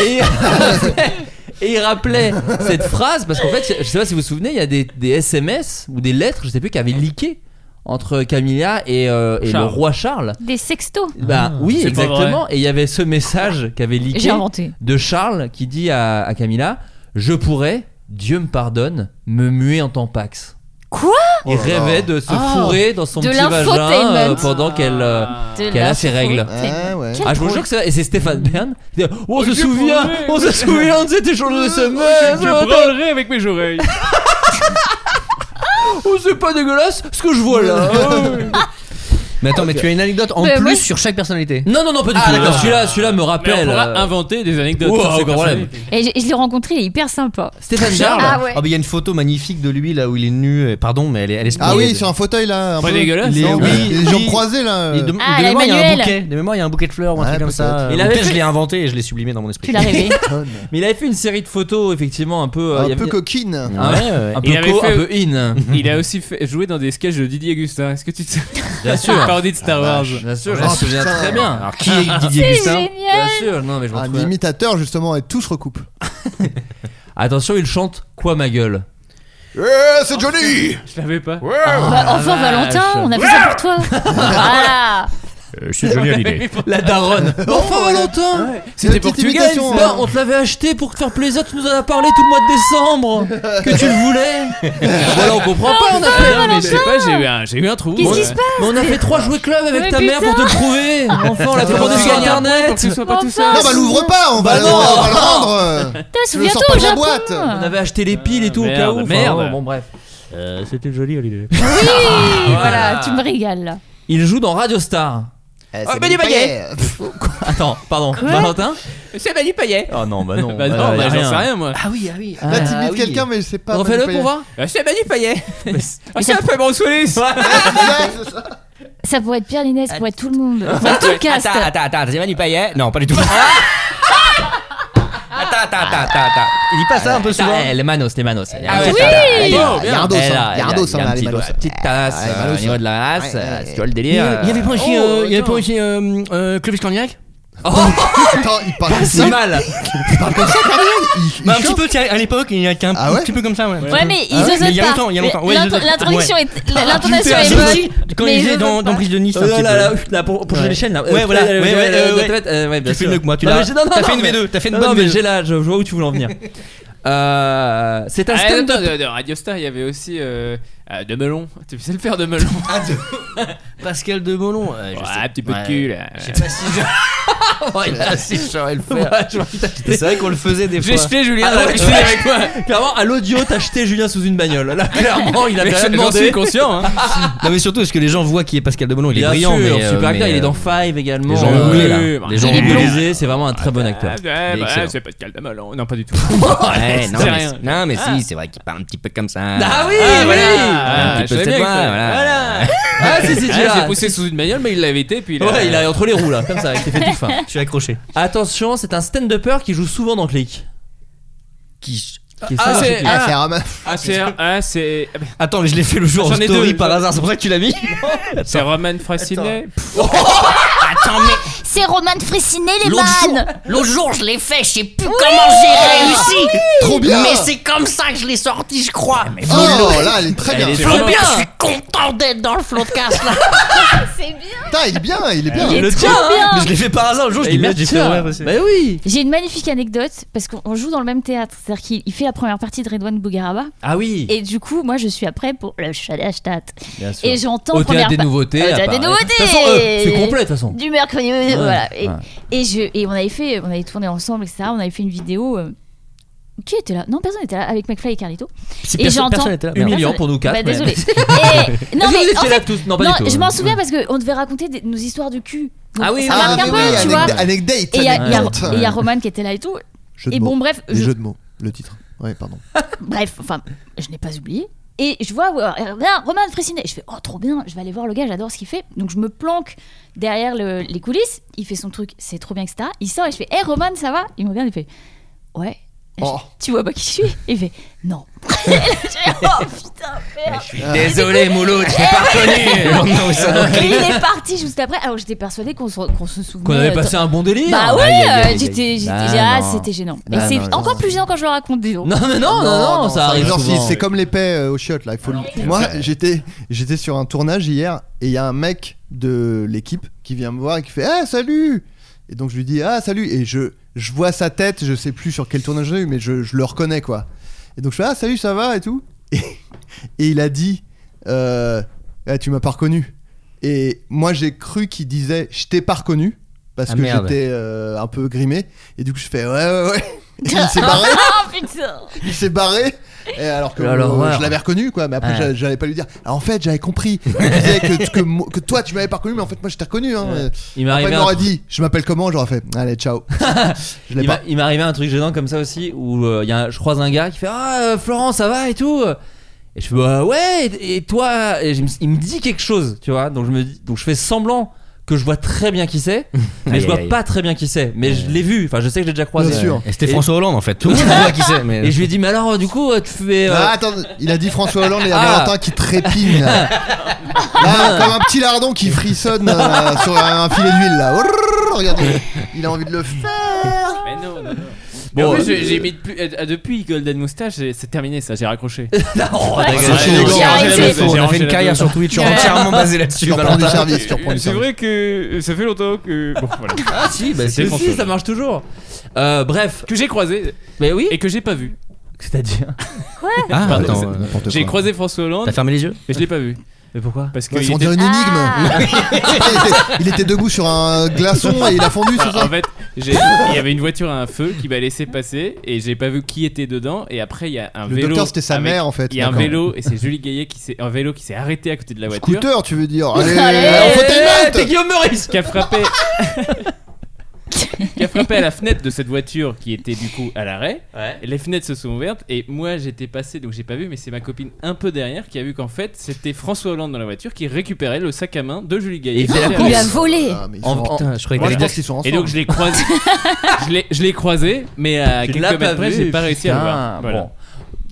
I: et, et il rappelait cette phrase parce qu'en fait, je sais pas si vous vous souvenez, il y a des, des SMS ou des lettres, je sais plus, qui avaient leaké entre Camilla et, euh, et le
C: Charles.
I: roi Charles.
J: Des sextos.
I: Bah
H: Ah.
I: oui,
C: C'est pas
I: exactement. Et il y avait ce message qu'avait leaké
J: J'ai inventé.
I: de Charles qui dit à, à Camilla Je pourrais, Dieu me pardonne, me muer en tampax.
J: Quoi
I: Il
H: Oh là là.
I: rêvait de se
J: Ah.
I: fourrer dans son
J: De
I: petit vagin
J: l'infotainment.
I: euh, pendant qu'elle. euh,
J: De
I: Qu'elle a
J: la
I: ses règles.
H: Ah, ouais.
J: Quel
I: ah, je vous
J: drôle.
I: jure que c'est et c'est Stéphane Bern. qui dit, Oh, on se
C: Dieu
I: souvient,
C: pourrait.
I: on se souvient de cet échange de
C: Je
I: SMS.
C: je branlerai avec mes oreilles.
I: Ah, Oh, c'est pas dégueulasse ce que je vois là.
E: Mais attends, mais tu as une anecdote en
J: Mais
E: plus
J: moi-
E: sur chaque personnalité.
I: non, non, non, pas du
E: Ah,
I: tout.
E: d'accord.
I: Celui-là, celui-là me
C: Mais on
I: rappelle.
C: pourra
I: euh,
C: inventer des anecdotes.
I: Wow,
C: sur ces
I: aucun problème.
C: personnalités.
J: Et je, je l'ai rencontré, il est hyper sympa.
I: Stéphane
C: Charles.
I: Bern.
J: Ah ouais.
E: Ah, bah, il y a une photo magnifique de lui là où il est nu. et- Pardon, mais elle est, elle est
H: Ah
E: splendide.
H: oui, sur un fauteuil là. un
C: Pas
H: peu.
C: dégueulasse, hein.
H: Il est-
C: non
H: oui,
E: Oui,
H: Les gens
E: oui.
H: croisés là.
E: Et de, de mémoire, il
J: Ah,
E: y a un
J: l'Emmanuel.
E: bouquet. De mémoire, il y a un bouquet de fleurs ou un
H: Ouais,
E: truc comme ça.
H: peut-être.
I: Il
E: Ou
I: avait
E: peut-être
I: fait-
E: je l'ai inventé et je l'ai sublimé dans mon esprit.
J: Tu l'as rêvé.
H: Conne.
I: Mais il avait fait une série de photos, effectivement, un peu. euh, il y
H: Un
I: avait-
H: peu coquine.
I: Ah ouais, ouais.
C: Un peu Il avait co, fait- un peu
I: in.
C: Il a aussi fait- joué dans des sketchs de Didier Gustin. Est-ce que tu te souviens
I: Bien sûr. Ah,
C: Parodie de Star Wars.
I: Bien sûr, je
H: Oh,
I: me souviens
H: putain.
I: très bien.
E: Alors, qui est Didier
J: C'est
E: Gustin
J: génial.
I: Bien sûr, non mais je m'en
H: Un
I: souviens.
H: imitateur justement et tout se recoupe.
I: Attention, il chante quoi ma gueule
H: Eh, c'est Johnny
C: Je l'avais pas.
J: Bah, enfin, Valentin, on a fait ça pour toi. voilà.
E: C'est joli à l'idée.
I: La daronne. enfin Valentin
H: C'était
I: pour que tu gagnes,
H: hein. euh.
I: ça. on te l'avait acheté pour te faire plaisir, tu nous en as parlé tout le mois de décembre que tu le voulais. voilà, on comprend pas, on a fait
C: Mais je sais pas, j'ai eu un, j'ai eu un trou.
J: Qu'est-ce
C: Ouais.
J: qui se passe
I: Mais on a fait trois jouets club avec
J: Mais
I: ta mère pour te le prouver. Enfin, on l'a
H: Putain.
I: commandé sur
C: Pour
H: Gagner un
C: que
I: internet.
C: ce soit pas tout ça.
J: Enfin.
H: Non, bah l'ouvre pas, on
I: Bah
H: va, le-
I: non.
H: on va le rendre. euh,
J: Putain,
H: le
J: souviens-toi
H: sors pas
J: au
H: de la
J: Japon.
H: boîte.
I: On avait acheté les piles et tout
C: Merde,
I: au cas où. Enfin,
C: merde.
I: bon, bon, bref.
C: C'était joli, Olivier.
J: Oui,
H: Ah,
I: voilà.
J: voilà, tu me régales là.
I: Il joue dans Radio Star.
H: Eh,
I: Ah,
H: c'est
I: Benny
H: Benny
I: Baguet.
H: Baguet.
I: attends, pardon.
C: Quoi
I: Valentin
C: C'est Manu Payet.
I: Oh non, bah non.
C: Bah non, bah, j'en sais rien, moi. Ah oui, ah oui.
I: Là, t'imites quelqu'un, mais
H: c'est
I: pas Refais-le Manu Payet. pour voir.
C: C'est Manu Payet. Ah, c'est après Bruce Willis.
J: Ça pourrait être Pierre Linès, pour être tout le monde. Enfin, tout le cast.
E: Attends, attends, attends, c'est Manu Payet Non, pas du tout. Attends, attends, attends, attends, attends. Il dit pas ça un peu souvent Les manos, les manos.
H: Ah ouais,
E: oui
H: ça, là, il y a- il y a un dos, hein. Il y a un dos, hein, là, les
E: Petite
H: manos.
E: petite tasse
H: les
E: euh,
H: manos.
E: au niveau de la race. euh, Tu vois le
K: Il y
E: délire.
K: avait pas aussi,
E: euh,
K: euh, il y avait pas aussi euh, euh, Clovis Cornillac
H: Attends, il
K: Pas
H: parle comme
K: si
H: ça.
K: mal.
H: Il parle comme ça, Carmen
K: Bah, un petit peu, tu sais, à l'époque, il y a qu'un
H: Ah ouais
K: petit peu comme ça, ouais.
J: Ouais, mais
K: Ah
J: ils osent
K: Mais il y a
J: pas.
K: longtemps, il y a
J: Mais
K: longtemps. Ouais,
J: l'into-
K: je-
J: l'introduction
K: ouais.
J: est- la- l'intonation
K: Ah,
J: est
K: je
J: bonne,
K: sais, Quand
J: mais
K: il
J: ils
K: disait
J: osent
K: dans
J: pas.
K: dans Prise de Nice, un
I: Euh,
K: petit peu.
I: là, là, là, pour- pour changer les chaînes, là. Euh,
K: Ouais, voilà.
I: euh,
K: ouais, ouais,
I: euh, euh,
K: ouais,
I: euh,
K: ouais.
I: euh, ouais, bien
K: Tu fais
I: sûr.
K: mieux que moi. Tu
I: Non,
K: l'as.
I: mais j'ai- non, non,
K: T'as
I: non,
K: fait une
I: mais-
K: V2. T'as fait une
I: Non,
K: bonne
I: mais
K: V2.
I: j'ai là, je je vois où tu voulais en venir. Euh, C'est un
C: Ah,
I: stand
C: attends, de, de Radio Star, il y avait aussi euh, euh, de melon. Tu sais le faire de melon
I: Ah,
K: Pascal de Molon. euh, Ouais,
C: un petit peu de cul. Là.
K: Je sais pas si je.
E: Ouais, là, si je saurais le faire.
I: Ouais, je vais t'acheter.
E: C'est vrai qu'on le faisait des
I: J'ai
E: fois.
I: jeté Julien
E: Ah
I: dans la
E: ouais.
I: cuisine avec moi. Clairement, à l'audio, t'as jeté Julien sous une bagnole. Là, clairement, il a
E: Mais
I: bien
E: je m'en
I: regardé.
E: suis conscient, hein.
I: Non, mais surtout,
E: Parce que les gens voient qui est Pascal de Molon, il est
I: Bien
E: brillant,
I: sûr,
E: mais. euh,
I: super
E: mais,
I: acteur, il est
E: euh,
I: dans Five également.
E: les gens l'ont oublié, là. Les gens
I: il
E: l'ont
I: est
E: oublié.
I: médiatisé, c'est vraiment un très bon acteur.
C: Ouais, bah,
I: Il est excellent.
C: c'est pas de calme de melon. Non, pas du tout.
E: Ouais, non,
C: C'est
E: mais,
C: rien.
E: non, mais
C: Ah.
E: si, c'est vrai qu'il parle un petit peu comme ça.
I: bah,
C: Ah oui,
E: Ah,
C: oui.
E: voilà.
C: Ah,
E: Un petit
C: je
E: peu
C: savais bien
E: cette
C: que
E: voix,
C: ça-
E: voilà.
C: Ah, si, si,
I: Ah,
C: tu l'as.
I: il s'est
C: poussé sous une bagnole, mais il l'avait été. Puis
I: il a-
C: ouais, il est entre les roues, là,
I: comme ça, il s'est fait tout fin.
E: Je suis accroché.
I: Attention, c'est un stand-upper qui joue souvent dans Click.
E: Qui
I: Qui est
C: Ah,
I: souvent
C: c'est-
I: chez Click.
C: ah, c'est Romain. Ah, c'est. Ah, c'est.
E: Attends, mais je l'ai fait le
I: Ah,
E: jour en
C: J'en ai
E: story
C: deux.
E: par hasard, c'est pour ça que tu l'as mis.
C: C'est Roman Frassinet.
J: Attends, mais. C'est Roman Frissinet, les
K: L'autre
J: man
K: L'autre jour, je l'ai fait, je sais plus
J: Oui.
K: comment j'ai réussi.
I: Ah,
J: Oui.
H: Trop bien.
K: Mais c'est comme ça que je l'ai sorti, je
I: Eh
K: crois.
I: ben,
K: Mais
H: Oh, là, elle est très bien.
K: Flo, bien. Je suis content d'être dans le flot de casse là.
H: Putain, il est bien, il est bien.
J: Il est Le trop tien, hein. bien. Mais je l'ai
E: fait par hasard le jour,
I: je l'ai mis, je l'ai fait, ouais, c'est- Eh, Bah oui
J: J'ai une magnifique anecdote parce qu'on on joue dans le même théâtre. C'est-à-dire qu'il il fait la première partie de Redouane Bougaraba.
I: Ah oui
J: Et du coup, moi, je suis après pour le chalet Ashtat.
I: Bien sûr.
J: Et j'entends.
I: Au théâtre
J: première
I: des
J: pa-
I: nouveautés,
J: Au théâtre
I: à
J: des
I: Paris.
J: nouveautés.
I: De toute façon, euh, c'est complet, de toute façon.
J: Du mercredi. euh,
I: Ouais,
J: voilà. Et,
I: ouais.
J: et je, et on avait fait, on avait tourné ensemble, etc. On avait fait une vidéo. euh, qui était là Non, personne n'était là avec McFly et Carlito.
I: Si
J: Et
I: perso-
J: j'entends.
I: personne n'était là, merde. Humiliant pour nous quatre,
J: Bah,
I: mais-
J: désolé.
I: Est-ce
J: Et... Non,
I: que vous
J: mais. en
I: étiez là
J: fait-
I: tous Non, pas du tout. hein.
J: Je m'en souviens
I: Ouais.
J: parce qu'on devait raconter des- nos histoires de cul. Donc,
I: Ah oui,
J: ça
I: oui,
J: marque
I: oui,
J: un peu,
I: oui,
J: tu
I: anecdate,
J: vois.
H: anecdate,
J: Et il y a- il y a-
H: anecdate.
J: et il y a Roman qui était là et tout.
H: Jeu de
J: Et
H: mots.
J: bon, bref,
H: Les
J: je-
H: jeux de mots, le titre. Ouais, pardon.
J: Bref, enfin, je n'ai pas oublié. Et je vois, ouais, euh, là, Roman Frissinet. Je fais, oh, trop bien, je vais aller voir le gars, j'adore ce qu'il fait. Donc je me planque derrière le- les coulisses, il fait son truc, c'est trop bien, etc. Il sort et je fais, hé, Roman, ça va Il me regarde, il fait, ouais. Et je fais,
K: Oh.
J: Tu vois pas qui je suis Et Il fait, non. Et là, je fais, oh, putain, merde.
E: Désolé, Mouloud, je t'ai pas reconnu. Le lendemain, oui, ça doit-
J: Et il est parti juste après. Alors j'étais persuadée qu'on se, qu'on se souvenait.
I: Qu'on avait
J: euh,
I: passé
J: tant-
I: un bon délire.
J: Bah oui,
I: Aïe, aïe, aïe,
J: euh,
I: aïe.
J: j'étais, j'étais,
I: Ah,
J: ah,
I: non.
J: c'était gênant. Et
H: Ah,
J: c'est
H: non,
J: encore plus gênant quand je le raconte, dis donc.
I: Non, non, non, non, non, ça arrive
H: Genre, si
I: souvent.
H: c'est comme les paix euh, aux chiottes là, il faut le- Moi, j'étais j'étais sur un tournage hier et il y a un mec de l'équipe qui vient me voir et qui fait "Ah, salut." Et donc je lui dis "Ah, salut." Et je je vois sa tête, je sais plus sur quel tournage j'ai eu mais je, je le reconnais quoi. Et donc je fais "Ah, salut, ça va et tout." Et, et il a dit euh, Ah, tu m'as pas reconnu." Et moi, j'ai cru qu'il disait "Je t'ai pas reconnu." Parce
E: Ah,
H: que
E: merde.
H: j'étais euh, un peu grimé et du coup je fais ouais ouais ouais Et il s'est barré
J: Ah, putain.
H: il s'est barré et alors que
E: Oh,
H: euh,
E: l'horreur.
H: je l'avais reconnu quoi mais après
E: Ouais.
H: j'a- j'allais pas lui dire Alors, en fait j'avais compris Il me disait que, que, mo- que toi tu m'avais pas reconnu mais en fait moi je t'ai reconnu hein. Euh,
I: Il m'est
H: après,
I: arrivé
H: il
I: un
H: m'aurait
I: truc.
H: dit je m'appelle comment j'aurais fait allez ciao je l'ai
I: Il
H: pas
I: m'a- il m'est arrivé un truc gênant comme ça aussi où euh, il y a un- je croise un gars qui fait Ah, euh, Florent, ça va et tout Et je fais Bah ouais, et, et toi Et je me- Il me dit quelque chose, tu vois. Donc je, me dis, donc je fais semblant que je vois très bien qui c'est, mais
E: Aïe,
I: je vois
E: aïe.
I: pas très bien qui c'est. Mais je l'ai vu, enfin je sais que j'ai déjà croisé.
H: Bien sûr.
E: Et c'était François Hollande en fait. Tout le monde voit qui c'est. Mais...
I: Et je lui ai dit Mais alors, euh, du coup, euh, tu fais. euh,
H: Ah, attends, il a dit François Hollande et il y a
I: Ah.
H: Valentin qui trépigne. Là, Là, comme un petit lardon qui frissonne euh, sur un filet d'huile là. Ourrrr, regardez, il a envie de le faire.
C: Mais non, non, non.
I: Bon,
C: Bon, en plus,
I: euh,
C: j'ai- j'ai mis depuis, euh, depuis Golden Moustache, j'ai- c'est terminé ça, j'ai raccroché.
I: Non,
C: Ouais,
I: d'accord.
C: c'est
I: C'est
C: élégant,
I: chiant,
C: j'ai
I: c'est
C: raccroché.
I: faux.
C: J'ai
I: On a fait
C: raccroché
I: une
C: la
I: carrière
C: dose.
I: sur Twitch entièrement basée là-dessus.
H: Tu reprends du
I: Valentin.
H: service, tu reprends du
C: C'est
H: service.
C: vrai que ça fait longtemps que. Bon, voilà.
I: Ah si, bah
C: C'était
I: si,
C: François.
I: si, ça marche toujours. Euh, bref,
C: Que j'ai croisé
I: mais oui.
C: et que j'ai pas vu.
I: C'est-à-dire
E: Ah,
C: Pardon,
E: attends,
C: c'est-
E: euh, n'importe
C: J'ai
E: quoi.
C: croisé François Hollande,
E: T'as fermé les yeux
C: mais je l'ai pas vu.
I: Mais pourquoi
C: Parce que
H: Ouais,
C: il
H: c'est on
C: était-
H: dirait une
A: Ah.
H: énigme. il,
I: Ah.
H: était, il était debout sur un glaçon et il a fondu, c'est
C: en
H: ça
C: fait, j'ai- il y avait une voiture à un feu qui m'a laissé passer et j'ai pas vu qui était dedans. Et après, il y a un
H: Le
C: vélo.
H: docteur, c'était sa
C: avec-
H: mère, en fait,
C: Il y a un
H: d'accord.
C: vélo et c'est Julie Gaillet qui s'est un vélo qui s'est arrêté à côté de la voiture.
H: Scooter, tu veux dire Allez,
J: Allez,
H: bah, on
I: Eh,
H: fait
I: T'es
H: une note
I: Guillaume Meurice
C: qui a frappé frappé à la fenêtre de cette voiture qui était du coup à l'arrêt. Et Les fenêtres se sont ouvertes et moi j'étais passé donc j'ai pas vu mais c'est ma copine un peu derrière qui a vu qu'en fait c'était François Hollande dans la voiture qui récupérait le sac à main de Julie Gaillet.
E: il fait la
J: Il a volé
H: Ah,
I: Oh,
E: En- putain, je croyais
C: Moi,
E: que
C: pense- Et donc je l'ai croisé. je l'ai- je l'ai croisé mais à
E: Tu
C: quelques
E: l'as
C: mètres
E: pas
C: après
E: vu,
C: j'ai pas réussi à le
E: putain,
C: voir. euh, Voilà.
E: bon.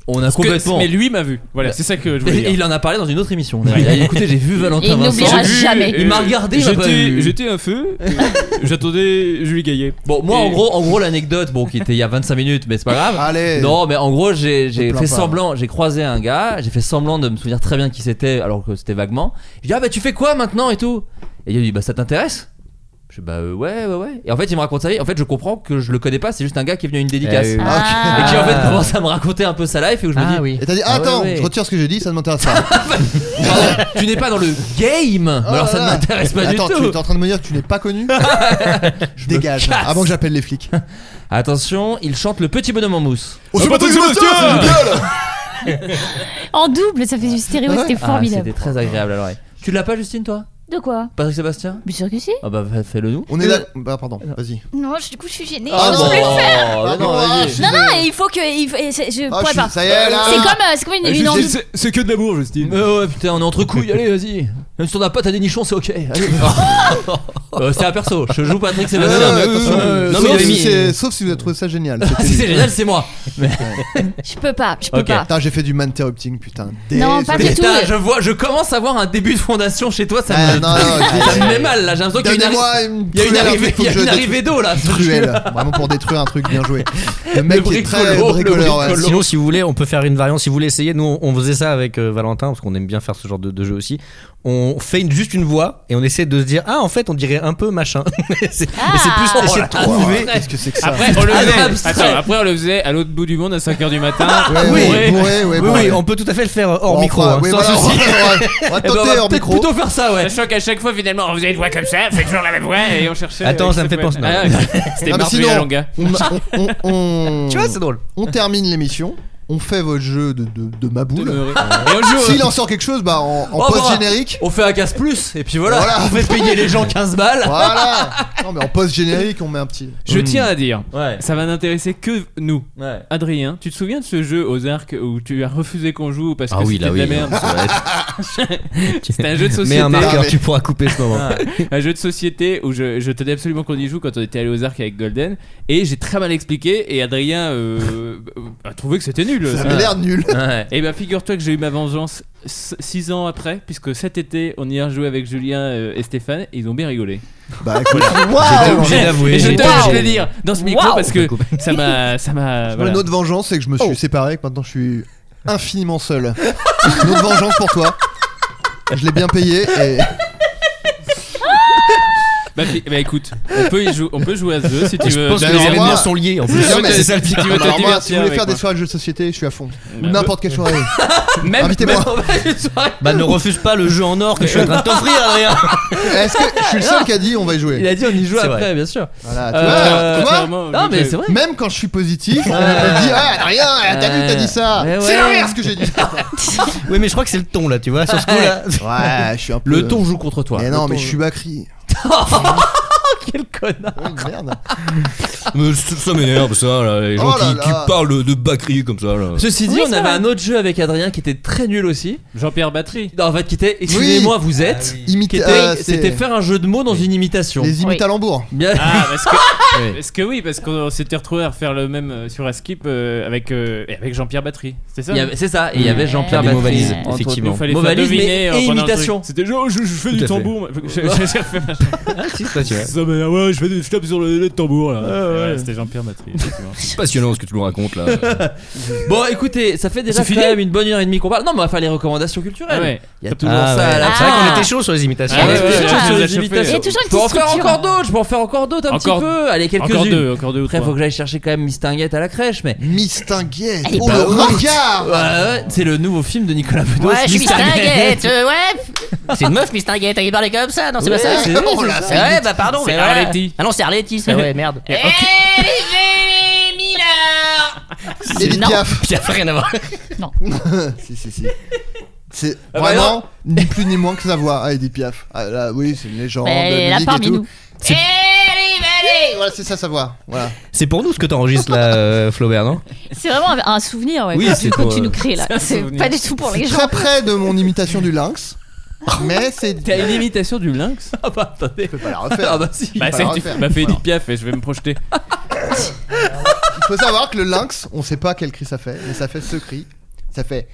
E: On a
C: Parce que-
E: complètement.
C: mais lui m'a vu. Voilà, c'est ça que je voulais
I: Et-
C: dire.
I: et il en a parlé dans une autre émission. Il a dit, écoutez, j'ai vu Valentin
J: Il
I: Vincent.
J: n'oubliera
I: J'ai vu-
J: jamais.
I: Il m'a regardé, il m'a pas
C: J'étais-
I: vu.
C: J'étais un feu. euh, J'attendais Julie Gaillet.
I: Bon, moi,
C: Et-
I: en gros, en gros, l'anecdote, bon, qui était il y a 25 minutes, mais c'est pas grave.
H: Allez.
I: Non, mais en gros, j'ai j'ai
H: plains
I: fait
H: pas.
I: semblant, j'ai croisé un gars, j'ai fait semblant de me souvenir très bien qui c'était, alors que c'était vaguement. J'ai dit, ah bah tu fais quoi maintenant et tout Et il a dit, bah ça t'intéresse je dis, bah euh, ouais, ouais, ouais. Et en fait, il me raconte sa vie. En fait, je comprends que je le connais pas, c'est juste un gars qui est venu à une dédicace.
H: Eh oui. Ah, ok.
I: Et qui en fait
H: Ah.
I: commence à me raconter un peu sa life et où je me dis.
H: Et t'as dit,
I: Ah ouais,
H: attends,
I: ouais.
H: je retire ce que j'ai dit, ça ne m'intéresse pas.
I: tu n'es pas dans le game
H: Oh
I: Alors
H: là
I: ça ne
H: là.
I: m'intéresse pas
H: Attends,
I: du
H: tu
I: tout.
H: es en train de me dire que tu n'es pas connu
I: Je me
H: Dégage,
I: casse.
H: avant que j'appelle les flics.
I: Ah, Attention, il chante le petit bonhomme en mousse.
H: Oh, c'est Patrick Sébastien, c'est génial
J: En double, ça fait du stéréo, c'était
I: Ah,
J: formidable.
I: C'était très agréable à l'oreille. Tu l'as pas, Justine, toi
J: De quoi
I: Patrick Sébastien
J: Bien sûr que si.
I: Ah bah fais- fais-le nous.
H: On est là. Bah, pardon,
I: euh,
H: vas-y.
I: oh,
J: Non, je- du coup, je suis gênée.
I: Ah
J: je
I: bon,
J: peux le faire.
I: bah
H: bon,
I: non,
H: ah,
I: vas-y.
H: je-
J: Non, non, il faut que. Il faut- et c'est- je
H: Ah,
J: pourrais
H: je suis-
J: pas.
H: ça y est, là.
J: C'est
I: Ah,
J: comme, euh, c'est comme une, une envie.
C: que de l'amour, Justine.
I: Euh, ouais, putain, on est entre couilles, allez, vas-y. Même si on n'a pas, t'as des nichons, c'est ok. allez. Euh, c'est un perso, je joue Patrick Sébastien.
H: Ouais, ouais, Ah, attention.
I: non, mais il
H: Euh, sauf,
I: avait
H: si
I: mis- Ah,
H: c'est- sauf si vous avez trouvé ça génial. C'était-
I: Si c'est génial, c'est moi.
J: Je peux pas, je peux
I: Ok.
J: pas.
H: Putain, j'ai fait du man-interrupting, putain.
J: Non, pas
H: Désolé.
J: du tout.
I: Putain, je vois, je commence à voir un début de fondation chez toi, ça
H: Ah,
I: me,
H: non, non,
I: ça me met mal là. J'ai l'impression qu'il y a une,
H: Donnez-moi
I: arri-
H: une
I: il y a une
H: truelle,
I: arrivée,
H: faut
I: il y a
H: que je
I: une
H: dé-
I: arrivée d'eau là.
H: Truelle, vraiment pour détruire un truc bien joué. Le mec
I: Le
H: est très
I: bricolo, le
H: bricoleur. ouais.
I: bricolo.
E: Sinon, si vous voulez, on peut faire une variante. Si vous voulez essayer, nous, on- on faisait ça avec euh, Valentin parce qu'on aime bien faire ce genre de, de jeu aussi. On fait une- juste une voix et on essaie de se dire ah en fait on dirait un peu machin. Et c'est et c'est plus
J: Ah.
E: essayer de
H: Oh,
E: trouver.
H: Qu'est-ce que c'est que ça
C: Après, on le
I: Ah,
C: faisait.
I: abstrait.
C: Attends, après, on le faisait à l'autre bout du monde à 5h du matin.
H: Ouais,
C: bourré.
H: ouais, Ah, bourré, ouais,
E: Oui,
H: bourré.
E: oui, on peut tout à fait le faire hors
H: Bon,
E: micro.
H: enfin,
E: hein,
H: oui,
E: sans
H: voilà,
E: souci.
H: on va- on va
I: Eh ben, on
H: tenter
I: va
H: hors
I: peut-être
H: micro. Ah,
I: plutôt faire ça, ouais.
C: Sachant qu'à chaque fois, finalement, on faisait une voix comme ça, on fait toujours la même voix et on cherchait.
E: Attends,
C: avec
E: ça me
C: cette
E: fait penser, non.
C: voix. Ah, ok. C'était
H: Ah, mais
C: Marcella
H: sinon,
C: Longa.
H: on, on- on- on-
E: Tu vois, c'est drôle.
H: on termine l'émission, on fait votre jeu de, de, de ma boule.
C: Et on joue.
H: S'il en sort quelque chose, bah en, en
I: Oh, bah.
H: post-générique.
I: On fait un casse plus et puis voilà,
H: Voilà.
I: on fait payer les gens 15 balles.
H: Voilà Non mais en post-générique, on met un petit.
C: Je tiens à dire,
I: Ouais.
C: ça va n'intéresser que nous.
I: Ouais.
C: Adrien, tu te souviens de ce jeu aux arcs où tu as refusé qu'on joue
I: Ah
C: parce que
E: Ah
C: c'était de la merde C'était un jeu de société.
E: Mais Ah. un marqueur,
H: mais-
E: tu pourras couper ce moment.
C: un jeu de société où je, je tenais absolument qu'on y joue quand on était allé aux arcs avec Golden et j'ai très mal expliqué et Adrien euh, a trouvé que c'était nul.
H: Ça avait l'air nul.
I: Ouais.
C: Et bah figure-toi que j'ai eu ma vengeance 6 ans après puisque cet été on y a rejoué avec Julien euh, et Stéphane et ils ont bien rigolé.
H: Bah écoute,
E: J'étais
H: waouh
E: obligé d'avouer.
C: et je
E: j'étais
C: tenais à le
E: obligé.
C: dire dans ce micro
E: Waouh.
C: parce que ça m'a ça m'a voilà.
H: Une autre vengeance, c'est que je me suis séparé, que maintenant je suis infiniment seul. Une autre vengeance pour toi. Je l'ai bien payé et.
C: Bah, fi- bah, écoute, on peut y jouer on peut jouer à ce jeu si tu
E: Je
C: veux. Bah,
E: pense que
C: Alors,
E: les
H: moi-
E: événements sont liés en plus.
H: Non, mais-
E: C'est ça le
C: Si
E: pire.
C: tu veux te
H: Alors moi, si
C: divertir
H: vous voulez
C: avec
H: faire des
C: moi.
H: soirées de jeux de société, je suis à fond.
C: Bah,
H: N'importe quelle soirée.
C: Même,
H: Invitez-moi.
C: même-
E: Bah ne refuse pas le jeu en or que je suis en train de t'offrir, Adrien.
H: Est-ce que je suis le seul qui a dit on va y
I: Il
H: jouer
I: a dit on y joue
E: C'est
I: après,
E: vrai.
I: bien sûr.
H: Voilà, tu
I: Euh,
H: vois, tu vois
C: Contrairement au
I: Non,
C: jeu
I: mais
C: que-
I: c'est vrai.
H: même quand je suis positif, on me dit ah rien, t'as vu, t'as dit ça.
I: Ouais,
H: C'est
I: ouais.
H: l'inverse ce que j'ai dit.
E: Oui, mais je crois que c'est le ton là, tu vois, sur ce coup là.
H: Ouais, je suis un peu.
I: Le ton joue contre toi.
H: Mais non, mais je suis bacri.
I: Quel connard.
H: Oui, merde.
E: Mais ça ça m'énerve ça là, les gens
H: Oh là
E: qui,
H: là.
E: qui parlent de Bakri comme ça là.
I: Ceci dit,
J: Oui,
I: on
J: c'est
I: avait
J: vrai.
I: un autre jeu avec Adrien qui était très nul aussi.
C: Jean-Pierre Battery.
I: Non, en fait, qui était, excusez-moi, vous
C: Ah
I: êtes.
H: Imite-
I: qui était-
H: euh, c'est-
I: C'était faire un jeu de mots dans une imitation.
H: Les imites à l'embourg.
I: Bien-
C: Ah, parce que,
I: Oui.
C: parce que oui, parce qu'on s'était retrouvé à refaire le même euh, sur Askip euh, avec, euh, et avec Jean-Pierre Battery. C'est ça
I: Il y avait- C'est ça, et il y avait Jean-Pierre
E: Des
I: Bacri,
E: mauvaises,
I: entre autres.
E: effectivement.
C: Il fallait
I: Mauvaise,
C: faire deviner
I: mais-
C: euh,
I: et
C: pendant un
I: imitation.
C: truc. C'était genre, je, je fais
E: Tout
C: du
E: à fait.
C: tambour. mais- Je, je- j'ai refait ma chanson. Ça, mais, ah ouais, je, fais du- je tape sur le, le tambour. Là. Et voilà, C'était Jean-Pierre Battery. effectivement.
E: C'est passionnant ce que tu nous racontes là.
I: Bon, écoutez, ça fait déjà
C: C'est
I: quand
C: fini
I: même une bonne heure et demie qu'on parle. Non, mais on va faire les recommandations culturelles.
C: Ah ouais.
I: Il y a toujours
E: Ah,
I: ça à
E: ouais.
I: la
E: C'est vrai
I: fin.
E: qu'on était chaud sur les imitations.
C: Ah,
I: Il y a
C: ouais,
I: toujours
C: ouais, ouais,
I: sur les
C: ouais,
I: imitations.
C: ouais, ouais.
J: Il y a toujours
I: Je
J: une
I: peux en
J: petite
I: faire
J: structure.
I: encore d'autres, je peux en faire encore d'autres un
C: Encore-
I: petit peu. Allez,
C: Encore
I: quelques-unes.
C: deux, encore deux ou
I: Après,
C: trois.
I: faut que j'aille chercher quand même Miss Tinguette à la crèche, mais.
H: Mistinguette.
J: Elle est
H: Oh
J: pas
H: le
J: morte.
H: regard.
I: Ouais, ouais, c'est le nouveau film de Nicolas Bedos.
K: Ouais, je suis
I: Miss Tinguette.
K: Mistinguette, euh, ouais. C'est une meuf Mistinguette, elle parlait comme ça, non, c'est
I: Ouais,
K: pas ça
I: c'est-
K: Ouais,
I: Oh c'est
K: c'est- Ouais, bah pardon,
C: C'est
K: mais voilà.
C: Arletty.
K: Ah non, c'est Arletty, ça, ouais, merde.
C: Et- ok.
K: Hervé Miller
H: Edith
K: Non.
H: Piaf.
K: Ça n'a rien à voir.
H: si si si. C'est
I: Ah, bah,
H: vraiment ni plus hein, ni moins que sa voix, ah, Edith Piaf. Ah, là, oui, c'est une légende.
J: Mais elle est là
H: musique et
J: parmi
H: tout.
J: nous.
K: Hervé
H: Hey Voilà, c'est ça sa voix. Voilà.
E: C'est pour nous ce que t'enregistres là, euh, Flaubert, non
J: C'est vraiment un, un souvenir ouais,
E: Oui,
J: que,
E: c'est
J: tu, que
E: pour,
J: tu nous
E: euh,
J: crées là.
E: c'est un
J: C'est
E: souvenir.
J: pas du tout pour les gens.
H: Très près de mon imitation du lynx. Mais c'est.
C: T'as une imitation du lynx Ah bah attendez.
H: pas la refaire.
C: Ah bah si.
H: Je peux
C: Bah
H: pas
C: c'est
H: la
C: tu
H: refaire.
C: m'as fait Edith Piaf et je vais me projeter.
H: Il faut savoir que le lynx, on sait pas quel cri ça fait, mais ça fait ce cri. Ça fait.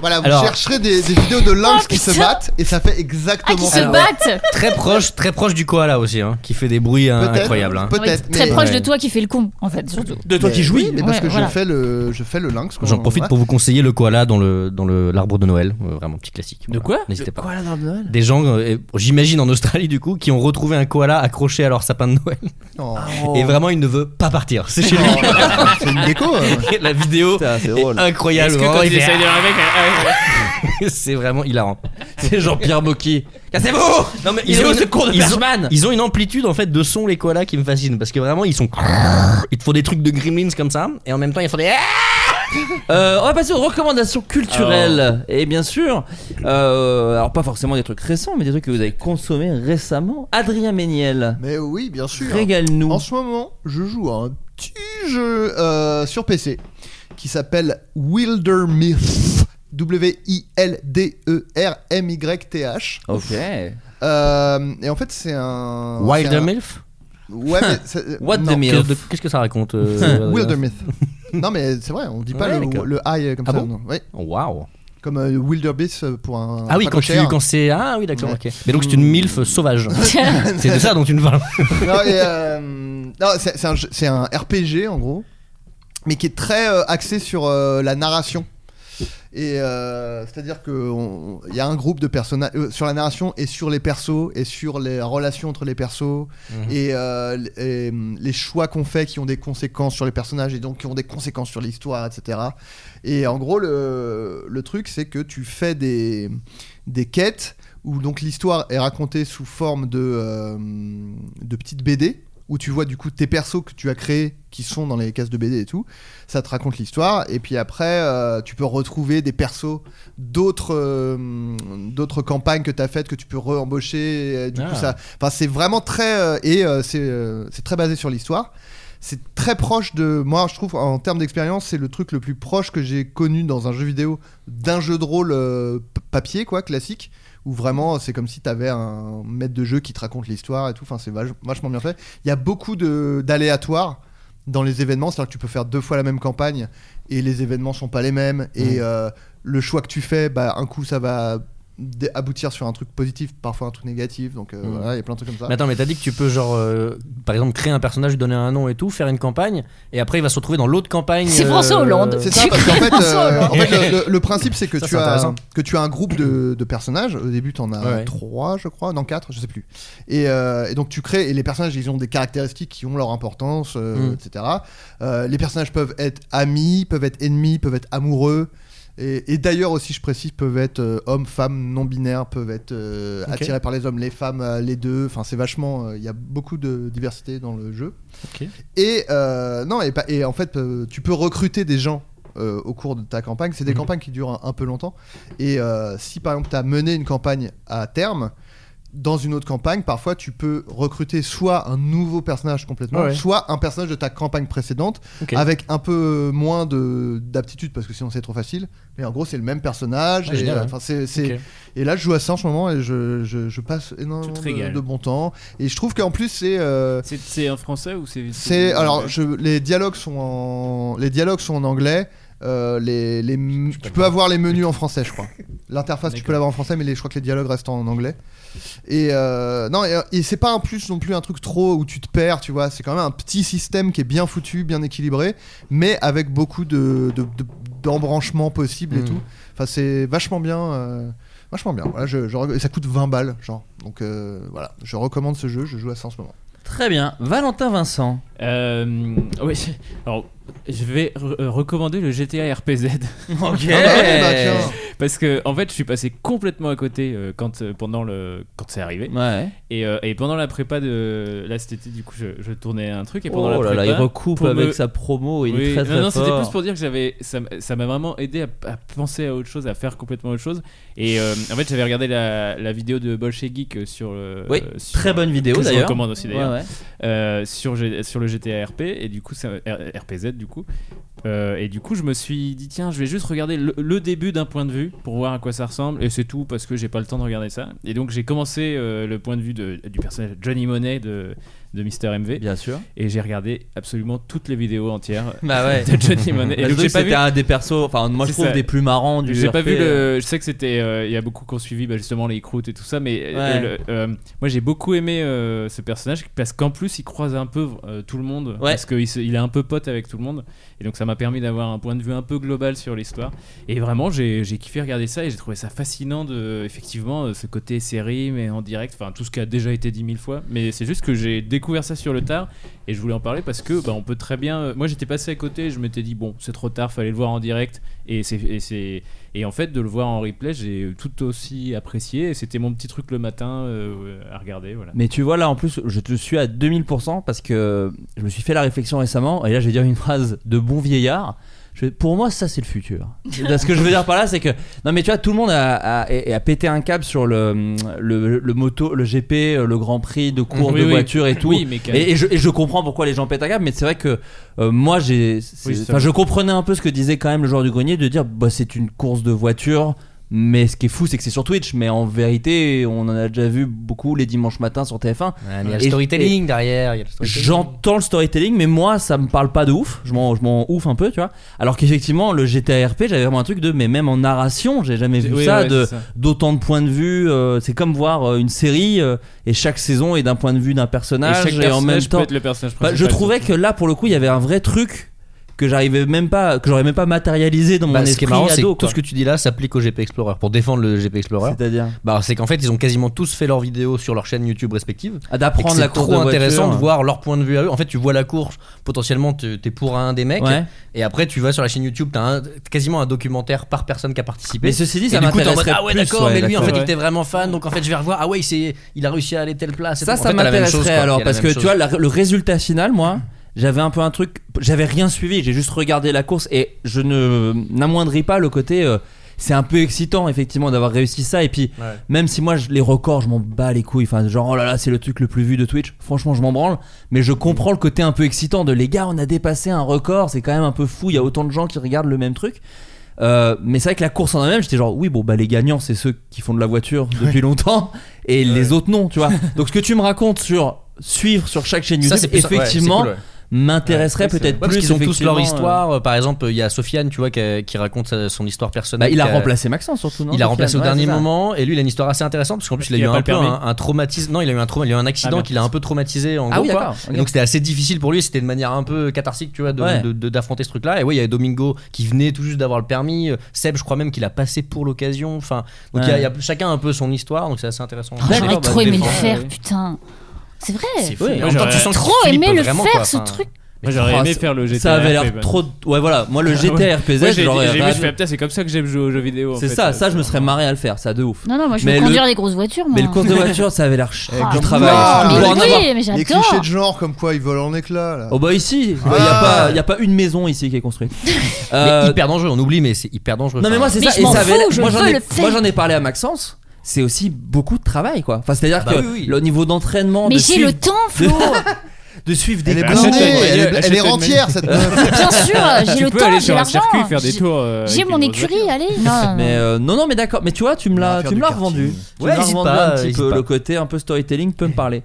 H: Voilà, vous
E: Alors-
H: chercherez des, des vidéos de lynx
J: Oh,
H: qui se
J: putain. Ah,
H: battent et ça fait exactement
J: qui se
H: ça.
J: battent
E: Très proche, très proche du koala aussi, hein, qui fait des bruits hein,
H: Peut-être,
E: incroyables. hein.
H: peut-être,
J: Très
H: mais-
J: proche
H: Ouais.
J: de toi qui fait le con, en fait, surtout.
E: De toi qui jouis.
H: Oui, mais parce
J: Ouais,
H: que
J: voilà.
H: je, fais le, je fais le lynx. quand
E: J'en
H: on-
E: profite
H: voilà.
E: pour vous conseiller le koala dans le dans le l'arbre de Noël, euh, vraiment petit classique.
C: De quoi
E: N'hésitez pas.
C: Voilà dans le Noël.
E: Des gens, euh, et- j'imagine en Australie du coup, qui ont retrouvé un koala accroché à leur sapin de Noël.
H: Non.
C: Oh.
E: Et vraiment, il ne veut pas partir. C'est chez lui.
H: Oh, C'est une déco. euh.
E: Et la vidéo
H: c'est
E: est
H: drôle.
E: incroyable.
C: Est-ce que
E: Vraiment,
C: quand
E: il
C: il
E: fait-
C: essaye de rêver,
E: C'est vraiment hilarant. C'est Jean-Pierre Mocky. C'est beau non, mais
I: Il est au secours de
E: ils, ont,
I: Bergman
E: ils ont une amplitude en fait de son les koalas qui me fascine parce que vraiment ils sont ils te font des trucs de gremlins comme ça et en même temps ils font des Ah
I: Euh, on va passer aux recommandations culturelles. Et bien sûr, euh, alors pas forcément des trucs récents, mais des trucs que vous avez consommés récemment. Adrien Méniel.
H: Mais oui, bien sûr.
I: Régale-nous.
H: En ce moment, je joue à un petit jeu euh, sur PC qui s'appelle Wildermyth. E W-I-L-D-E-R-M-Y-T-H.
I: Ok.
H: Euh, et en fait, c'est un. c'est un-
E: Wilder Milf
H: Ouais, mais c'est-
I: What the
H: non.
I: milf
E: Qu'est-ce qu'est-ce que ça raconte euh,
H: Wildermyth. non, mais c'est vrai, on dit pas
E: Ouais,
H: le,
E: d'accord.
H: le I comme
E: Ah
H: ça.
E: bon
H: non. Ouais.
E: Waouh
H: Comme euh, Wildebeest pour un.
E: Ah oui
H: pas
E: quand, tu-
H: cher.
E: quand c'est ah oui d'accord
H: hein. Ouais.
E: ok mais donc c'est une milf sauvage c'est de ça dont tu me parles
H: Non, et, euh, non, c'est c'est un, jeu- c'est un RPG en gros, mais qui est très euh, axé sur euh, la narration. Et euh, c'est-à-dire qu'il y a un groupe de personnages sur la narration et sur les persos et sur les relations entre les persos et, euh, l- et, hum, les choix qu'on fait qui ont des conséquences sur les personnages et donc qui ont des conséquences sur l'histoire, etc. Et en gros, le, le truc, c'est que tu fais des, des quêtes où donc l'histoire est racontée sous forme de, euh, de petites BD où tu vois du coup tes persos que tu as créés qui sont dans les cases de BD et tout, ça te raconte l'histoire et puis après euh, tu peux retrouver des persos d'autres euh, d'autres campagnes que tu as faites que tu peux re-embaucher et, euh, du
E: Ah.
H: coup ça enfin c'est vraiment très euh, et euh, c'est euh, c'est très basé sur l'histoire. C'est très proche de moi je trouve en termes d'expérience c'est le truc le plus proche que j'ai connu dans un jeu vidéo d'un jeu de rôle euh, p- papier quoi classique où vraiment c'est comme si t'avais un maître de jeu qui te raconte l'histoire et tout. Enfin, c'est vach- vachement bien fait. Il y a beaucoup de- d'aléatoires dans les événements, c'est-à-dire que tu peux faire deux fois la même campagne et les événements sont pas les mêmes. Et euh, le choix que tu fais, bah, un coup ça va dé- aboutir sur un truc positif, parfois un truc négatif. Donc euh,
E: Mhm.
H: voilà, il y a plein de trucs comme ça.
E: mais attends mais t'as dit que tu peux genre euh, par exemple créer un personnage lui donner un nom et tout faire une campagne et après il va se retrouver dans l'autre campagne
J: C'est
E: euh,
J: François Hollande.
H: C'est ça,
J: Tu
H: parce qu'en fait,
J: crées un
H: euh,
J: solo.
H: en fait, le, le- le principe c'est que,
E: Ça,
H: tu
E: c'est
H: as
E: intéressant.
H: que tu as un groupe de, de personnages. Au début, tu en as
E: Ouais.
H: trois, je crois, non quatre, je sais plus. Et, euh, et donc tu crées, et les personnages ils ont des caractéristiques qui ont leur importance, euh,
E: Mm.
H: etc. Euh, les personnages peuvent être amis, peuvent être ennemis, peuvent être amoureux. Et, et d'ailleurs aussi, je précise, peuvent être euh, hommes, femmes, non binaires, peuvent être euh,
E: Ok.
H: attirés par les hommes, les femmes, euh, les deux. Enfin, c'est vachement. euh, Il y a beaucoup de diversité dans le jeu. Et euh, non, et, pas- et en fait, euh, tu peux recruter des gens euh, au cours de ta campagne. C'est des
E: Mhm.
H: campagnes qui durent un, un peu longtemps. Et euh, si par exemple, tu as mené une campagne à terme, dans une autre campagne, parfois tu peux recruter soit un nouveau personnage complètement,
E: Ouais.
H: soit un personnage de ta campagne précédente,
E: Ok.
H: avec un peu moins de- d'aptitude parce que sinon c'est trop facile. Mais en gros, c'est le même personnage.
E: Ah,
H: et,
E: génial,
H: euh,
E: ouais.
H: enfin, c'est- c'est-
E: Ok.
H: et là, je joue à ça en ce moment et je, je- je passe énormément
C: te
H: de,
C: régales.
H: de bon temps. Et je trouve qu'en plus, c'est. euh,
C: C'est- C'est en français ou c'est
H: c'est alors je, les dialogues sont en les dialogues sont en anglais. euh, les, les, tu peux avoir les menus en français, je crois. L'interface, tu peux l'avoir en français, mais les- je crois que les dialogues restent en anglais. Et euh, non, et, et c'est pas un plus non plus un truc trop où tu te perds, tu vois. C'est quand même un petit système qui est bien foutu, bien équilibré, mais avec beaucoup de de- de- d'embranchements possibles et
E: Mm.
H: tout. Enfin, c'est vachement bien, euh, vachement bien. Voilà, je, je- et ça coûte 20 balles, genre. Donc euh, voilà, je recommande ce jeu. Je joue à ça en ce moment.
I: Très bien. Valentin Vincent.
C: Euh, oui. Alors, je vais re- euh, recommander le GTA RPZ.
I: Ok. Eh,
H: Ah bah oui, bah tiens.
C: Parce que, en fait, je suis passé complètement à côté euh, quand, euh, pendant le, quand c'est arrivé.
I: Ouais.
C: Et, euh, et pendant la prépa de. Là, c'était du coup, je, je tournais un truc. Et pendant
I: Oh
C: la
I: là là,
C: prépa,
I: il recoupe
C: pour
I: avec
C: me-
I: sa promo, il est
C: Oui,
I: très,
C: non,
I: très
C: non, c'était
I: fort.
C: plus pour dire que j'avais. Ça m- ça m'a vraiment aidé à, à penser à autre chose, à faire complètement autre chose. Et euh, en fait, j'avais regardé la, la vidéo de Bolche Geek sur le.
I: Oui,
C: sur-
I: très bonne vidéo,
C: que je
I: d'ailleurs.
C: recommande aussi d'ailleurs.
I: Ouais, ouais.
C: Euh, sur, G- sur le GTA RP et du coup ça- R- RPZ du coup Euh, et du coup je me suis dit tiens je vais juste regarder le, le début d'un point de vue pour voir à quoi ça ressemble et c'est tout parce que j'ai pas le temps de regarder ça et donc j'ai commencé euh, le point de vue de- du personnage Johnny Monet de de Mr MV
I: bien sûr
C: et j'ai regardé absolument toutes les vidéos entières
I: Bah ouais.
C: de Johnny Monet et
I: Bah,
C: donc
I: surtout
C: j'ai
I: que
C: pas vu
I: c'était un des persos- enfin, moi, je
C: C'est
I: trouve des plus marrants du
C: j'ai pas
I: RP,
C: vu
I: euh.
C: le je sais que c'était euh, il y a beaucoup qu'on suivi bah, justement les croûtes et tout ça mais euh,
I: Ouais.
C: le- euh, moi j'ai beaucoup aimé euh, ce personnage parce qu'en plus il croise un peu euh, tout le monde
I: Ouais.
C: parce qu'il se- il est un peu pote avec tout le monde et donc ça m'a permis d'avoir un point de vue un peu global sur l'histoire et vraiment j'ai j'ai kiffé regarder ça et j'ai trouvé ça fascinant de effectivement euh, ce côté série mais en direct enfin tout ce qui a déjà été dit mille fois mais c'est juste que j'ai découvert ça sur le tard et je voulais en parler parce que bah, on peut très bien euh, moi j'étais passé à côté je m'étais dit bon c'est trop tard fallait le voir en direct et c'est et c'est et en fait de le voir en replay j'ai tout aussi apprécié et c'était mon petit truc le matin euh, à regarder voilà
I: Mais tu vois là en plus je te suis à 2000% parce que je me suis fait la réflexion récemment et là je vais dire une phrase de bon vieillard. Je vais- pour moi ça c'est le futur. Ce que je veux dire par là c'est que non mais tu vois tout le monde a, a- a- a pété un câble sur le, le, le moto, le GP, le Grand Prix de course
C: Oui,
I: de
C: oui.
I: voiture et tout.
C: Oui, mais quand même.
I: et, et je, et je comprends pourquoi les gens pètent un câble mais c'est vrai que euh, moi j'ai, c'est-
C: Oui, c'est
I: enfin,
C: vrai.
I: je comprenais un peu ce que disait quand même le joueur du grenier de dire bah c'est une course de voiture. Mais ce qui est fou, c'est que c'est sur Twitch. Mais en vérité, on en a déjà vu beaucoup les dimanches matins sur TF1.
E: mais il y a le
I: Et-
E: storytelling
I: et-
E: derrière, il y a le storytelling.
I: J'entends le storytelling, mais moi, ça me parle pas de ouf. Je m'en, je m'en ouf un peu, tu vois. Alors qu'effectivement, le GTA RP, j'avais vraiment un truc de. Mais même en narration, j'ai jamais vu
C: Oui,
I: ça,
C: ouais,
I: de,
C: c'est ça.
I: d'autant de points de vue. euh, c'est comme voir euh, une série euh, et chaque saison est d'un point de vue d'un personnage.
C: Et chaque
I: en
C: personnage
I: même
C: peut
I: temps,
C: être le personnage
I: Bah, je
C: principal,
I: trouvais que là, pour le coup, il y avait un vrai truc que j'arrivais même pas, que j'aurais même pas matérialisé dans mon
E: Bah,
I: esprit
E: ce qui est marrant, c'est
I: ado,
E: que tout
I: quoi.
E: ce que tu dis là s'applique au GP Explorer. Pour défendre le GP Explorer,
I: C'est-à-dire
E: bah, c'est qu'en fait, ils ont quasiment tous fait leurs vidéos sur leur chaîne YouTube respective.
I: Ah, d'apprendre
E: Et que
I: la
E: c'est
I: course
E: trop
I: de
E: intéressant
I: voiture.
E: de voir leur point de vue à eux. En fait, tu vois la course, potentiellement, tu- t'es pour un des mecs.
I: Ouais.
E: Et après, tu vas sur la chaîne YouTube, t'as un- quasiment un documentaire par personne qui a participé.
I: Mais ceci dit,
E: Et
I: ça
E: du coup, t'es en mode,
I: m'intéresserait
E: Ah ouais,
I: plus,
E: d'accord,
I: ouais,
E: mais lui, en
I: d'accord.
E: fait, il
I: Ouais.
E: était vraiment fan, donc en fait, je vais revoir. Ah ouais, il, s'est- il a réussi à aller telle place. et
I: Ça,
E: tout. En
I: ça
E: fait, t'as la même chose,
I: m'intéresserait
E: quoi.
I: alors
E: Il y a la
I: parce que
E: même
I: tu
E: chose.
I: vois la- le résultat final, moi, j'avais un peu un truc, j'avais rien suivi, j'ai juste regardé la course et je ne n'amoindris pas le côté. euh, c'est un peu excitant effectivement d'avoir réussi ça et puis
E: Ouais.
I: même si moi je, les records je m'en bats les couilles enfin genre oh là là c'est le truc le plus vu de Twitch franchement je m'en branle mais je comprends le côté un peu excitant de les gars on a dépassé un record c'est quand même un peu fou il y a autant de gens qui regardent le même truc Euh, mais c'est vrai que la course en elle-même j'étais genre oui bon bah les gagnants c'est ceux qui font de la voiture depuis longtemps et les autres non tu vois donc ce que tu me racontes sur suivre sur chaque chaîne
E: Ça,
I: YouTube
E: c'est plus- ouais,
I: effectivement
E: c'est cool, ouais.
I: m'intéresserait
E: Ouais,
I: peut-être
E: ouais, parce
I: plus
E: qu'ils ont tous leur
I: effectivement, euh,
E: histoire. Par exemple, il y a Sofiane, tu vois, qui, a- qui raconte sa- son histoire personnelle.
I: Bah, il a
E: Qui
I: remplacé Maxence, surtout,
E: Il
I: non,
E: a
I: Sofiane
E: remplacé au
I: Ouais,
E: dernier
I: c'est ça.
E: moment, et lui, il a une histoire assez intéressante parce qu'en plus, il a
I: qu'il
E: eu
I: a pas
E: un
I: le
E: peu
I: permis.
E: un, un traumatisme. Non, il a eu un trauma, il a eu un accident
I: merde.
E: qui l'a un peu traumatisé en
I: Ah
E: gros.
I: oui,
E: quoi.
I: d'accord,
E: Et
I: ok.
E: Donc c'était assez difficile pour lui. C'était de manière un peu cathartique, tu vois, de-
I: Ouais.
E: de- de- d'affronter ce truc-là. Et oui, il y avait Domingo qui venait tout juste d'avoir le permis. Seb, je crois même qu'il a passé pour l'occasion. Enfin, donc il y a-
I: Ouais.
E: il y, a chacun un peu son histoire. Donc c'est assez intéressant.
I: Ah,
J: Oh,
I: bah,
J: J'aurais trop aimé le faire, putain. C'est vrai.
E: C'est fou. Ouais, En même temps, j'aurais- tu
J: J'aurais
E: sens
J: trop
E: qu'il flippe
J: aimé le
E: vraiment,
J: faire,
E: quoi.
J: ce
E: Enfin,
J: truc.
C: moi j'aurais
I: Ah,
C: aimé
I: ça-
C: faire le GTA
I: ça avait l'air
C: RP, bah.
I: trop de- ouais, voilà. Moi, le GTA RPZ,
C: Moi, j'ai
I: j'aurais
C: j'ai vu
I: rêvé.
C: je fais, putain, c'est comme ça que j'aime jouer aux jeux vidéo en
I: c'est
C: fait. euh,
I: ça ça je me serais marré à le faire ça de ouf
J: Non, non, moi, je veux
I: Mais le-
J: conduire des grosses voitures, moi.
I: mais le course de voiture ça avait l'air
H: Eh,
I: ch-
J: Ah,
I: du
J: mais
I: travail
J: non,
I: Pour en
J: mais
I: avoir-
J: oui, mais
H: Les
J: j'adore.
H: clichés de genre comme quoi ils volent en éclats là.
I: Oh bah ici, il n'y
H: Ah.
I: a, pas une maison ici qui est construite. Euh,
E: Mais hyper dangereux, on oublie, mais c'est hyper dangereux.
I: Non mais moi c'est
E: Mais
I: ça,
E: je
I: et
E: m'en
I: ça avait-
E: fous, je
I: moi, j'en
E: veux
I: ai,
E: le faire.
I: moi, j'en ai parlé à Maxence, c'est aussi beaucoup de travail quoi. Enfin c'est-à-dire
E: Ah bah
I: que
E: oui, oui.
I: le niveau d'entraînement...
J: Mais
I: de
J: j'ai
I: suivre-
J: le temps,
I: de-
J: Flo.
I: De suivre des
H: Elle est
I: courses.
H: blindée, elle est- elle est rentière cette meuf.
J: Bien sûr, j'ai
I: Tu
J: le
I: peux
J: temps,
I: aller
J: j'ai
I: sur un
J: l'argent.
I: circuit faire des
J: J'ai-
I: tours, euh,
J: J'ai
I: avec
J: mon
I: une grosse
J: écurie, allez. Non,
I: Mais euh, non, non, mais d'accord. Mais tu vois, tu me l'as, tu me l'as revendu. Tu
E: Ouais,
I: me l'as
E: hésite
I: revendu
E: pas,
I: un petit
E: hésite
I: peu.
E: pas.
I: Le côté un peu storytelling peut me parler.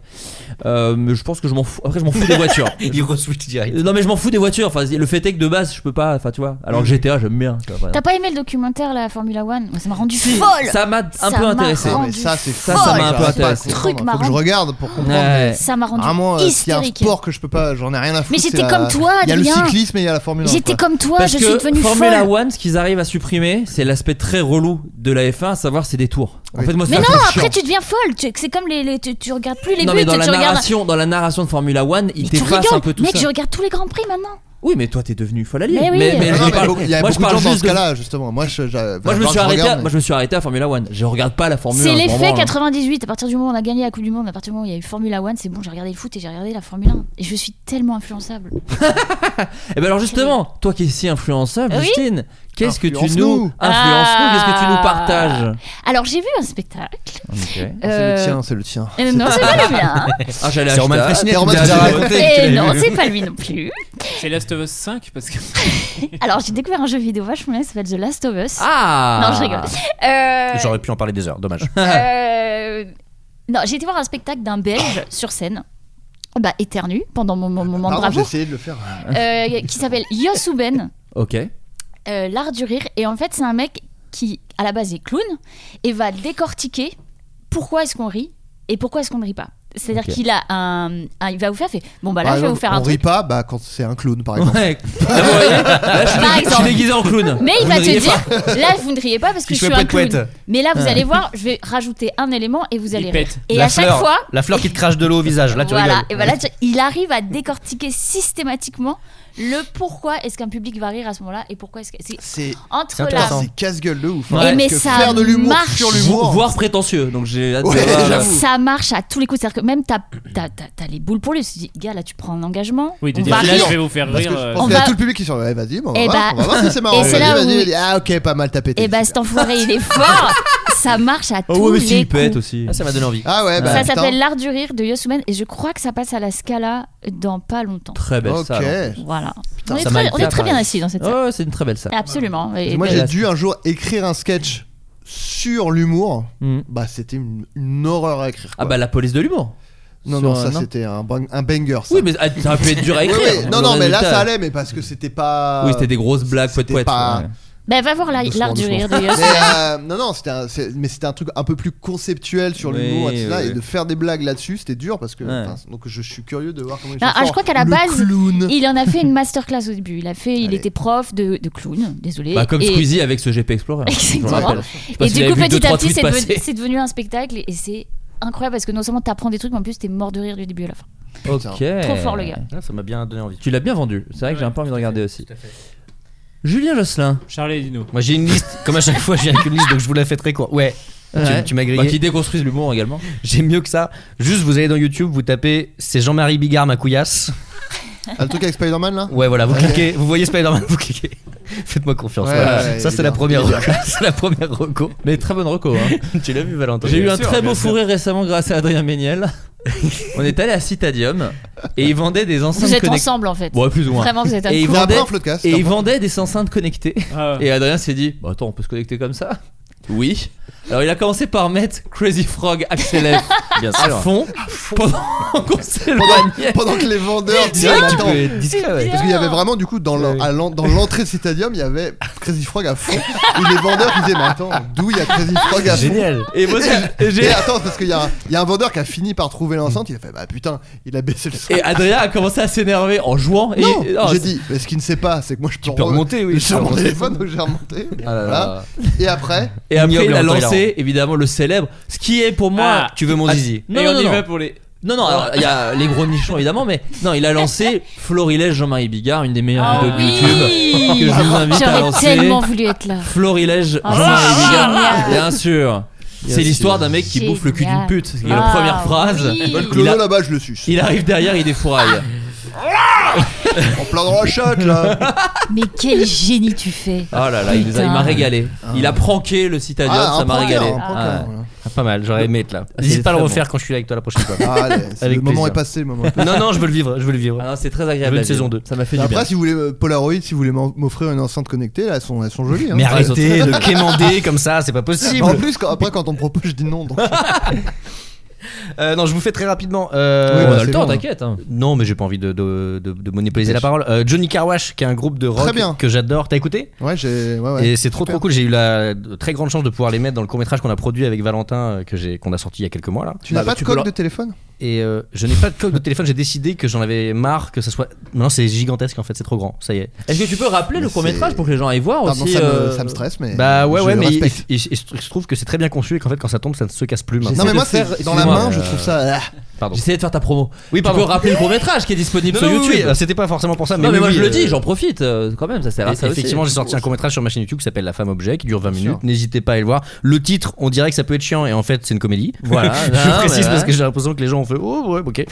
I: Euh, mais je pense que je m'en fous. Après, je m'en fous des voitures.
E: Il re-switch direct.
I: Euh, Non, mais je m'en fous des voitures. Enfin, le fait est que de base, je peux pas. Enfin, tu vois. Alors que GTA, j'aime bien. tu vois, par
J: T'as
I: exemple.
J: pas aimé le documentaire, la Formula One Ça m'a rendu
I: Si,
J: folle.
I: Ça m'a un
J: Ça
I: peu
J: m'a
I: intéressé.
J: rendu
H: ça c'est
I: Ça,
H: fou,
I: ça m'a un
H: j'arrive
I: peu
H: pas à
I: intéressé.
J: Truc
H: comprendre. Faut que je
J: marrant.
H: regarde pour comprendre.
I: Ouais.
H: mais
J: Ça m'a rendu
H: Vraiment, euh, s'il y a un
J: hystérique.
H: sport que je peux pas, j'en ai rien à foutre.
J: Mais
H: c'est
J: j'étais
H: la-
J: comme toi,
H: Il y a le
J: Adrien.
H: cyclisme et il y a la Formule 1.
J: J'étais
H: quoi.
J: comme toi,
I: Parce
J: je
I: que
J: suis devenue
I: Formula
J: folle.
I: One, ce qu'ils arrivent à supprimer, c'est l'aspect très relou de la F1, à savoir c'est des tours. En fait, moi, c'est
J: Mais
I: un
J: non,
I: peu
J: après
I: chiant.
J: tu deviens folle. Tu- C'est comme les, les- tu, tu regardes plus les
I: non
J: buts,
I: mais dans
J: tu
I: la
J: regardes.
I: narration, dans la narration de Formula One, ils
J: Tu
I: t'effacent
J: rigoles.
I: un peu tout
J: Mec,
I: ça.
J: je regarde tous les grands prix maintenant.
I: Oui, mais toi, t'es devenu folle à Lille.
J: Mais oui.
I: mais,
H: Non,
I: je
H: mais
I: parle-
H: beaucoup- il y a
I: moi, je
H: beaucoup de
I: parle
H: gens dans ce
I: juste de-
H: cas-là, justement. Moi, je, j'a-
I: Moi, je me
H: enfin,
I: suis arrêté. À,
H: Bah, regarde,
I: moi, je me suis arrêté à Formula One. Je regarde pas la Formule. 1,
J: C'est
I: je m'en
J: l'effet
I: branle.
J: 98. À partir du moment où on a gagné la Coupe du Monde, à partir du moment où il y a eu Formula One, c'est bon, j'ai regardé le foot et j'ai regardé la Formule 1. Et je suis tellement influençable.
I: Et ben alors justement, toi qui es si influençable,
J: Oui.
I: Justine, qu'est-ce que tu nous influence nous
J: Ah.
I: Qu'est-ce que tu nous partages
J: Alors j'ai vu un spectacle.
H: C'est le
J: Euh,
H: tien, c'est le tien.
J: euh, non, c'est pas le mien.
I: Ah, j'allais
H: C'est Roman
I: acheter-
H: Fresnel
I: Ah,
H: qui
I: Roman
H: nous a
I: Fresnel.
H: raconté.
J: Et non, c'est pas lui non plus.
C: C'est Last of Us 5 parce que.
J: Alors j'ai découvert un jeu vidéo vachement bien, ça s'appelle The Last of Us.
E: Ah.
J: Non, je rigole. Euh,
E: J'aurais pu en parler des heures, dommage.
J: euh, Non, j'ai été voir un spectacle d'un Belge sur scène. Bah éternu pendant mon, mon moment de
H: Pardon, j'ai
J: bravoure.
H: essayé de le faire.
J: Euh, qui s'appelle Yosuben.
I: Ok.
J: Euh, l'art du rire. Et en fait, c'est un mec qui, à la base, est clown et va décortiquer pourquoi est-ce qu'on rit et pourquoi est-ce qu'on ne rit pas. C'est-à-dire
H: Ok.
J: qu'il a un, un- Il va vous faire fait. Bon, bah là,
H: Par
J: je vais
H: exemple,
J: vous faire un
H: on rit
J: truc.
H: pas bah, quand c'est un clown, par exemple.
I: Ouais. Là, vous voyez, là, je suis
J: Par
I: dé- je suis
J: exemple.
I: déguisé en clown.
J: Mais il
I: Vous
J: va te
I: riez
J: dire,
I: pas.
J: là vous ne riez pas parce que
E: Si
J: je,
E: je
J: suis
E: fais
J: un clown.
E: pouet, pouet.
J: Mais là vous
E: Ah.
J: allez voir, je vais rajouter un élément et vous allez rire.
E: Pète.
J: Et
E: la
J: à
E: fleur,
J: chaque fois,
E: la fleur qui te crache de l'eau au visage. Là, tu
J: voilà,
E: rigoles.
J: et voilà, tu- il arrive à décortiquer systématiquement le pourquoi est-ce qu'un public va rire à ce moment-là et pourquoi est-ce que
H: c'est
J: entre
H: Putain,
J: la
H: C'est casse-gueule de ouf.
J: Et
H: hein,
J: mais
H: parce que
J: ça
H: faire de l'humour
J: marche.
H: sur l'humour.
I: voire prétentieux. Donc j'ai hâte de
H: Ouais,
I: voir,
H: j'avoue.
I: euh,
J: ça marche à tous les coups. C'est-à-dire que même t'as, t'as, t'as- t'as les boules pour lui. Tu te dis, gars, là, tu prends un engagement.
C: Oui, de
J: on
C: dire,
J: va
C: là,
J: rire.
C: je vais vous faire
H: Parce
C: rire.
H: que
C: euh,
H: je pense qu'il y a tout le public qui sont là, Eh, vas-y, bon, on va
J: Eh
H: voir,
J: bah-
H: on va voir si c'est marrant.
J: et c'est là
H: Vas-y,
J: où-
H: vas-y, vas-y. Ah, ok, pas mal, t'as pété.
J: Et bah, cet enfoiré, il est fort. Ça marche à tous
I: Oh ouais, mais
J: les
I: si, il
J: coups.
I: pète aussi.
E: Ah, ça m'a donné envie.
H: Ah ouais, bah.
J: ça
H: putain.
J: s'appelle L'Art du Rire de Yosumen et je crois que ça passe à la Scala dans pas longtemps.
I: Très belle
H: Ok.
I: salle. hein.
J: Voilà.
E: Putain,
J: on est
E: ça
J: très,
E: m'a
J: on
E: hyper
J: est très bien
E: parlé.
J: assis dans cette salle.
I: Oh, c'est une très belle salle.
J: Absolument. Et-
H: Moi,
J: et-
H: j'ai dû un jour écrire un sketch sur l'humour.
I: Mm.
H: Bah, c'était une, une horreur à écrire.
I: Ah
H: quoi.
I: bah la police de l'humour.
H: non,
I: sur-
H: non, ça
I: non.
H: c'était un, bang- un banger. Ça.
I: Oui, mais ah, ça a pu être dur à
H: Ouais,
I: écrire.
H: ouais. Non,
I: Le
H: non, mais là
I: résultat-
H: ça allait, mais parce que c'était pas.
I: Oui, c'était des grosses blagues,
H: C'était
I: fouette fouette.
H: pas-
I: ouais.
J: Bah, va voir la-
H: Doucement,
J: L'Art du
H: doucement.
J: Rire de
H: Mais,
J: Yosumen.
H: euh, non, non, c'était un, c'est- mais c'était un truc un peu plus conceptuel sur
I: Oui,
H: l'humour, etc.
I: oui,
H: Et
I: oui.
H: de faire des blagues là-dessus, c'était dur parce que.
I: Ouais.
H: enfin, Donc je suis curieux de voir comment ils
J: Ah,
H: sont
J: je crois qu'à la
H: Le
J: base,
H: clown.
J: il en a fait une masterclass au début. Il a fait, il
H: Allez.
J: était prof de, de clown, désolé.
I: Bah, comme
J: Et-
I: Squeezie avec ce GP Explorer. hein,
J: Exactement.
I: Je me rappelle.
J: Et
I: si vous
J: du
I: avez
J: coup,
I: vu deux,
J: petit à
I: trois
J: petit,
I: tweets
J: c'est devenu,
I: passer.
J: c'est devenu un spectacle et- et c'est incroyable parce que non seulement t'apprends des trucs, mais en plus t'es mort de rire du début à la fin.
I: Ok.
J: Trop fort le gars.
E: Ah, ça m'a bien donné envie.
I: Tu l'as bien vendu. C'est vrai que j'ai un peu envie de regarder aussi. Julien Josselin.
C: Charlie et Dino.
E: Moi, j'ai une liste. Comme à chaque fois, j'ai une liste, donc je vous la fais très court. Ouais. Tu-
I: Ouais.
E: Tu, m'as grillé.
I: Bah, qui déconstruisent l'humour également.
E: J'ai mieux que ça. Juste, vous allez dans YouTube, vous tapez c'est Jean-Marie Bigard ma couillasse.
H: Ah, le truc avec Spider-Man là
E: Ouais, voilà, vous cliquez, vous voyez Spider-Man, vous cliquez. Faites-moi confiance.
H: Ouais,
E: voilà.
H: ouais,
E: ça,
H: il
E: c'est
H: est
E: la
H: bien,
E: première.
H: il est
E: c'est la première reco.
I: Mais très bonne reco. hein.
E: tu l'as vu, Valentin
I: J'ai eu un très beau fou rire récemment grâce à Adrien Méniel. On est allé à Citadium et ils vendaient des enceintes
J: Vous êtes
I: connectées.
J: ensemble en fait.
I: Ouais, plus ou moins.
J: Vraiment, vous êtes un
I: Et ils
J: couple.
H: C'est un peu
I: vendaient-
H: un floodcast.
I: Et
H: c'est un
I: ils
H: peu-
I: vendaient des enceintes connectées.
C: Ah, ouais.
I: Et Adrien s'est dit bah, Attends, on peut se connecter comme ça Oui. Alors il a commencé par mettre Crazy Frog Axel F
E: Bien
I: à
E: sûr.
I: fond pendant qu'on s'éloignait.
H: Pendant, pendant que les vendeurs
E: C'est
H: disaient
E: vrai que tu
H: attends.
E: peux être discret, ouais.
H: Parce qu'il y avait vraiment du coup dans l'en- à l'en- dans l'entrée de Citadium, il y avait Crazy Frog à fond. et les vendeurs ils disaient mais attends, d'où il y a Crazy Frog à fond
E: Génial.
I: Et moi, c'est- et j'ai-
H: Et attends, parce qu'il y, a un- il y a un vendeur qui a fini par trouver l'enceinte, il a fait bah putain, il a baissé le son.
I: Et Adrien a commencé à s'énerver en jouant. Et,
H: non,
I: et- non,
H: j'ai
I: c'est-
H: dit, mais ce qu'il ne sait pas, c'est que moi je peux,
E: peux remonter, oui, oh, tu
H: J'ai
E: peux
H: mon
E: remonter.
H: téléphone, donc j'ai remonté.
E: Ah là
H: Voilà.
E: là.
H: Et après,
I: et après,
E: Ignoble
I: il a
E: et
I: lancé
E: intolérant.
I: évidemment le célèbre. Ce qui est pour moi.
C: Ah,
E: Tu veux mon
I: Ah,
E: zizi
I: Non,
C: et
I: non,
C: on
I: non,
C: y
I: non.
C: va pour les.
I: Non, non, alors, il y a les gros nichons évidemment, mais non, il a lancé Florilège Jean-Marie Bigard, une des meilleures
C: Ah
I: vidéos de
C: oui.
I: YouTube que je vous invite à
J: J'aurais
I: lancer.
J: tellement voulu être là.
I: Florilège
J: Ah,
I: Jean-Marie Bigard,
J: génial.
I: bien sûr.
H: Bien
I: C'est l'histoire
H: sûr.
I: d'un mec qui
J: Génial.
I: bouffe le cul d'une pute, c'est
J: Ah,
I: la première phrase.
J: oui.
H: le
I: Il,
H: clodo
I: a-
H: là-bas, je le suce.
I: il arrive derrière, il défouraille.
H: En plein dans la chatte là.
J: Mais quel génie tu fais.
I: Oh là là, il, nous a- il m'a
J: Putain.
I: régalé. Il a pranké le citadium,
H: Ah,
I: ça
H: un
I: m'a
H: pranker,
I: régalé.
H: un pranker,
I: Ah.
H: voilà.
E: Ah, Pas mal, j'aurais aimé être là.
I: Ah, c'est
E: N'hésite pas à le
I: très
E: refaire quand je suis là avec toi la prochaine fois.
H: Ah, allez, c'est-
E: Avec
H: le moment
E: plaisir.
H: est passé, le moment. est passé.
E: non, non, je veux le vivre, je veux le vivre.
I: Ah non, c'est très
E: Je veux
I: agréable.
E: une
I: la vie.
E: saison deux.
I: Ça m'a fait
H: Et
I: du bien.
H: Après, si vous voulez euh, Polaroid, si vous voulez m'en- m'offrir une enceinte connectée, là, elles sont, elles sont jolies. hein.
E: Mais
I: Ah,
E: arrêtez
I: ils
E: de quémander comme ça, c'est pas possible.
H: En plus, quand- après, quand on me propose, je dis non. donc.
E: Euh, non, je vous fais très rapidement. euh,
I: On
H: Oui, bah,
I: a le
H: c'est
I: temps,
H: long, hein.
I: t'inquiète. hein.
E: Non, mais j'ai pas envie de, de, de- de monopoliser la parole. Euh, Johnny Carwash, qui est un groupe de rock
H: Très bien.
E: que j'adore. T'as écouté
H: Ouais, j'ai. Ouais, ouais.
E: Et c'est trop trop cool. J'ai eu la très grande chance de pouvoir les mettre dans le court métrage qu'on a produit avec Valentin, euh, que j'ai qu'on a sorti il y a quelques mois là.
H: Tu n'as
I: Bah,
H: pas de
I: tu
H: code
I: peux
H: de téléphone
E: Et euh, je n'ai pas de coque de téléphone. J'ai décidé que j'en avais marre que ça soit. Maintenant c'est gigantesque en fait, c'est trop grand. Ça y est.
I: Est-ce que tu peux rappeler
H: Mais
I: le court métrage
H: c'est-
I: pour que les gens aillent voir
H: Pardon,
I: aussi
H: ça, me,
I: euh,
H: ça me stresse, mais.
E: Bah ouais
H: je
E: ouais,
H: le
E: mais il,
H: respecte.
E: il- il se trouve que c'est très bien conçu et qu'en fait quand ça tombe ça ne se casse plus.
H: Non,
E: maintenant.
H: mais
I: de
H: moi,
I: faire-
H: c'est dans la
I: excuse-moi,
H: main,
I: mais,
H: je
I: euh,
H: trouve ça. ah,
E: Pardon.
I: J'essayais de faire ta promo.
E: Oui,
I: tu
E: pardon.
I: peux rappeler le court métrage qui est disponible
E: Non,
I: sur
E: non, oui,
I: YouTube.
E: oui, euh, c'était pas forcément pour ça, mais
I: non, mais
E: oui,
I: moi
E: oui,
I: je le
E: euh,
I: dis, j'en profite euh, quand même, ça sert à
E: Et-
I: ça aussi.
E: effectivement, j'ai sorti un court métrage sur ma chaîne YouTube qui s'appelle La femme objet, qui dure 20
I: sûr.
E: minutes. N'hésitez pas à le voir. Le titre, on dirait que ça peut être chiant, et en fait, c'est une comédie.
I: Voilà,
E: je
I: voilà,
E: précise
I: voilà.
E: parce que j'ai l'impression que les gens ont fait Oh, ouais, ok. Et,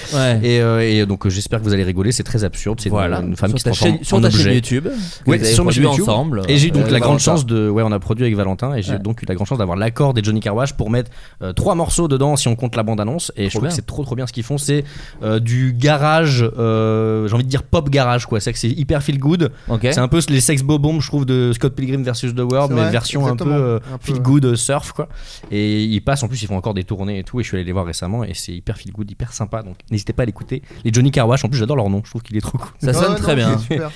E: euh, et donc, euh, j'espère que vous allez rigoler. C'est très absurde. C'est une-
I: Voilà.
E: une femme
I: Sur
E: qui
I: ta
E: se transforme
I: chaîne- sur
E: en
I: ta
E: objet.
I: chaîne YouTube, que
E: Ouais,
I: vous avez
E: sur ma chaîne
I: produit
E: YouTube.
I: ensemble.
E: Et j'ai eu donc
I: Euh,
E: la grande
I: Valentin.
E: chance de. Ouais, on a produit avec Valentin, et j'ai
I: Ouais.
E: donc eu la grande chance d'avoir l'accord des Johnny Carwash pour mettre euh, trois morceaux dedans si on compte la bande-annonce. Et je trouve
I: bien.
E: que c'est trop trop bien ce qu'ils font. C'est euh, du garage, euh, j'ai envie de dire pop garage quoi. C'est que c'est hyper feel good.
I: Ok.
E: C'est un peu les sex bobombes, je trouve, de Scott Pilgrim versus The World,
I: C'est
E: mais
I: vrai,
E: version un peu,
I: exactement.
E: euh,
I: Un peu,
E: feel
I: ouais.
E: good euh, surf quoi. Et ils passent en plus, ils font encore des tournées et tout. Et je suis allé les voir récemment et c'est hyper feel good, hyper sympa. Donc n'hésitez pas à l'écouter. Les Johnny Carwash, en plus, j'adore leur nom. Je trouve qu'il est trop cool.
I: Ça sonne Ouais, très non, bien. c'est super.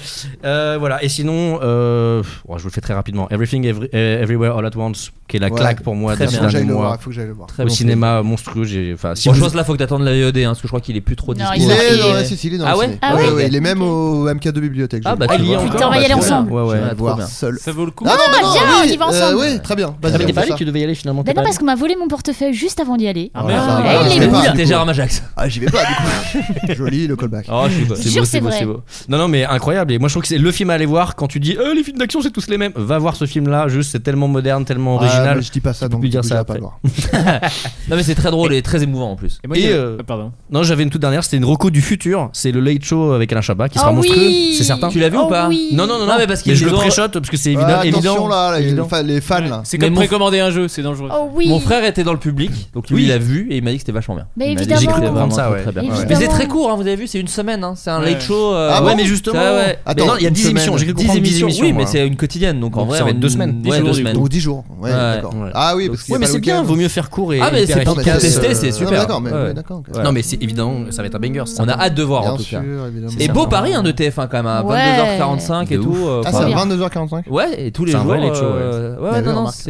E: Euh, voilà, et sinon, euh, oh, je vous le fais très rapidement. Everything Every- euh, Everywhere All At Once, qui est la
I: Ouais,
E: claque pour moi.
I: très
E: de
I: bien.
E: ce
I: Faut que j'aille
E: dernier
I: le
E: mois.
I: voir, faut que j'aille le voir. Très
E: Au
I: bon
E: cinéma monstrueux, j'ai. Enfin, si
I: Bon, je
E: vous-
I: pense là, faut que t'attendes la VOD, hein, parce que je crois qu'il est plus trop
J: Non,
I: dispo.
H: Il est dans
J: Et-
H: la si, si, il est dans
I: Ah
H: le
I: ouais
H: ciné.
J: Ah ouais
H: ouais, Il est même au MK2 bibliothèque.
I: Ah
H: je
I: bah,
H: crois.
I: tu vois.
J: Putain, on va y aller
H: Bah, très bien.
J: ensemble.
E: Ouais, ouais,
H: Je vais
E: trop bien.
H: voir seul.
C: Ça vaut le coup.
H: Ah non,
J: Ah,
H: mais non,
J: viens,
H: oui,
J: on y va
H: euh,
J: ensemble.
H: oui, très bien.
E: Ah,
H: Vas-y,
E: mais t'es
H: on
E: pas
H: fait
E: allé,
H: ça.
E: tu devais y aller finalement.
J: Bah
E: t'es
J: non,
E: pas allé.
J: parce qu'on m'a volé mon portefeuille juste avant d'y aller.
H: ouais,
J: Ah,
H: ça va,
J: eh,
H: alors,
J: les
H: je vais
J: boules.
H: pas.
I: T'es Jérôme Ajax.
H: Ah, j'y vais pas du coup. Joli le callback.
I: Oh, je suis
E: C'est
J: Jure,
E: beau,
J: c'est
E: c'est beau,
J: vrai.
E: c'est beau. Non, non, mais incroyable. Et moi, je trouve que c'est le film à aller voir quand tu dis Euh, les films d'action, c'est tous les mêmes. Va voir ce film-là, juste, c'est tellement moderne, tellement
H: Ah,
E: original.
H: mais je dis pas ça, donc
E: plus dire
H: du coup,
E: ça
H: j'irai pas
E: après.
H: le voir.
I: Non, mais c'est très drôle et très émouvant en plus.
C: Et moi,
E: Et,
C: il y a-
E: euh,
C: Ah, pardon.
E: Non, j'avais une toute dernière, c'était une reco du futur. C'est le Late Show avec Alain Chabat qui sera
J: Oh oui
E: monstrueux, c'est certain.
I: Ah Tu l'as vu ou
J: Oh
I: pas
J: oui.
E: Non, non, non, non,
I: mais parce qu'il
E: je
I: est
E: le
I: dans-
E: préchote parce que c'est évident.
H: Ah,
E: évident.
H: Attention là, les-
E: évident.
H: enfin, les fans Ah, là.
C: C'est
I: Mais
C: comme
I: mon-
C: précommander un jeu, c'est dangereux.
J: Oh oui.
I: Mon frère était dans le public, donc lui
E: Oui.
I: il l'a vu et il m'a dit que c'était vachement bien.
J: Mais
I: Il m'a dit
J: évidemment.
I: que
J: J'ai cru
I: c'était
E: comprendre
I: vraiment
E: ça,
I: très,
E: ouais.
I: très bien.
E: Ouais.
I: Mais c'est
J: Évidemment.
I: très court, hein, vous avez vu, c'est une semaine, hein, c'est un
C: Ouais.
I: late show. euh,
H: Ah
E: ouais,
H: bon
E: mais justement.
I: Ah ouais.
H: Attends,
E: Mais non, il y a 10
H: semaine.
E: émissions, j'ai cru
I: 10
E: comprendre 10
I: émissions,
E: émissions.
I: oui, mais
E: moi.
I: c'est une quotidienne, donc en
E: Donc
I: vrai,
E: c'est en
I: une-
E: deux semaines.
I: ouais,
E: Dix
I: deux
E: jours,
I: semaines.
H: Donc 10 jours. Ouais,
I: Ouais.
H: d'accord.
E: Ouais.
H: Ah oui, parce qu'il y
E: Ouais,
H: a
E: mais
H: pas
E: c'est
H: le
E: bien,
H: week-end.
E: vaut mieux faire court et.
I: Ah, mais
E: hyper
I: c'est pour
E: efficace.
I: tester,
E: Euh,
I: c'est
H: Non,
I: super.
H: mais D'accord, mais
I: Ouais.
H: ouais, d'accord. ok.
I: Ouais.
E: Non, mais c'est évident, ça va être un banger. c'est
I: On a
E: certain.
I: hâte de voir en
H: Bien
I: tout cas.
H: sûr, évidemment.
I: Et beau
E: certain.
I: pari hein, de TF1 quand même à
J: Ouais.
I: 22h45 et
E: De
I: tout.
E: ouf.
I: euh,
H: Ah, c'est
I: enfin,
H: à 22h45
I: Ouais, et tous les
E: C'est un
I: jours.
E: vrai late show,
I: euh, ouais,
H: J'avais
I: non, non,
H: remarqué.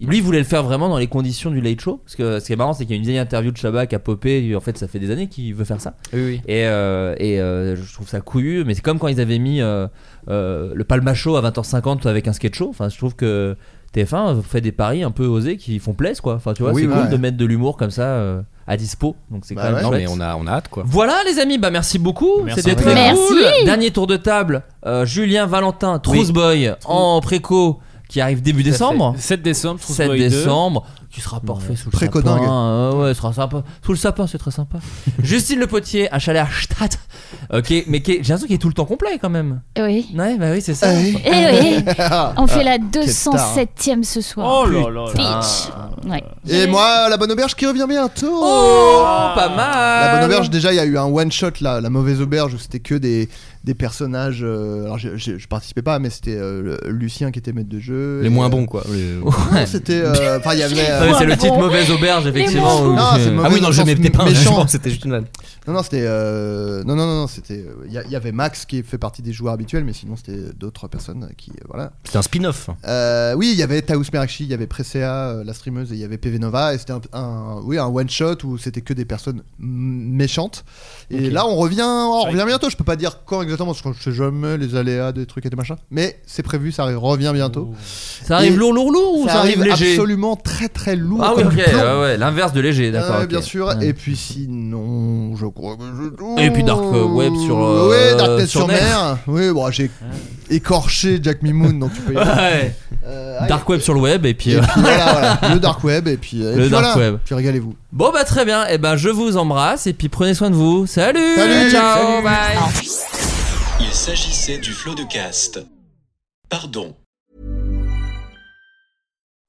I: c'est. Lui, il voulait le faire vraiment dans les conditions du late show. Parce que ce qui est marrant, c'est qu'il y a une vieille interview de Chabat qui a popé. En fait, ça fait des années qu'il veut faire ça. Et, euh, et euh, je trouve ça couillu. Mais c'est comme quand ils avaient mis euh, euh, le Palma Show à 20h50 avec un sketch show. Enfin, je trouve que TF1 fait des paris un peu osés qui font plaise, quoi. Enfin, tu vois,
H: Oui,
I: c'est
H: bah
I: cool
H: ouais.
I: de mettre de l'humour comme ça euh, à dispo. Donc, c'est
H: Bah
I: quand même
H: ouais.
E: Non,
I: chouette.
E: mais on a, on a hâte quoi.
I: Voilà les amis, bah merci beaucoup,
C: Merci
I: c'était
C: beaucoup.
I: très
J: Merci.
I: cool. Dernier tour de table, euh, Julien Valentin, Trousboy en préco qui arrive début décembre.
C: 7 décembre, True
I: 7
C: Story 2.
I: décembre, qui sera parfait sous le
H: Préco
I: sapin.
H: dingue.
I: euh, ouais, ce sera sympa. Sous le sapin, c'est très sympa. Justine Le Potier, à Chalère-Stadt, euh, qui est- mais qui est- j'ai l'impression qu'il est tout le temps complet quand même.
J: Oui.
I: Ouais, bah oui, c'est ça.
H: oui.
J: Eh oui.
H: Ah.
J: On fait la 207ème ce soir.
C: Oh là là là.
J: Bitch. Ouais.
H: Et moi, la bonne auberge qui revient bientôt.
I: Oh, pas mal.
H: Ah. La bonne auberge, déjà, il y a eu un one shot là, la mauvaise auberge où c'était que des, des personnages. euh, alors, je, je, je participais pas, mais c'était euh, le- Lucien qui était maître de jeu.
E: Les
H: et,
E: moins
H: euh,
E: bons quoi. Les-
H: non, C'était. euh, Enfin, il y avait. euh,
I: Ouais, c'est le
J: bon.
I: titre mauvaise auberge effectivement.
J: bons
I: où-
H: Non, c'est mauvais
E: Ah oui, non,
H: dans
E: je
H: le sens
E: m'étais pas un
H: méchant.
E: jugement, c'était juste une vanne.
H: Non, non, c'était. euh, non, non, non, non, c'était. euh, Il y, a- il y avait Max qui fait partie des joueurs habituels, mais sinon, c'était d'autres personnes qui. euh, voilà.
E: C'était un spin-off.
H: Euh, oui, il y avait Taous Merakchi, il y avait Presea, euh, la streameuse, et il y avait PV Nova, et c'était un, un- oui, un one shot où c'était que des personnes m- méchantes. Et là, on revient, on revient bientôt. Je peux pas dire quand exactement, parce que je sais jamais les aléas des trucs et des machins, mais c'est prévu, ça arrive- revient bientôt.
I: Ça arrive
H: Et-
I: lourd, lourd, lourd ou ça, arrive, léger
H: absolument très très lourd.
I: Ah oui,
H: comme
I: ok,
H: plomb.
I: ouais, ouais, l'inverse de léger, d'accord.
H: Euh,
I: ok.
H: Bien sûr,
I: Ouais.
H: et puis sinon, je crois que c'est tout.
I: Et puis Dark Web sur, euh,
H: ouais, Dark Web
I: sur
H: sur,
I: Mer.
H: mer. Oui, bon, j'ai écorché Jack Mimoun, donc tu peux y aller.
I: Ouais.
H: Euh, ah,
I: Dark web sur le web et puis.
H: Et
I: euh,
H: puis voilà, voilà, le dark web et puis, et puis
I: dark
H: voilà.
I: web.
H: Puis régalez-vous.
I: Bon bah très bien. Et ben je vous embrasse et puis prenez soin de vous. Salut.
H: Salut.
I: Ciao.
H: Salut.
I: Bye.
D: Il s'agissait du flot de cast. Pardon.